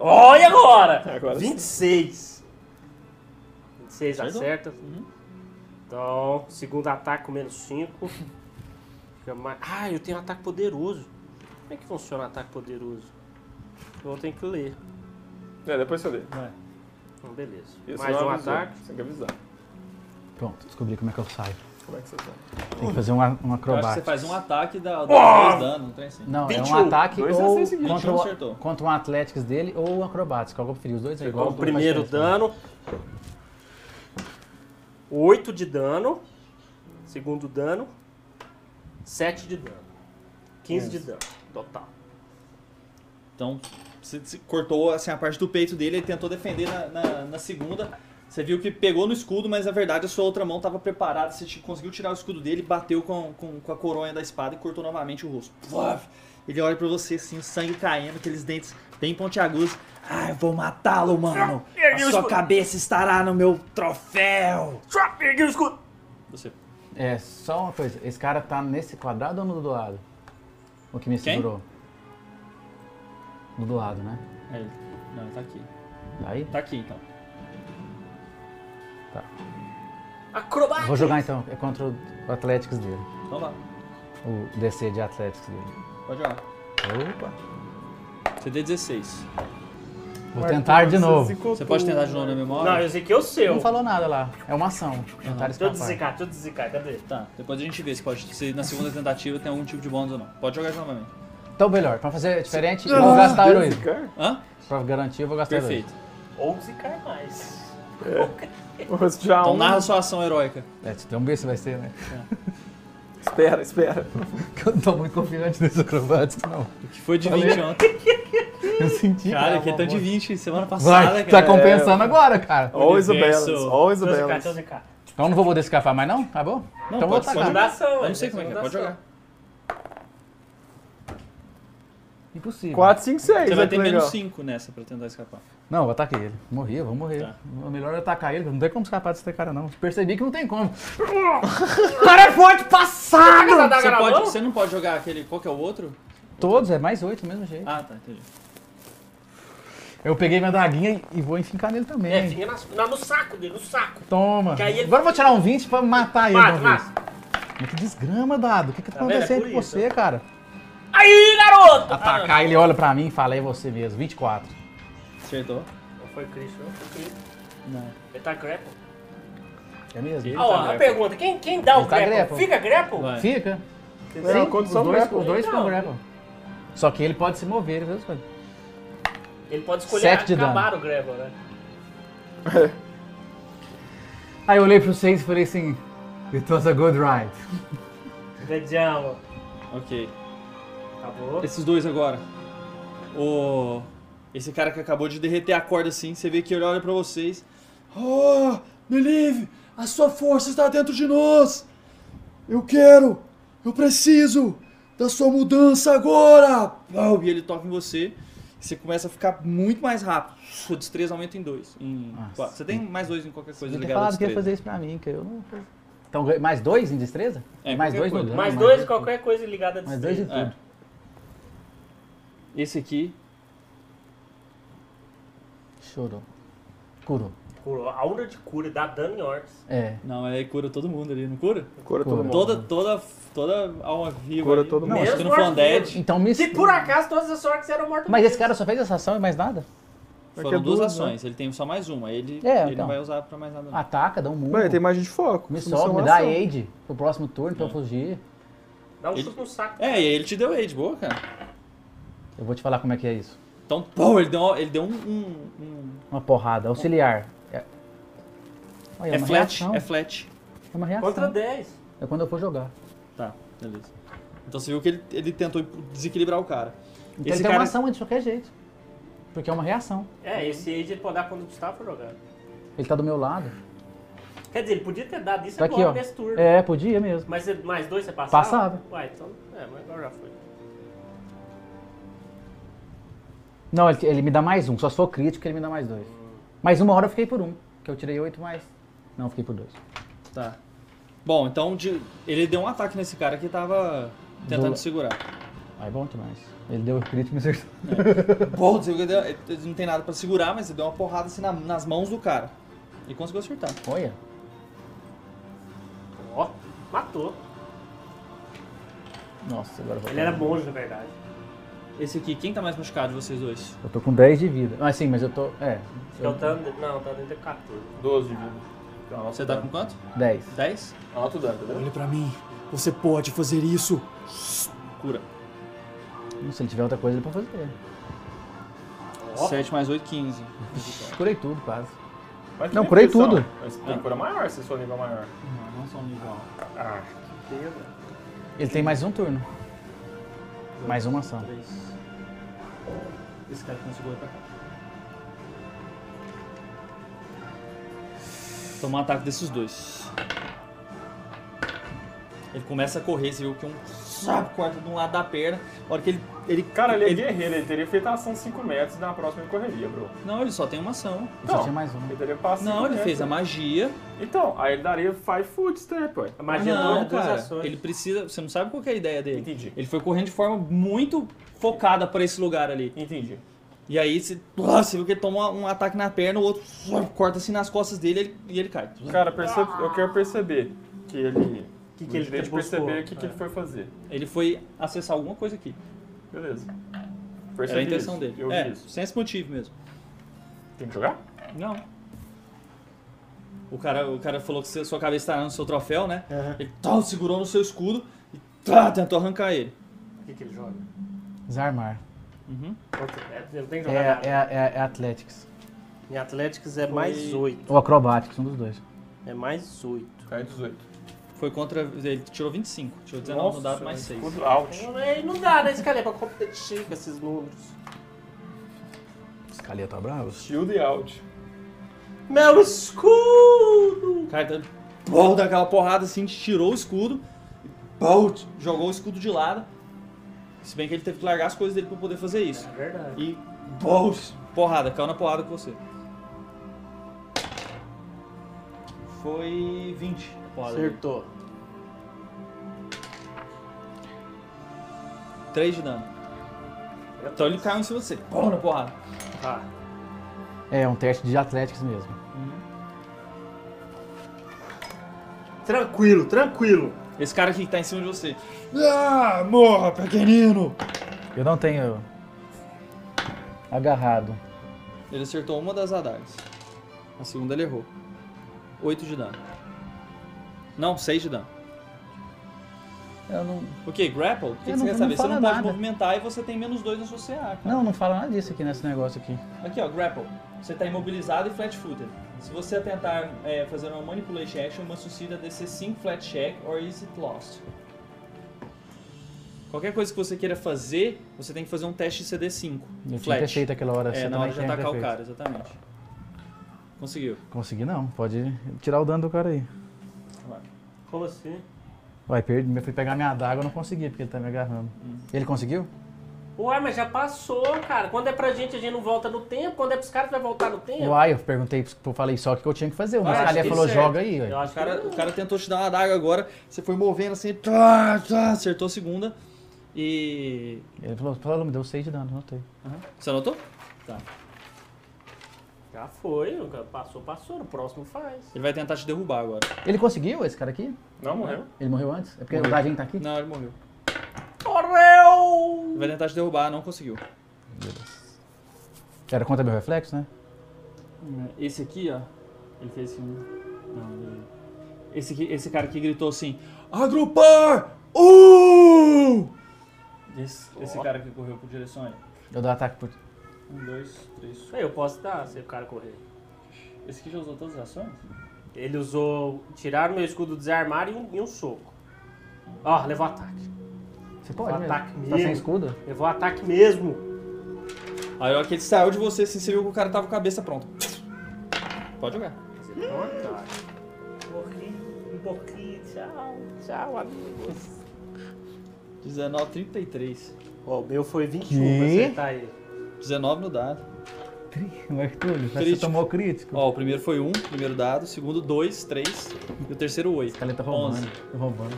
D: Olha agora!
H: É, Agora sim.
D: 26. 26
A: Acertou? Uhum.
D: acerta. Então, segundo ataque com menos 5. Fica mais- Ah, eu tenho ataque poderoso. Como é que funciona o ataque poderoso? Eu tenho que ler.
H: É, depois você lê.
D: Então, beleza.
H: Isso
D: Mais
H: não
D: um
H: avisou.
D: ataque.
H: Você tem que avisar.
C: Pronto, descobri como é que eu saio.
H: Como é que você sabe?
C: Tem que fazer um, a- um
A: Eu acho que você
C: acrobático.
A: faz um ataque e dá,
D: Ah!
A: dá dois danos, um trem assim.
C: Não, é
D: 21.
C: um ataque
H: Dois
C: ou
H: acertos seguidos,
C: contra,
A: um
C: o,
A: acertou.
C: contra um Athletics dele ou um acrobático. Qual que eu preferi? Os dois é igual.
D: Então,
C: não faz
D: primeiro
C: diferença.
D: dano. 8 de dano. Segundo dano. 7 de dano. 15 de dano. Total.
A: Então, você se cortou assim, a parte do peito dele, ele tentou defender na, na- na segunda. Você viu que pegou no escudo, mas na verdade a sua outra mão estava preparada. Você ti- conseguiu tirar o escudo dele, bateu com, com, com a coronha da espada e cortou novamente o rosto. Plaf! Ele olha pra você assim, o sangue caindo, aqueles dentes bem pontiagudos. Ah, eu vou matá-lo, mano! A sua cabeça estará no meu troféu!
D: Tchá, Ergui o escudo.
A: Você
C: É, só uma coisa. Esse cara tá nesse quadrado ou no do lado? O que me
A: Quem?
C: segurou? No do lado, né?
A: É, ele- não, ele tá aqui.
C: Aí?
A: Tá aqui então.
D: Acrobata.
C: Vou jogar então. É contra o Athletics dele.
A: Então vá,
C: O DC de Athletics dele.
A: pode jogar.
C: Opa!
A: CD 16.
C: Vou tentar de novo.
A: Você pode tentar de novo na memória?
D: Não, eu sei que é o seu.
C: Não falou nada lá. É uma ação.
D: Deixa
C: Tentar
D: eu
C: escapar.
D: desecar, deixa eu desecar. Cadê?
A: Tá, depois a gente vê se, pode, se na segunda tentativa tem algum tipo de bônus ou não. Pode jogar de novamente.
C: Então, melhor, pra fazer diferente, eu vou gastar heroísmo.
A: Hã?
C: Pra garantir, eu vou gastar
A: Perfeito.
C: heroísmo.
D: 11 cai é mais.
H: Vou tirar
A: Então
H: um.
A: narra sua ação heróica.
C: É, vamos ver se vai ser, né?
H: Espera, espera.
C: Eu não tô muito confiante nesse acrobático, não.
A: Que foi de 20 ontem.
C: Eu senti.
A: Cara, que é tão de 20 semana passada,
C: Vai, tá
A: cara.
C: compensando agora, cara.
H: Always a
A: Universo.
H: balance, always
D: Deixa eu
H: a
D: desecar, deixa eu
H: balance.
D: desecar.
C: Então eu não vou poder escapar mais, não? Tá bom?
A: Não,
C: então vou
A: pode,
C: atacar.
A: pode
D: Segunda ação,
A: Eu
D: ué,
A: não sei como é que é,
D: segunda
A: pode
D: ação.
A: jogar.
C: Impossível.
H: 4, 5, 6.
A: Você
B: é
A: vai ter
H: legal.
A: menos 5 nessa pra tentar escapar.
C: Não, eu ataquei ele. Morri, eu vou morrer.
A: Tá.
C: É Melhor eu atacar ele, porque não tem como escapar desse cara, não. Percebi que não tem como. o cara é forte passado!
D: Essa
A: Você,
D: daga na
A: pode,
D: mão?
A: você não pode jogar aquele. Qual que é o outro?
C: Todos, é mais oito do mesmo jeito.
A: Ah, tá, entendi.
C: Eu peguei minha daguinha e vou enfincar nele também.
D: É, fica nas- na- no saco dele, no saco.
C: Toma.
D: Que aí ele-
C: Agora eu vou tirar um 20 pra matar ele. de
D: Mata,
C: uma vez.
D: mata.
C: Mas que desgrama, Dado. O que que tá
D: vendo? É
C: acontecendo
D: por
C: com
D: isso.
C: você, cara?
D: Aí, garoto! Ah,
C: Atacar, ele olha pra mim e fala, é você mesmo. 24.
A: Acertou?
D: Não foi Cristo, não foi Cristo.
A: Não.
D: Ele tá grepo.
C: É mesmo?
A: Ele
D: Ah, ó,
A: tá
D: a
A: grepo.
D: pergunta, quem, quem dá o
C: Ele tá
D: grepo?
C: grepo.
D: Fica grepo?
A: Vai.
C: Fica.
H: Não,
C: Sim,
H: quando
C: os
H: são
C: dois,
H: grapple.
C: os dois
D: Então.
C: ficam grapple. Só que ele pode se mover, viu?
D: Ele pode escolher
C: Sete de
D: acabar o grepo, né?
C: Aí eu olhei pro seis e falei assim, it was a good ride.
D: Vediamo.
A: Ok.
D: Acabou.
A: Esses dois agora. O. Esse cara que acabou de derreter a corda assim, você vê que ele olha pra vocês. Oh, believe! A sua força está dentro de nós! Eu quero! Eu preciso da sua mudança agora! Pau, E ele toca em você. Você começa a ficar muito mais rápido. Sua destreza aumenta em dois. Em
C: Nossa.
A: quatro. Você tem mais dois em qualquer coisa
C: Eu tinha
A: ligada à
C: falado que ia
A: destreza.
C: fazer isso pra mim, que eu não... Então, ganha- mais dois em destreza?
A: É,
C: mais
A: qualquer
C: dois no
A: coisa.
C: dano.
D: Mais dois,
C: de-
D: qualquer coisa ligada a
C: Mais dois de
D: destreza.
C: tudo.
A: Esse É. aqui
C: Chorou. Curou.
D: Curou. A onda de cura dá dano em orcs.
C: É.
A: Não, é cura todo mundo ali, não cura?
H: Cura todo
C: Cura.
H: mundo.
A: Toda, toda, toda alma viva.
H: Cura
A: ali.
H: todo
A: Não,
H: mundo.
A: se tu
D: Mesmo
A: não for
D: orc
A: undead,
D: verde.
C: Então me.
D: Se por acaso todas as orcs eram mortas.
C: Mas esse cara só fez essa ação e mais nada?
A: foram
H: é
A: duas
H: duas,
A: ações, ele tem só mais uma, ele,
C: né? É,
A: ele
C: então.
A: não vai usar pra mais nada. não.
C: Ataca, dá um murro.
H: Bem, tem magia de foco.
C: Me
H: isso
C: solta,
H: não é
C: me
H: uma
C: dá
H: ação.
C: aid pro próximo turno pra eu fugir.
D: Dá um
A: Ele-
D: chute no saco.
A: É, e ele te deu aid, boa, cara.
C: Eu vou te falar como é que é isso.
A: Então, pô, ele deu, ele deu um. um- um-
C: Uma porrada, auxiliar. É, Olha,
A: É
C: uma
A: flat,
C: reação.
A: é flat.
C: É uma reação.
D: Contra 10.
C: É quando eu for jogar.
A: Tá, beleza. Então você viu que ele, ele tentou desequilibrar o cara.
C: Então
A: Esse
C: ele tem
A: cara-
C: uma ação de qualquer jeito. Porque é uma reação.
D: É, esse aid ele pode dar quando o Gustavo for jogar.
C: Ele tá do meu lado.
D: Quer dizer, ele podia ter dado isso
C: Tá aqui,
D: agora
C: ó.
D: nesse turno.
C: É, podia mesmo.
D: Mas ele- mais dois você passava?
C: Passava.
D: Uai, então. É, mas agora já foi.
C: Não, ele, ele me dá mais um. Só se for crítico, ele me dá mais dois. Mas uma hora eu fiquei por um. Que eu tirei oito mais. Não, eu fiquei por dois.
A: Tá. Bom, então de- ele deu um ataque nesse cara que tava tentando
C: Do-
A: te segurar.
C: Aí bom demais. Ele deu o crítico e me acertou.
A: Porra, você viu que deu- ele não tem nada pra segurar, mas ele deu uma porrada assim na- nas mãos do cara. E conseguiu acertar.
C: Olha.
D: Ó, matou.
C: Nossa, agora eu vou.
D: Ele era monge, na verdade.
A: Esse aqui, quem tá mais machucado de vocês dois?
C: Eu tô com 10 de vida. Ah, sim, mas eu tô. É.
D: Acho que é o Thunder. Não, o Thunder tem 14.
F: 12 de vida. Então, anota
A: Você
F: o
A: tá
F: dano.
A: com quanto?
C: 10.
A: 10?
F: Anota o dano, entendeu?
G: Olhe pra mim. Você pode fazer isso.
A: Cura.
C: Não, se ele tiver outra coisa, ele pode fazer.
A: 7 mais 8, 15.
C: Curei tudo, quase.
H: Mas
C: Não,
H: tem
C: curei
H: opção.
C: tudo.
H: Mas tem cura maior se for nível maior.
A: Não, não são um nível
H: Ah,
C: Ele tem mais um turno. Mais uma ação.
A: 3. Esse cara conseguiu atacar. Tomar um ataque desses dois. Ele começa a correr, você viu que um sapo corta de um lado da perna. A hora que ele. ele
H: Cara, ele é guerreiro, ele teria feito a ação 5 metros e na próxima ele correria, bro.
A: Não, ele só tem uma ação.
C: Eu só
H: Não.
C: tinha mais um.
H: Ele teria passado.
A: Não,
H: 5
A: ele
H: metros.
A: fez um. a magia.
H: Então, aí ele daria 5 foot step, ué.
D: A magia
A: Ah, não,
D: duas
A: cara.
D: ações.
A: Ele precisa. Você não sabe qual que é a ideia dele.
H: é Entendi.
A: Ele foi correndo de forma muito focada pra esse lugar ali.
H: Entendi.
A: E aí você, Uau, você viu que ele toma um ataque na perna, o outro corta assim nas costas dele ele- e ele cai.
H: Cara, perce- eu quero perceber que ele.
D: que
H: o
D: ele
H: direito de
D: buscou?
H: perceber o que, que
D: É.
H: ele foi fazer.
A: Ele foi acessar alguma coisa aqui.
H: Beleza.
A: Era a
H: Percebi
A: intenção
H: isso,
A: dele.
H: Eu vi
A: é,
H: isso.
A: sem esse motivo mesmo.
H: Tem que jogar?
A: Não. O cara, o cara falou que você- sua cabeça tá no seu troféu, né? Ele tal, segurou no seu escudo e tá, tentou arrancar ele.
D: O que, que ele joga?
C: Desarmar.
H: Uhum.
D: Contra- é, Ele não tem que
C: É,
D: jogar nada.
C: é, é, é Athletics.
D: Em Atléticos é mais 8.
C: Ou Acrobatics, um dos dois.
D: É mais 8.
H: Cai 18.
A: Foi contra. Ele tirou 25. Tirou 19 no dado mais 6.
H: Escudo out.
D: Não dá, né? Esse cara é pra competir com esses números.
C: Escalia tá bravo?
H: Shield e out.
D: Meu escudo!
A: O cara então, pô, dá aquela porrada assim, tirou o escudo, e, pô, jogou o escudo de lado. Se bem que ele teve que largar as coisas dele pra poder fazer isso.
D: É verdade.
A: E pô, porrada, caiu na porrada com você. Foi 20. a Porrada
D: Acertou.
A: 3 de dano. Então ele caiu em cima de você. Pô, na porrada.
D: Tá.
C: É, um teste de Athletics mesmo.
D: Tranquilo, tranquilo.
A: Esse cara aqui que tá em cima de você. Ah, morra, pequenino!
C: Eu não tenho. Agarrado.
A: Ele acertou uma das adagas. A segunda ele errou. 8 de dano. Não, 6 de dano.
C: Eu não.
A: O que? Grapple? O que, que
C: Eu não-
A: você quer
C: não
A: saber? Você
C: fala
A: não pode
C: nada.
A: movimentar e você tem menos 2 na sua CA, cara.
C: Não, não fala nada disso aqui nesse negócio aqui.
A: Aqui, ó, grapple. Você tá imobilizado e flat-footed. Se você tentar é, fazer uma manipulation action, uma suicida DC 5 flat check or is it lost? Qualquer coisa que você queira fazer, você tem que fazer um teste CD5.
C: Eu tinha que ter
A: flat.
C: feito aquela hora.
A: é,
C: você
A: na
C: também
A: hora de
C: tinha que ter
A: atacar o
C: feito.
A: cara, exatamente. Conseguiu.
C: Consegui não. Pode tirar o dano do cara aí.
D: Como assim?
C: Vai, perdi. Eu fui pegar minha adaga, eu não consegui, porque ele tá me agarrando. Ele conseguiu?
D: Ué, mas já passou, cara. Quando é pra gente, a gente não volta no tempo. Quando é pros caras, vai voltar no tempo.
C: Uai, eu perguntei, eu falei só o que eu tinha que fazer. O
A: Ah,
C: Mascalia
A: acho que
C: falou,
A: certo.
C: joga aí. ué.
D: Eu acho
A: O
D: que
A: cara,
D: não.
A: o cara tentou te dar uma adaga agora, você foi movendo assim, tá, tá, acertou a segunda e.
C: Ele falou, falou, me deu 6 de dano, notei.
A: Você anotou? Tá.
D: Já foi, o cara passou, passou. No próximo faz.
A: Ele vai tentar te derrubar agora.
C: Ele conseguiu, esse cara aqui?
H: Não morreu.
C: Ele morreu antes? É porque o Dajin tá aqui?
A: Não, ele morreu.
D: Correu!
A: Ele vai tentar te derrubar, não conseguiu.
C: Era contra meu reflexo, né?
A: Esse aqui, ó. Ele fez assim. Não, ele... esse, aqui, esse cara aqui gritou assim: Agrupar! Uh! Esse, esse cara que correu por direções.
C: Eu dou ataque por.
A: Um, dois, três.
D: Aí eu posso dar se o cara correr.
A: Esse aqui já usou todas as ações?
D: Ele usou. Tiraram meu escudo do desarmário e um, e um soco. Ó, levou ataque.
C: Você pode? mesmo.
D: Ataque
C: Tá sem
D: mesmo.
C: escudo?
D: Levou ataque mesmo.
A: Aí ó, que ele saiu de você, assim, você viu que o cara tava com a cabeça pronta. Pode jogar.
D: Mas ele não ataca. Morri um pouquinho. Tchau, tchau, amigos.
A: 19, 33.
D: Ó, o meu foi 21 pra
C: Que?
D: acertar ele.
A: 19 no dado.
C: Tri- Mas tudo, é você
A: Crítico.
C: tomou crítico.
A: Ó, o primeiro foi 1, primeiro dado. O segundo, 2, 3. E o terceiro, 8.
C: O cara tá roubando. Tá roubando.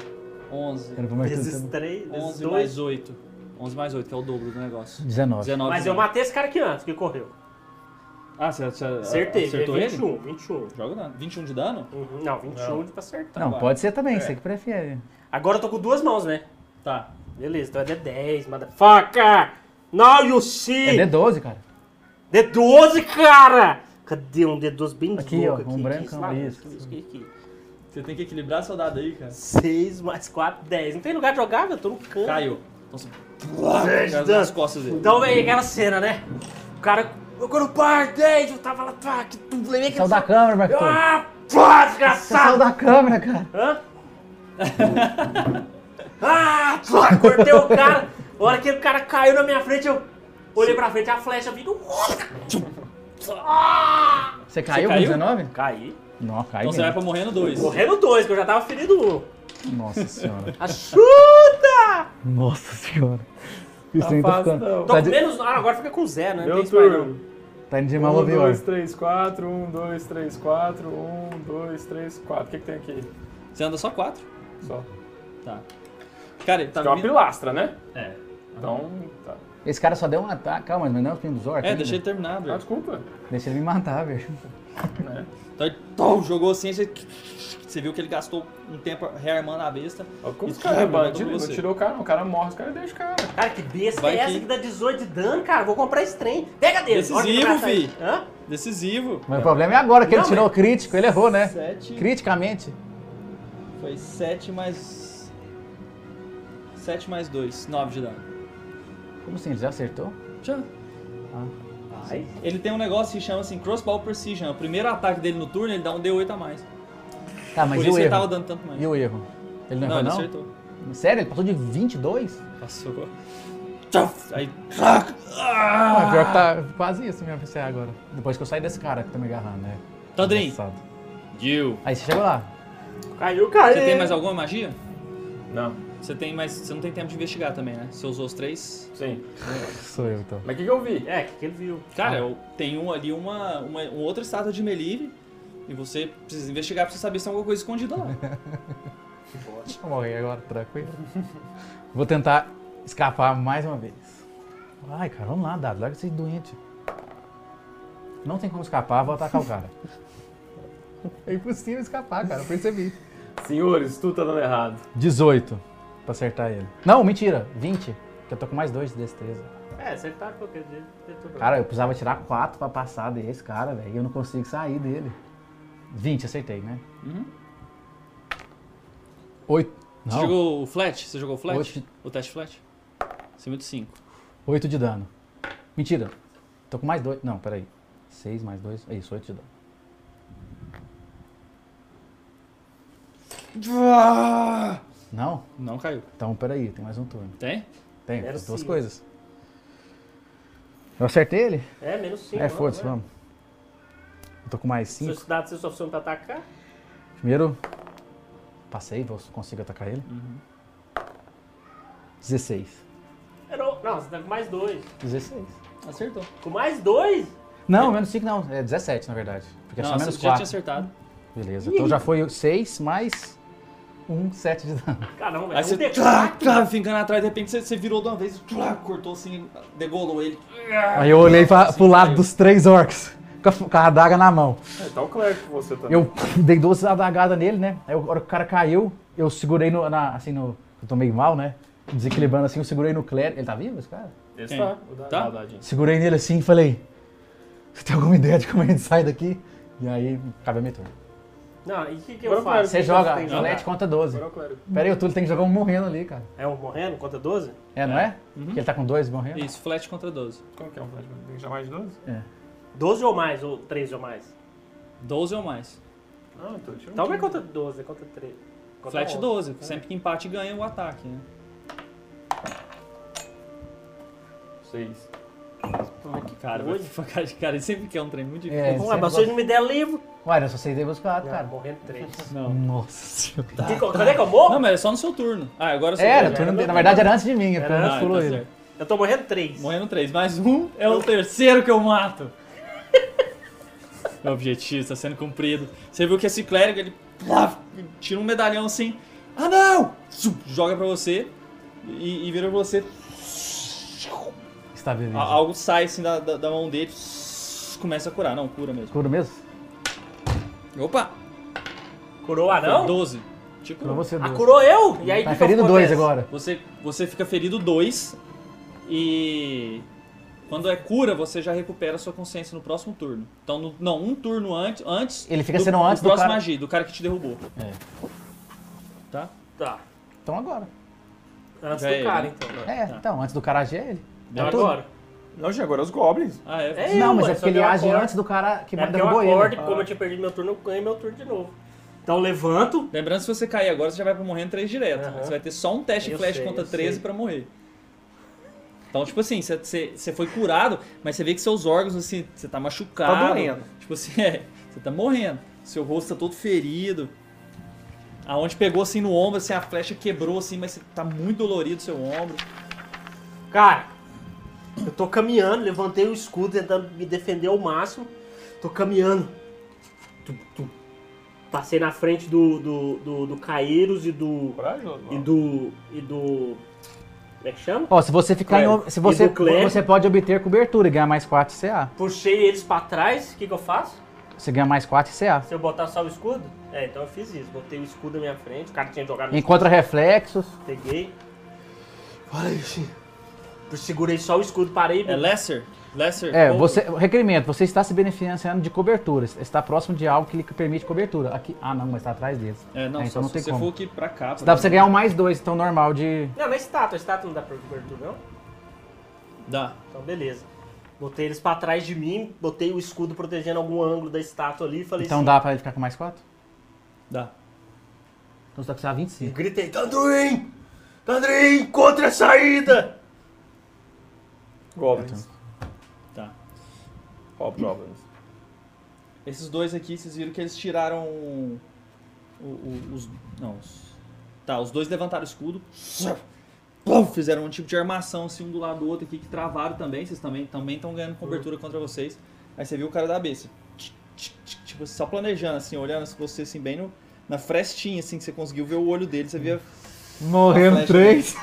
A: 11.
C: Cara, vou mais
D: Vezes
C: tudo.
D: 3,
A: 11
D: vezes
A: mais
D: 2.
A: 8. 11 mais 8, que é o dobro do negócio.
C: 19.
A: 19.
D: Mas eu matei esse cara aqui antes, que correu.
A: Ah, você, você
D: Acertei,
A: acertou
D: ele é
A: ele?
D: 21, 21.
A: Joga o dano. 21 de dano?
D: Uhum, Não, Tá. 21 de pra acertar.
C: Não,
A: vai.
C: pode ser também, você que prefere.
D: Agora eu tô com duas mãos, né?
A: Tá.
D: Beleza, então é D10, motherfucker! Now you
C: É
D: see!
C: D12, cara.
D: D12, cara! Cadê um D12 bem
C: Aqui,
D: louco
C: ó, um brancão,
D: lá,
C: isso.
D: isso, aqui, aqui.
A: Você tem que equilibrar seu dado aí, cara.
D: 6 mais 4, 10. Não tem lugar jogável, eu tô no canto.
A: Caiu. Então você. Caiu nas costas dele.
D: Então vem aquela cena, né? O cara. Eu quando par, 10, eu tava lá, tá, que tudo, levei aquele.
C: Saiu da câmera, Marco.
D: Ah, pô,
C: Você saiu
D: desgraçado!
C: da câmera, cara.
D: Hã? ah, pô, cortei o cara. A hora que o cara caiu na minha frente, eu olhei pra frente, a flecha vindo. uh, Ah!
C: Você caiu com
A: caiu?
C: 19?
D: Caí.
C: Não, caiu
A: Então você vai
C: mesmo.
A: pra morrendo 2.
D: Correndo dois, que eu já tava ferido um.
C: Nossa senhora.
D: Ajuda!
C: Nossa senhora. Isso
H: Tá
C: aí tá
H: fácil,
C: ficando.
H: não.
D: Tô
C: Tá,
D: com
C: de...
D: menos. Ah, agora fica com zero, né? Não tem
H: Meu
D: isso mais, não.
H: turno.
C: tá indo de mal a
H: 1,
C: pior.
H: 2, 3, 4. 1, 2, 3, 4. 1, 2, 3, 4. O que, que tem aqui?
A: Você anda só 4.
H: Só.
A: Tá. Cara, ele tá
H: Tem uma
A: vindo-
H: pilastra, né?
A: É.
H: Então, tá.
C: Esse cara só deu um ataque. Calma, mas não é o fim dos orcs.
A: É,
C: ainda.
A: deixa ele terminar,
H: Ah,
A: velho.
H: desculpa.
C: Deixa ele me matar, velho.
A: Então ele tom, jogou assim, você... você viu que ele gastou um tempo rearmando a besta.
H: Olha como
A: E
H: os caras é
A: tudo, né?
H: bandido,
A: Todo
H: não
A: você.
H: tirou o cara, não. O cara morre, os caras deixam o cara.
D: Cara, que besta
A: Vai
D: é
A: que-
D: essa que dá 18 de dano, cara? Vou comprar esse trem. Pega dele.
A: Decisivo,
D: olha que graça aí.
A: fi.
D: Hã?
A: Decisivo.
C: Mas o problema é agora que ele
D: Não,
C: tirou o crítico, ele errou, né?
A: 7.
C: Criticamente.
A: Foi 7 mais. 7 mais 2. 9 de dano.
C: Como assim? Ele já acertou?
A: Tchau.
D: Vai.
A: Ele tem um negócio que chama assim Crossbow Precision. O primeiro ataque dele no turno, ele dá um D8 a mais.
C: Tá, mas
A: Por
C: e
A: isso
C: o
A: ele tava
C: erro?
A: dando tanto mais.
C: E o erro? Ele não
A: Não,
C: errou,
A: ele
C: não?
A: acertou.
C: Sério? Ele passou de 22?
A: Passou. Tchaf! Aí. trac! Ah!
C: Ah, pior que tá quase isso minha PC agora. Depois que eu saí desse cara que tá me agarrando, né?
A: Tandrin.
C: Engraçado.
A: Gil.
C: Aí você chegou lá.
D: Caiu, caiu.
A: Você tem mais alguma magia?
H: Não,
A: Você tem mais. Você não tem tempo de investigar também, né? Você usou os três.
H: sim.
C: Sou eu, então.
H: Mas o que, que eu vi?
D: É, o que, que ele viu?
A: Cara, eu tem um ali uma, uma, uma outra estátua de Melive. E você precisa investigar pra você saber se tem alguma coisa escondida lá.
C: Deixa eu morrer agora, tranquilo. Vou tentar escapar mais uma vez. Ai, cara, vamos lá, Dado. Larga esse doente. Não tem como escapar, vou atacar o cara. É impossível escapar, cara, eu percebi.
H: Senhores, tudo tá dando errado.
C: 18 pra acertar ele. Não, mentira, 20. Que eu tô com mais dois de destreza.
D: É, acertar qualquer dia. não tem problema.
C: Cara, eu precisava tirar 4 pra passar desse cara, velho. e Eu não consigo sair dele. 20, acertei, né?
A: Uhum.
C: 8.
A: Você
C: Não,
A: jogou o flat? Você jogou o flat?
C: Oxe.
A: O teste flat? Acima de 5.
C: 8 de dano. Mentira. Tô com mais 2. Não, peraí. 6 mais 2. É isso, 8 de dano. Não?
A: Não caiu.
C: Então, peraí, tem mais um turno.
A: Tem?
C: Tem,
D: Era
C: tem duas
D: sim.
C: coisas. Eu acertei ele?
D: É, menos 5.
C: é, foda-se, vamos. Eu tô com mais
D: Se eu
C: 5.
D: estudar, se eu sou opção pra atacar,
C: Primeiro, passei, vou, consigo atacar ele.
A: Uhum.
C: 16.
D: errou. Não, você tá com mais dois.
C: 16.
A: Acertou.
D: Com mais dois?
C: Não, menos 5 não. É 17, na verdade. Porque é
A: Não,
C: só menos
A: você já tinha
C: 4.
A: acertado.
C: Beleza. Então já foi 6 mais 1, 7 de dano.
D: Caramba, é
A: Aí
D: um
A: você
D: D4.
A: tlá, tlá, ficando atrás, de repente você, você virou de uma vez, tlá, cortou assim, degolou ele.
C: Aí eu olhei pra, pro lado dos três orcs. com a, f- com a adaga na mão.
H: É, tá o clérigo com você também.
C: Eu dei duas adagadas nele, né? Aí a hora que o cara caiu, eu segurei no. na- assim, no. Eu tô meio mal, né? Desequilibrando assim, eu segurei no clérigo. Ele tá vivo, esse cara?
H: Esse
A: Quem?
H: tá. O da-
A: Tá?
H: o dadinho.
C: Segurei nele assim e falei. Você tem alguma ideia de como a gente sai daqui? E aí, cabe a minha turma.
D: Não, e o que, que eu
H: Agora
D: faço?
C: Você
D: Eu
C: joga,
D: tenho que
C: o LED
D: jogar.
C: conta 12.
H: Agora é o clérigo.
C: Pera aí, o Túlio tem que jogar um morrendo ali, cara.
D: É um morrendo contra 12?
C: É, não é? Porque ele tá com dois morrendo?
A: Isso, flat contra 12.
H: Como que é um clérigo? Tem que chamar de 12?
D: 12 ou mais, ou 13 ou mais.
A: 12 ou mais.
H: Não, então tira um
D: Então não é
H: quinze.
D: contra 12, é contra 13. Contra
A: Flat
D: 11.
A: 12, sempre que empate ganha o ataque, né?
H: Seis.
A: Ah, que cara,
D: Oi?
A: vai ficar de cara. Ele sempre quer um trem muito difícil.
C: É,
D: Vamos
C: você
D: lá, mas vocês
C: gosta-
D: não me deram livro.
C: Ué, eu só sei ter buscado,
D: Ah,
C: cara.
D: morrendo 3.
A: Não.
C: Nossa senhora.
D: Cadê que eu morro?
A: Não, mas é só no seu turno. Ah, agora é o seu
C: Era,
A: turno.
C: tu não- na verdade era antes de mim, é porque
D: Era então
C: eu
A: Ah,
C: não
A: tá
C: excluí ele.
A: certo.
D: Eu tô morrendo 3.
A: Morrendo três. Mais um é o terceiro que eu mato. Meu objetivo está sendo cumprido. Você viu que esse clérigo, ele plaf, tira um medalhão assim. Ah, não! Zum, Joga pra você e, e vira você.
C: Está
A: A-
C: beleza.
D: Ah,
A: Algo sai assim da, da- da mão dele. Começa a curar. Não, cura
D: ah.
A: mesmo.
C: Escuro mesmo?
A: Opa!
D: Curou a não?
A: 12. Te
C: Pra
A: curou.
C: você
D: Ah,
C: dois.
D: curou eu? E aí
C: Tá
D: que que eu
C: ferido
D: acontece?
C: dois agora.
A: Tipo, Você, você fica ferido 2 e quando é cura, você já recupera a sua consciência no próximo turno. Então, no- não, um turno antes. antes
C: Ele fica sendo antes do
A: próximo
C: cara- É.
A: agir, do cara que te derrubou. Tá?
D: Tá.
C: Então agora.
D: Antes
A: Já
D: do
A: é,
D: cara,
A: né?
D: então.
C: É, então, antes do cara agir é ele.
D: Então
C: É tudo.
D: agora.
H: Não, gente, agora é os goblins.
A: Ah, é.
D: É,
C: Não, mas
D: ué,
C: é
D: só
C: porque ele
D: deu um
C: age
D: acorde.
C: antes do cara que
D: É porque eu
C: derrubou ele.
D: acordo e como eu tinha perdido meu turno, eu ganho meu turno de novo. Então eu levanto.
A: Lembrando, se você cair agora, você já vai pra morrendo 3 direto.
D: Aham.
A: Você vai ter só um teste
D: Eu
A: flash
D: sei,
A: contra
D: eu
A: 13
D: sei.
A: pra morrer. Então, tipo assim, você- você você foi curado, mas você vê que seus órgãos, assim, você tá machucado.
H: doendo.
A: Tipo assim, é, você tá morrendo. Seu rosto tá todo ferido. Aonde pegou assim no ombro, assim, a flecha quebrou, assim, mas você tá muito dolorido seu ombro.
D: Cara, eu tô caminhando, levantei o escudo tentando me defender ao máximo. Tô caminhando. Tum, tum. Passei na frente do, do, do, do Caíros e do.
H: Corajoso,
D: E
H: mano.
D: do. E do. Como é que chama?
C: Ó, se você ficar
D: Clérigo.
C: em. Se você,
D: E do clérigo.
C: você pode obter cobertura e ganhar mais 4 CA.
D: Puxei eles pra trás, o que, que eu faço?
C: Você ganha mais 4 CA.
D: Se eu botar só o escudo? É, então eu fiz isso. Botei o escudo na minha frente, o cara tinha jogado no
C: Encontra reflexos.
D: escudo, peguei. Olha isso. Eu segurei só o escudo, parei.
A: É Lesser? Lesser?
C: É,
A: Pô,
C: você. Requerimento, você está se beneficiando de cobertura. Está próximo de algo que lhe permite cobertura. Aqui. Ah, não, mas tá atrás deles.
A: É, não,
C: É,
A: só
C: então não
A: se
C: tem
A: você
C: como.
A: for aqui pra cá.
C: Dá pra você ganhar um mais dois, então normal de.
D: Não, não é estátua, estátua não dá pra cobertura, não?
A: Dá.
D: Então, beleza. Botei eles pra trás de mim, botei o escudo protegendo algum ângulo da estátua ali e falei
C: Então
D: assim...
C: dá pra ele ficar com mais 4?
A: Dá.
C: Então você tá precisando de
D: Eu
C: 25.
D: Gritei, Tandrin! Tandrin, encontra a saída!
H: Goblins.
A: Tá.
H: Hobgoblins.
A: Esses dois aqui, vocês viram que eles tiraram o- o- os. Não, os. Tá, os dois levantaram o escudo. pum, Fizeram um tipo de armação assim, um do lado do outro aqui, que travaram também. Vocês também estão ganhando
C: Uhum.
A: cobertura contra vocês. Aí você viu o cara da besta. tch, tch, tch, Tipo, só planejando, assim, olhando você assim, bem no, na frestinha, assim, que você conseguiu ver o olho dele. Você via.
C: Morrendo
A: Flecha.
C: três.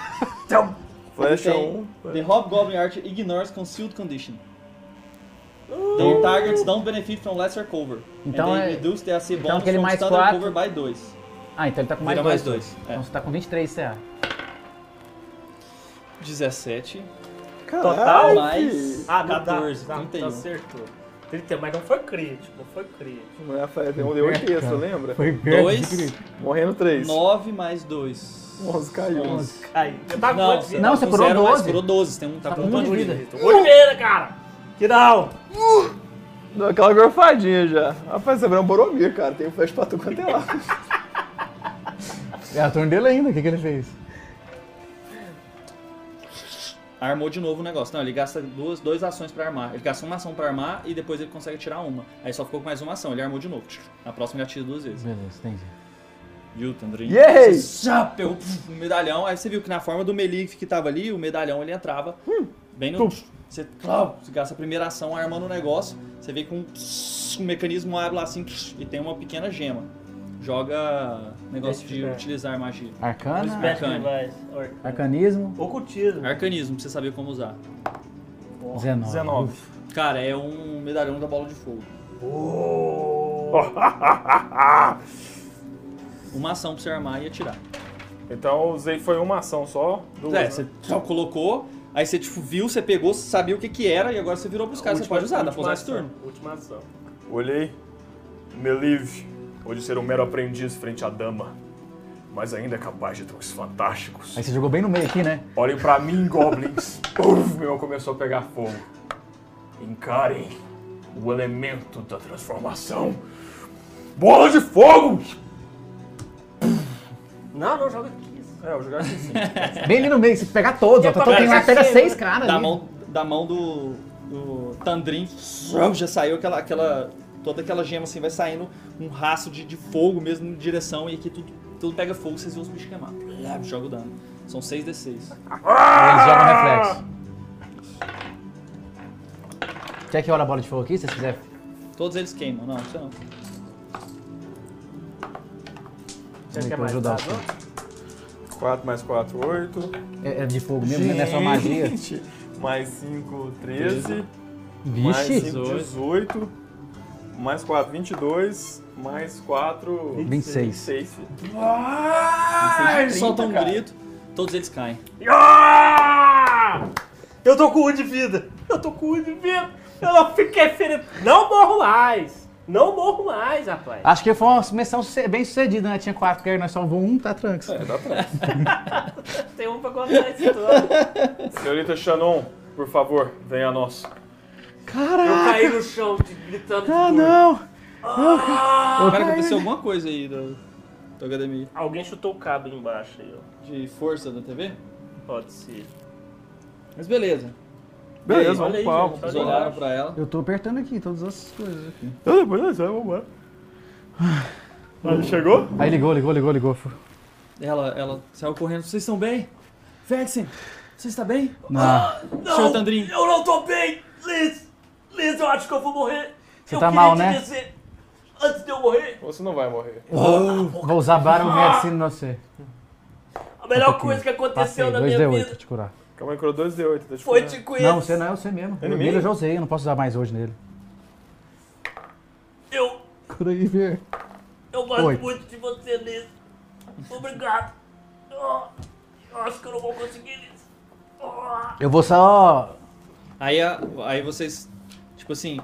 H: Flecha
A: Tem-
H: 1.
A: The Hobgoblin Art ignores concealed condition. Their targets don't benefit from lesser cover.
C: Então
A: and they
C: é-
A: reduce the AC
C: então
A: bonus
C: aquele
A: from
C: mais
A: standard
C: quatro-
A: cover by 2.
C: Ah, então ele tá com mais
A: Vira mais
C: dois.
A: dois, é.
C: Então você tá com 23 CA.
A: 17.
D: Total?
A: mais
D: Ah, dá,
A: 14,
D: dá, dá,
A: 31.
D: acertou. 31, mas não foi crítico, não foi crítico.
H: Não é a flecha, deu 8 extra, lembra?
C: Foi
A: 2,
H: Morrendo 3.
A: 9 mais 2.
H: 11 caiu.
D: Aí, eu tava com
A: Não,
D: quantos de vida?
C: não,
A: tá
C: você
A: com
C: curou
A: zero, mas
C: 12.
A: Curou 12, tem um, tá,
C: Tá
A: com
C: com
A: um ponto
C: um
A: de
C: de
A: vida.
D: Tô com Oliveira, cara! Que não!
H: Deu aquela gorfadinha já. Rapaz, você vai um Boromir, cara. Tem flash pra tu quanto é lá.
C: É a turno dele ainda, o que, que ele fez?
A: Armou de novo o negócio. Não, ele gasta duas, duas ações pra armar. Ele gasta uma ação pra armar e depois ele consegue tirar uma. Aí só ficou com mais uma ação, ele armou de novo. Na próxima ele atira duas vezes.
C: Beleza, entendi.
A: Viu, Tandrinho?
H: Yay!
A: Você já pegou pf, um medalhão. Aí você viu que na forma do Melik que tava ali, o medalhão ele entrava
H: Hum,
A: bem no. Você, clau, você gasta a primeira ação armando o negócio. Você vê com um, um mecanismo abre lá assim pss, e tem uma pequena gema. Joga negócio de
H: é.
D: Identificar.
A: utilizar magia.
C: Arcana,
A: Arcane.
D: Smash Device, Arcane.
C: arcanismo.
D: Ocultismo.
A: Arcanismo pra você saber como usar.
D: Bom.
C: 19.
H: 19.
A: Cara, é um medalhão da bola de fogo. Uma ação pra você armar e atirar.
H: Então eu usei, foi uma ação só. Duas,
A: é,
H: né?
A: você só colocou, aí você tipo, viu, você pegou, você sabia o que que era e agora você virou pros caras. Você
H: Última-
A: pode usar, dá pra
H: última
A: usar esse
H: ação,
A: turno.
H: Última ação.
F: Olhei. Me livre ou de ser um mero aprendiz frente à dama, mas ainda é capaz de truques fantásticos.
C: Aí você jogou bem no meio aqui, né?
F: Olhem pra mim, goblins. Uf, meu começou a pegar fogo. Encarem o elemento da transformação. Bola de fogo!
D: Não, não, joga 15.
H: É, eu jogar aqui sim.
C: Bem ali no meio, se pegar todos, ó,
A: é
C: tô, tô, tem lá, pega seis caras
A: Da
C: ali.
A: mão, da mão do, do Tandrin, zrum, já saiu aquela, aquela. Toda aquela gema assim, vai saindo um rastro de, de fogo mesmo em direção e aqui tudo, tudo pega fogo, vocês vão os bichos queimar. Blá, Joga o dano. São 6d6.
C: Eles jogam reflexo. Quer que eu olhe a bola de fogo aqui, se vocês quiserem?
A: Todos eles queimam, não, você não.
C: Vamos pra ajudar. os caras.
H: 4 mais 4, 8.
C: É, é de fogo mesmo, né? Não é só magia.
H: Gente, Mais 5, 13. Mais
C: Vixe,
H: 5, 18. Mais 4, 22. Mais 4,
A: um.
C: 26.
H: 26. filho.
A: Eles
H: 30,
A: soltam um
H: cara.
A: grito, todos eles caem.
D: Ah! Eu tô com um de vida. Eu tô com um de vida. Eu não fiquei ferido. Não morro mais. Não morro mais, rapaz.
C: acho que foi uma missão suce- bem sucedida, né? Tinha quatro, porque aí nós salvou um, tá tranks.
D: Tem um pra contar essa história.
H: Senhorita Shannon, por favor, venha a nós.
D: Eu
C: Caraca!
D: caí no chão de- gritando. de
C: Ah,
D: dor.
C: não!
D: Ah.
A: Cara, aconteceu alguma coisa aí do, do HDMI
D: Alguém chutou o cabo embaixo aí, ó.
A: de força da TV?
D: Pode ser.
A: Mas beleza. E aí,
H: Beleza,
D: olha
H: vamos
D: aí,
H: lá.
D: gente,
H: vamos
A: Vocês
D: olha
H: lá.
A: olharam pra ela.
C: Eu tô apertando aqui todas as coisas aqui.
H: Ah, Beleza, vamos lá.
C: Ah,
H: Aí, chegou?
C: Aí ligou, ligou, ligou, ligou.
A: Ela, ela saiu correndo. Vocês estão bem? Vexen, você está bem?
C: Não,
A: Senhor Tandrin.
D: eu não tô bem, Liz. Liz, eu acho que eu vou morrer.
C: Você
D: eu
C: tá
D: queria
C: mal,
D: te
C: né?
D: dizer, antes de eu morrer,
H: Você não vai morrer.
C: vou usar Baron Medicine no você.
D: Ah. a melhor
C: pouquinho.
D: coisa que aconteceu
C: Passei,
D: na minha
C: 2D8 pra
D: vida
C: te curar.
H: Calma aí, curou 2D8. Deixa eu
D: foi
H: ver.
D: te conhecer.
C: Não, você não é você mesmo.
H: Inimigo?
C: O nele eu já usei, eu não posso usar mais hoje nele.
D: Eu,
C: Cura aí, ver.
D: eu gosto
C: Oito.
D: muito de você, Liz. Obrigado. Oh, eu acho que eu não vou conseguir, Liz. Oh,
C: Eu vou só.
A: Aí, a- aí vocês, tipo assim,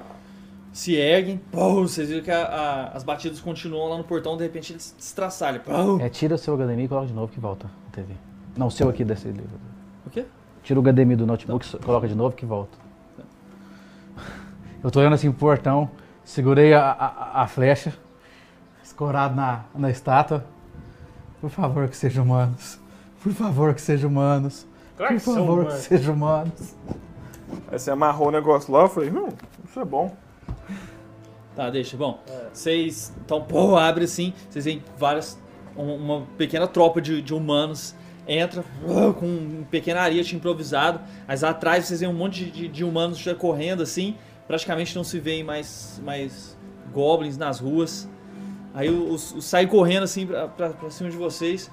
A: se erguem. Pô, vocês viram que a- a- as batidas continuam lá no portão. De repente eles destraçalham. Pô.
C: É, tira o seu HDMI e coloca de novo que volta na TV. Não, o seu aqui desse livro.
A: O quê?
C: Tira o HDMI do notebook, so- coloca de novo que volta. Eu tô olhando assim pro portão, segurei a, a, a flecha, escorado na, na estátua. Por favor, que sejam humanos. Por favor, que sejam humanos.
H: Claro
C: Por
H: que são
C: favor, que
H: humanos.
C: sejam humanos.
H: Aí você amarrou o negócio lá, eu falei, hum, isso é bom.
A: Tá, deixa. Bom, vocês. Então, pô, abre assim. Vocês veem várias. um- Uma pequena tropa de, de humanos entra pô, com um pequeno ariete improvisado. Mas atrás vocês veem um monte de, de- de humanos já correndo assim. Praticamente não se veem mais, mais goblins nas ruas. Aí os, os saem correndo assim pra, pra, pra cima de vocês.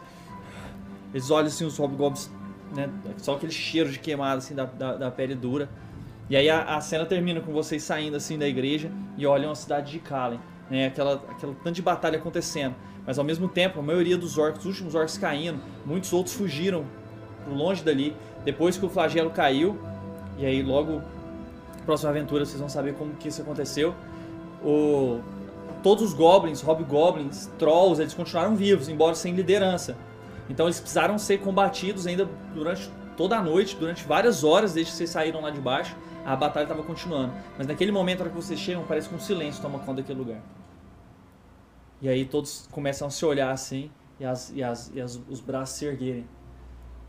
A: Eles olham assim os hobgoblins, né? Só aquele cheiro de queimado assim da, da, da pele dura. E aí a, a cena termina com vocês saindo assim da igreja e olham a cidade de Kalen, né? Aquela, aquela tanto de batalha acontecendo. Mas ao mesmo tempo, a maioria dos orcs, os últimos orcs caindo, muitos outros fugiram pro longe dali. Depois que o flagelo caiu, e aí logo próxima aventura vocês vão saber como que isso aconteceu. O todos os goblins, hobgoblins, trolls, eles continuaram vivos, embora sem liderança. Então eles precisaram ser combatidos ainda durante toda a noite, durante várias horas desde que vocês saíram lá de baixo. A batalha estava continuando. Mas naquele momento, na hora que vocês chegam, parece que um silêncio toma conta daquele lugar. E aí todos começam a se olhar assim e, as, e, as, e as- os braços se erguerem.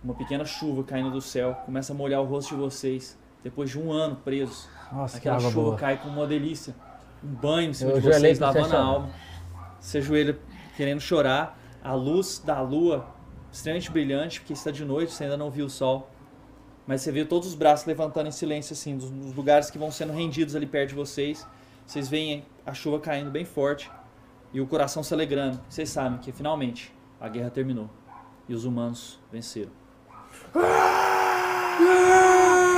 A: Uma pequena chuva caindo do céu começa a molhar o rosto de vocês. Depois de um ano presos,
C: Nossa, que
A: Aquela
C: água
A: chuva
C: boa.
A: cai com uma delícia. Um banho em cima
C: Eu
A: de
C: ajoelhei
A: vocês,
C: pra você
A: lavando a
C: chorar.
A: alma. Você ajoelha querendo chorar. A luz da lua, extremamente brilhante, porque está de noite, você ainda não viu o sol. Mas você vê todos os braços levantando em silêncio, assim, dos, dos lugares que vão sendo rendidos ali perto de vocês. Vocês veem a chuva caindo bem forte e o coração se alegrando. Vocês sabem que finalmente a guerra terminou e os humanos venceram.
F: Ah!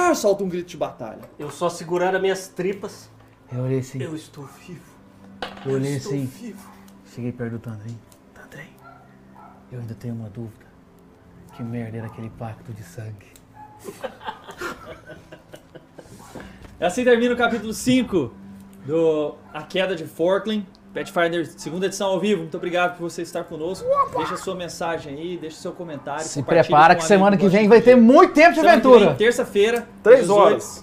I: eu solto um grito de batalha.
D: Eu só segurando as minhas tripas.
C: Eu olhei assim,
D: Eu estou vivo.
C: eu olhei
D: estou
C: assim,
D: vivo.
C: cheguei perto do Tandrin.
D: Tandrei.
C: Eu ainda tenho uma dúvida. Que merda era aquele pacto de sangue?
A: E assim termina o capítulo 5 do A Queda de Forkling. Pathfinder, segunda edição ao vivo. Muito obrigado por você estar conosco. Deixa sua mensagem aí, deixa seu comentário.
C: Se
A: compartilha
C: prepara
A: com
C: que
A: um
C: semana
A: amigo
C: que vem
A: gosta
C: vai
A: de
C: ter
A: RPG.
C: muito tempo de
A: Semana que vem,
C: aventura.
A: Terça-feira,
H: Três
A: 18,
H: horas.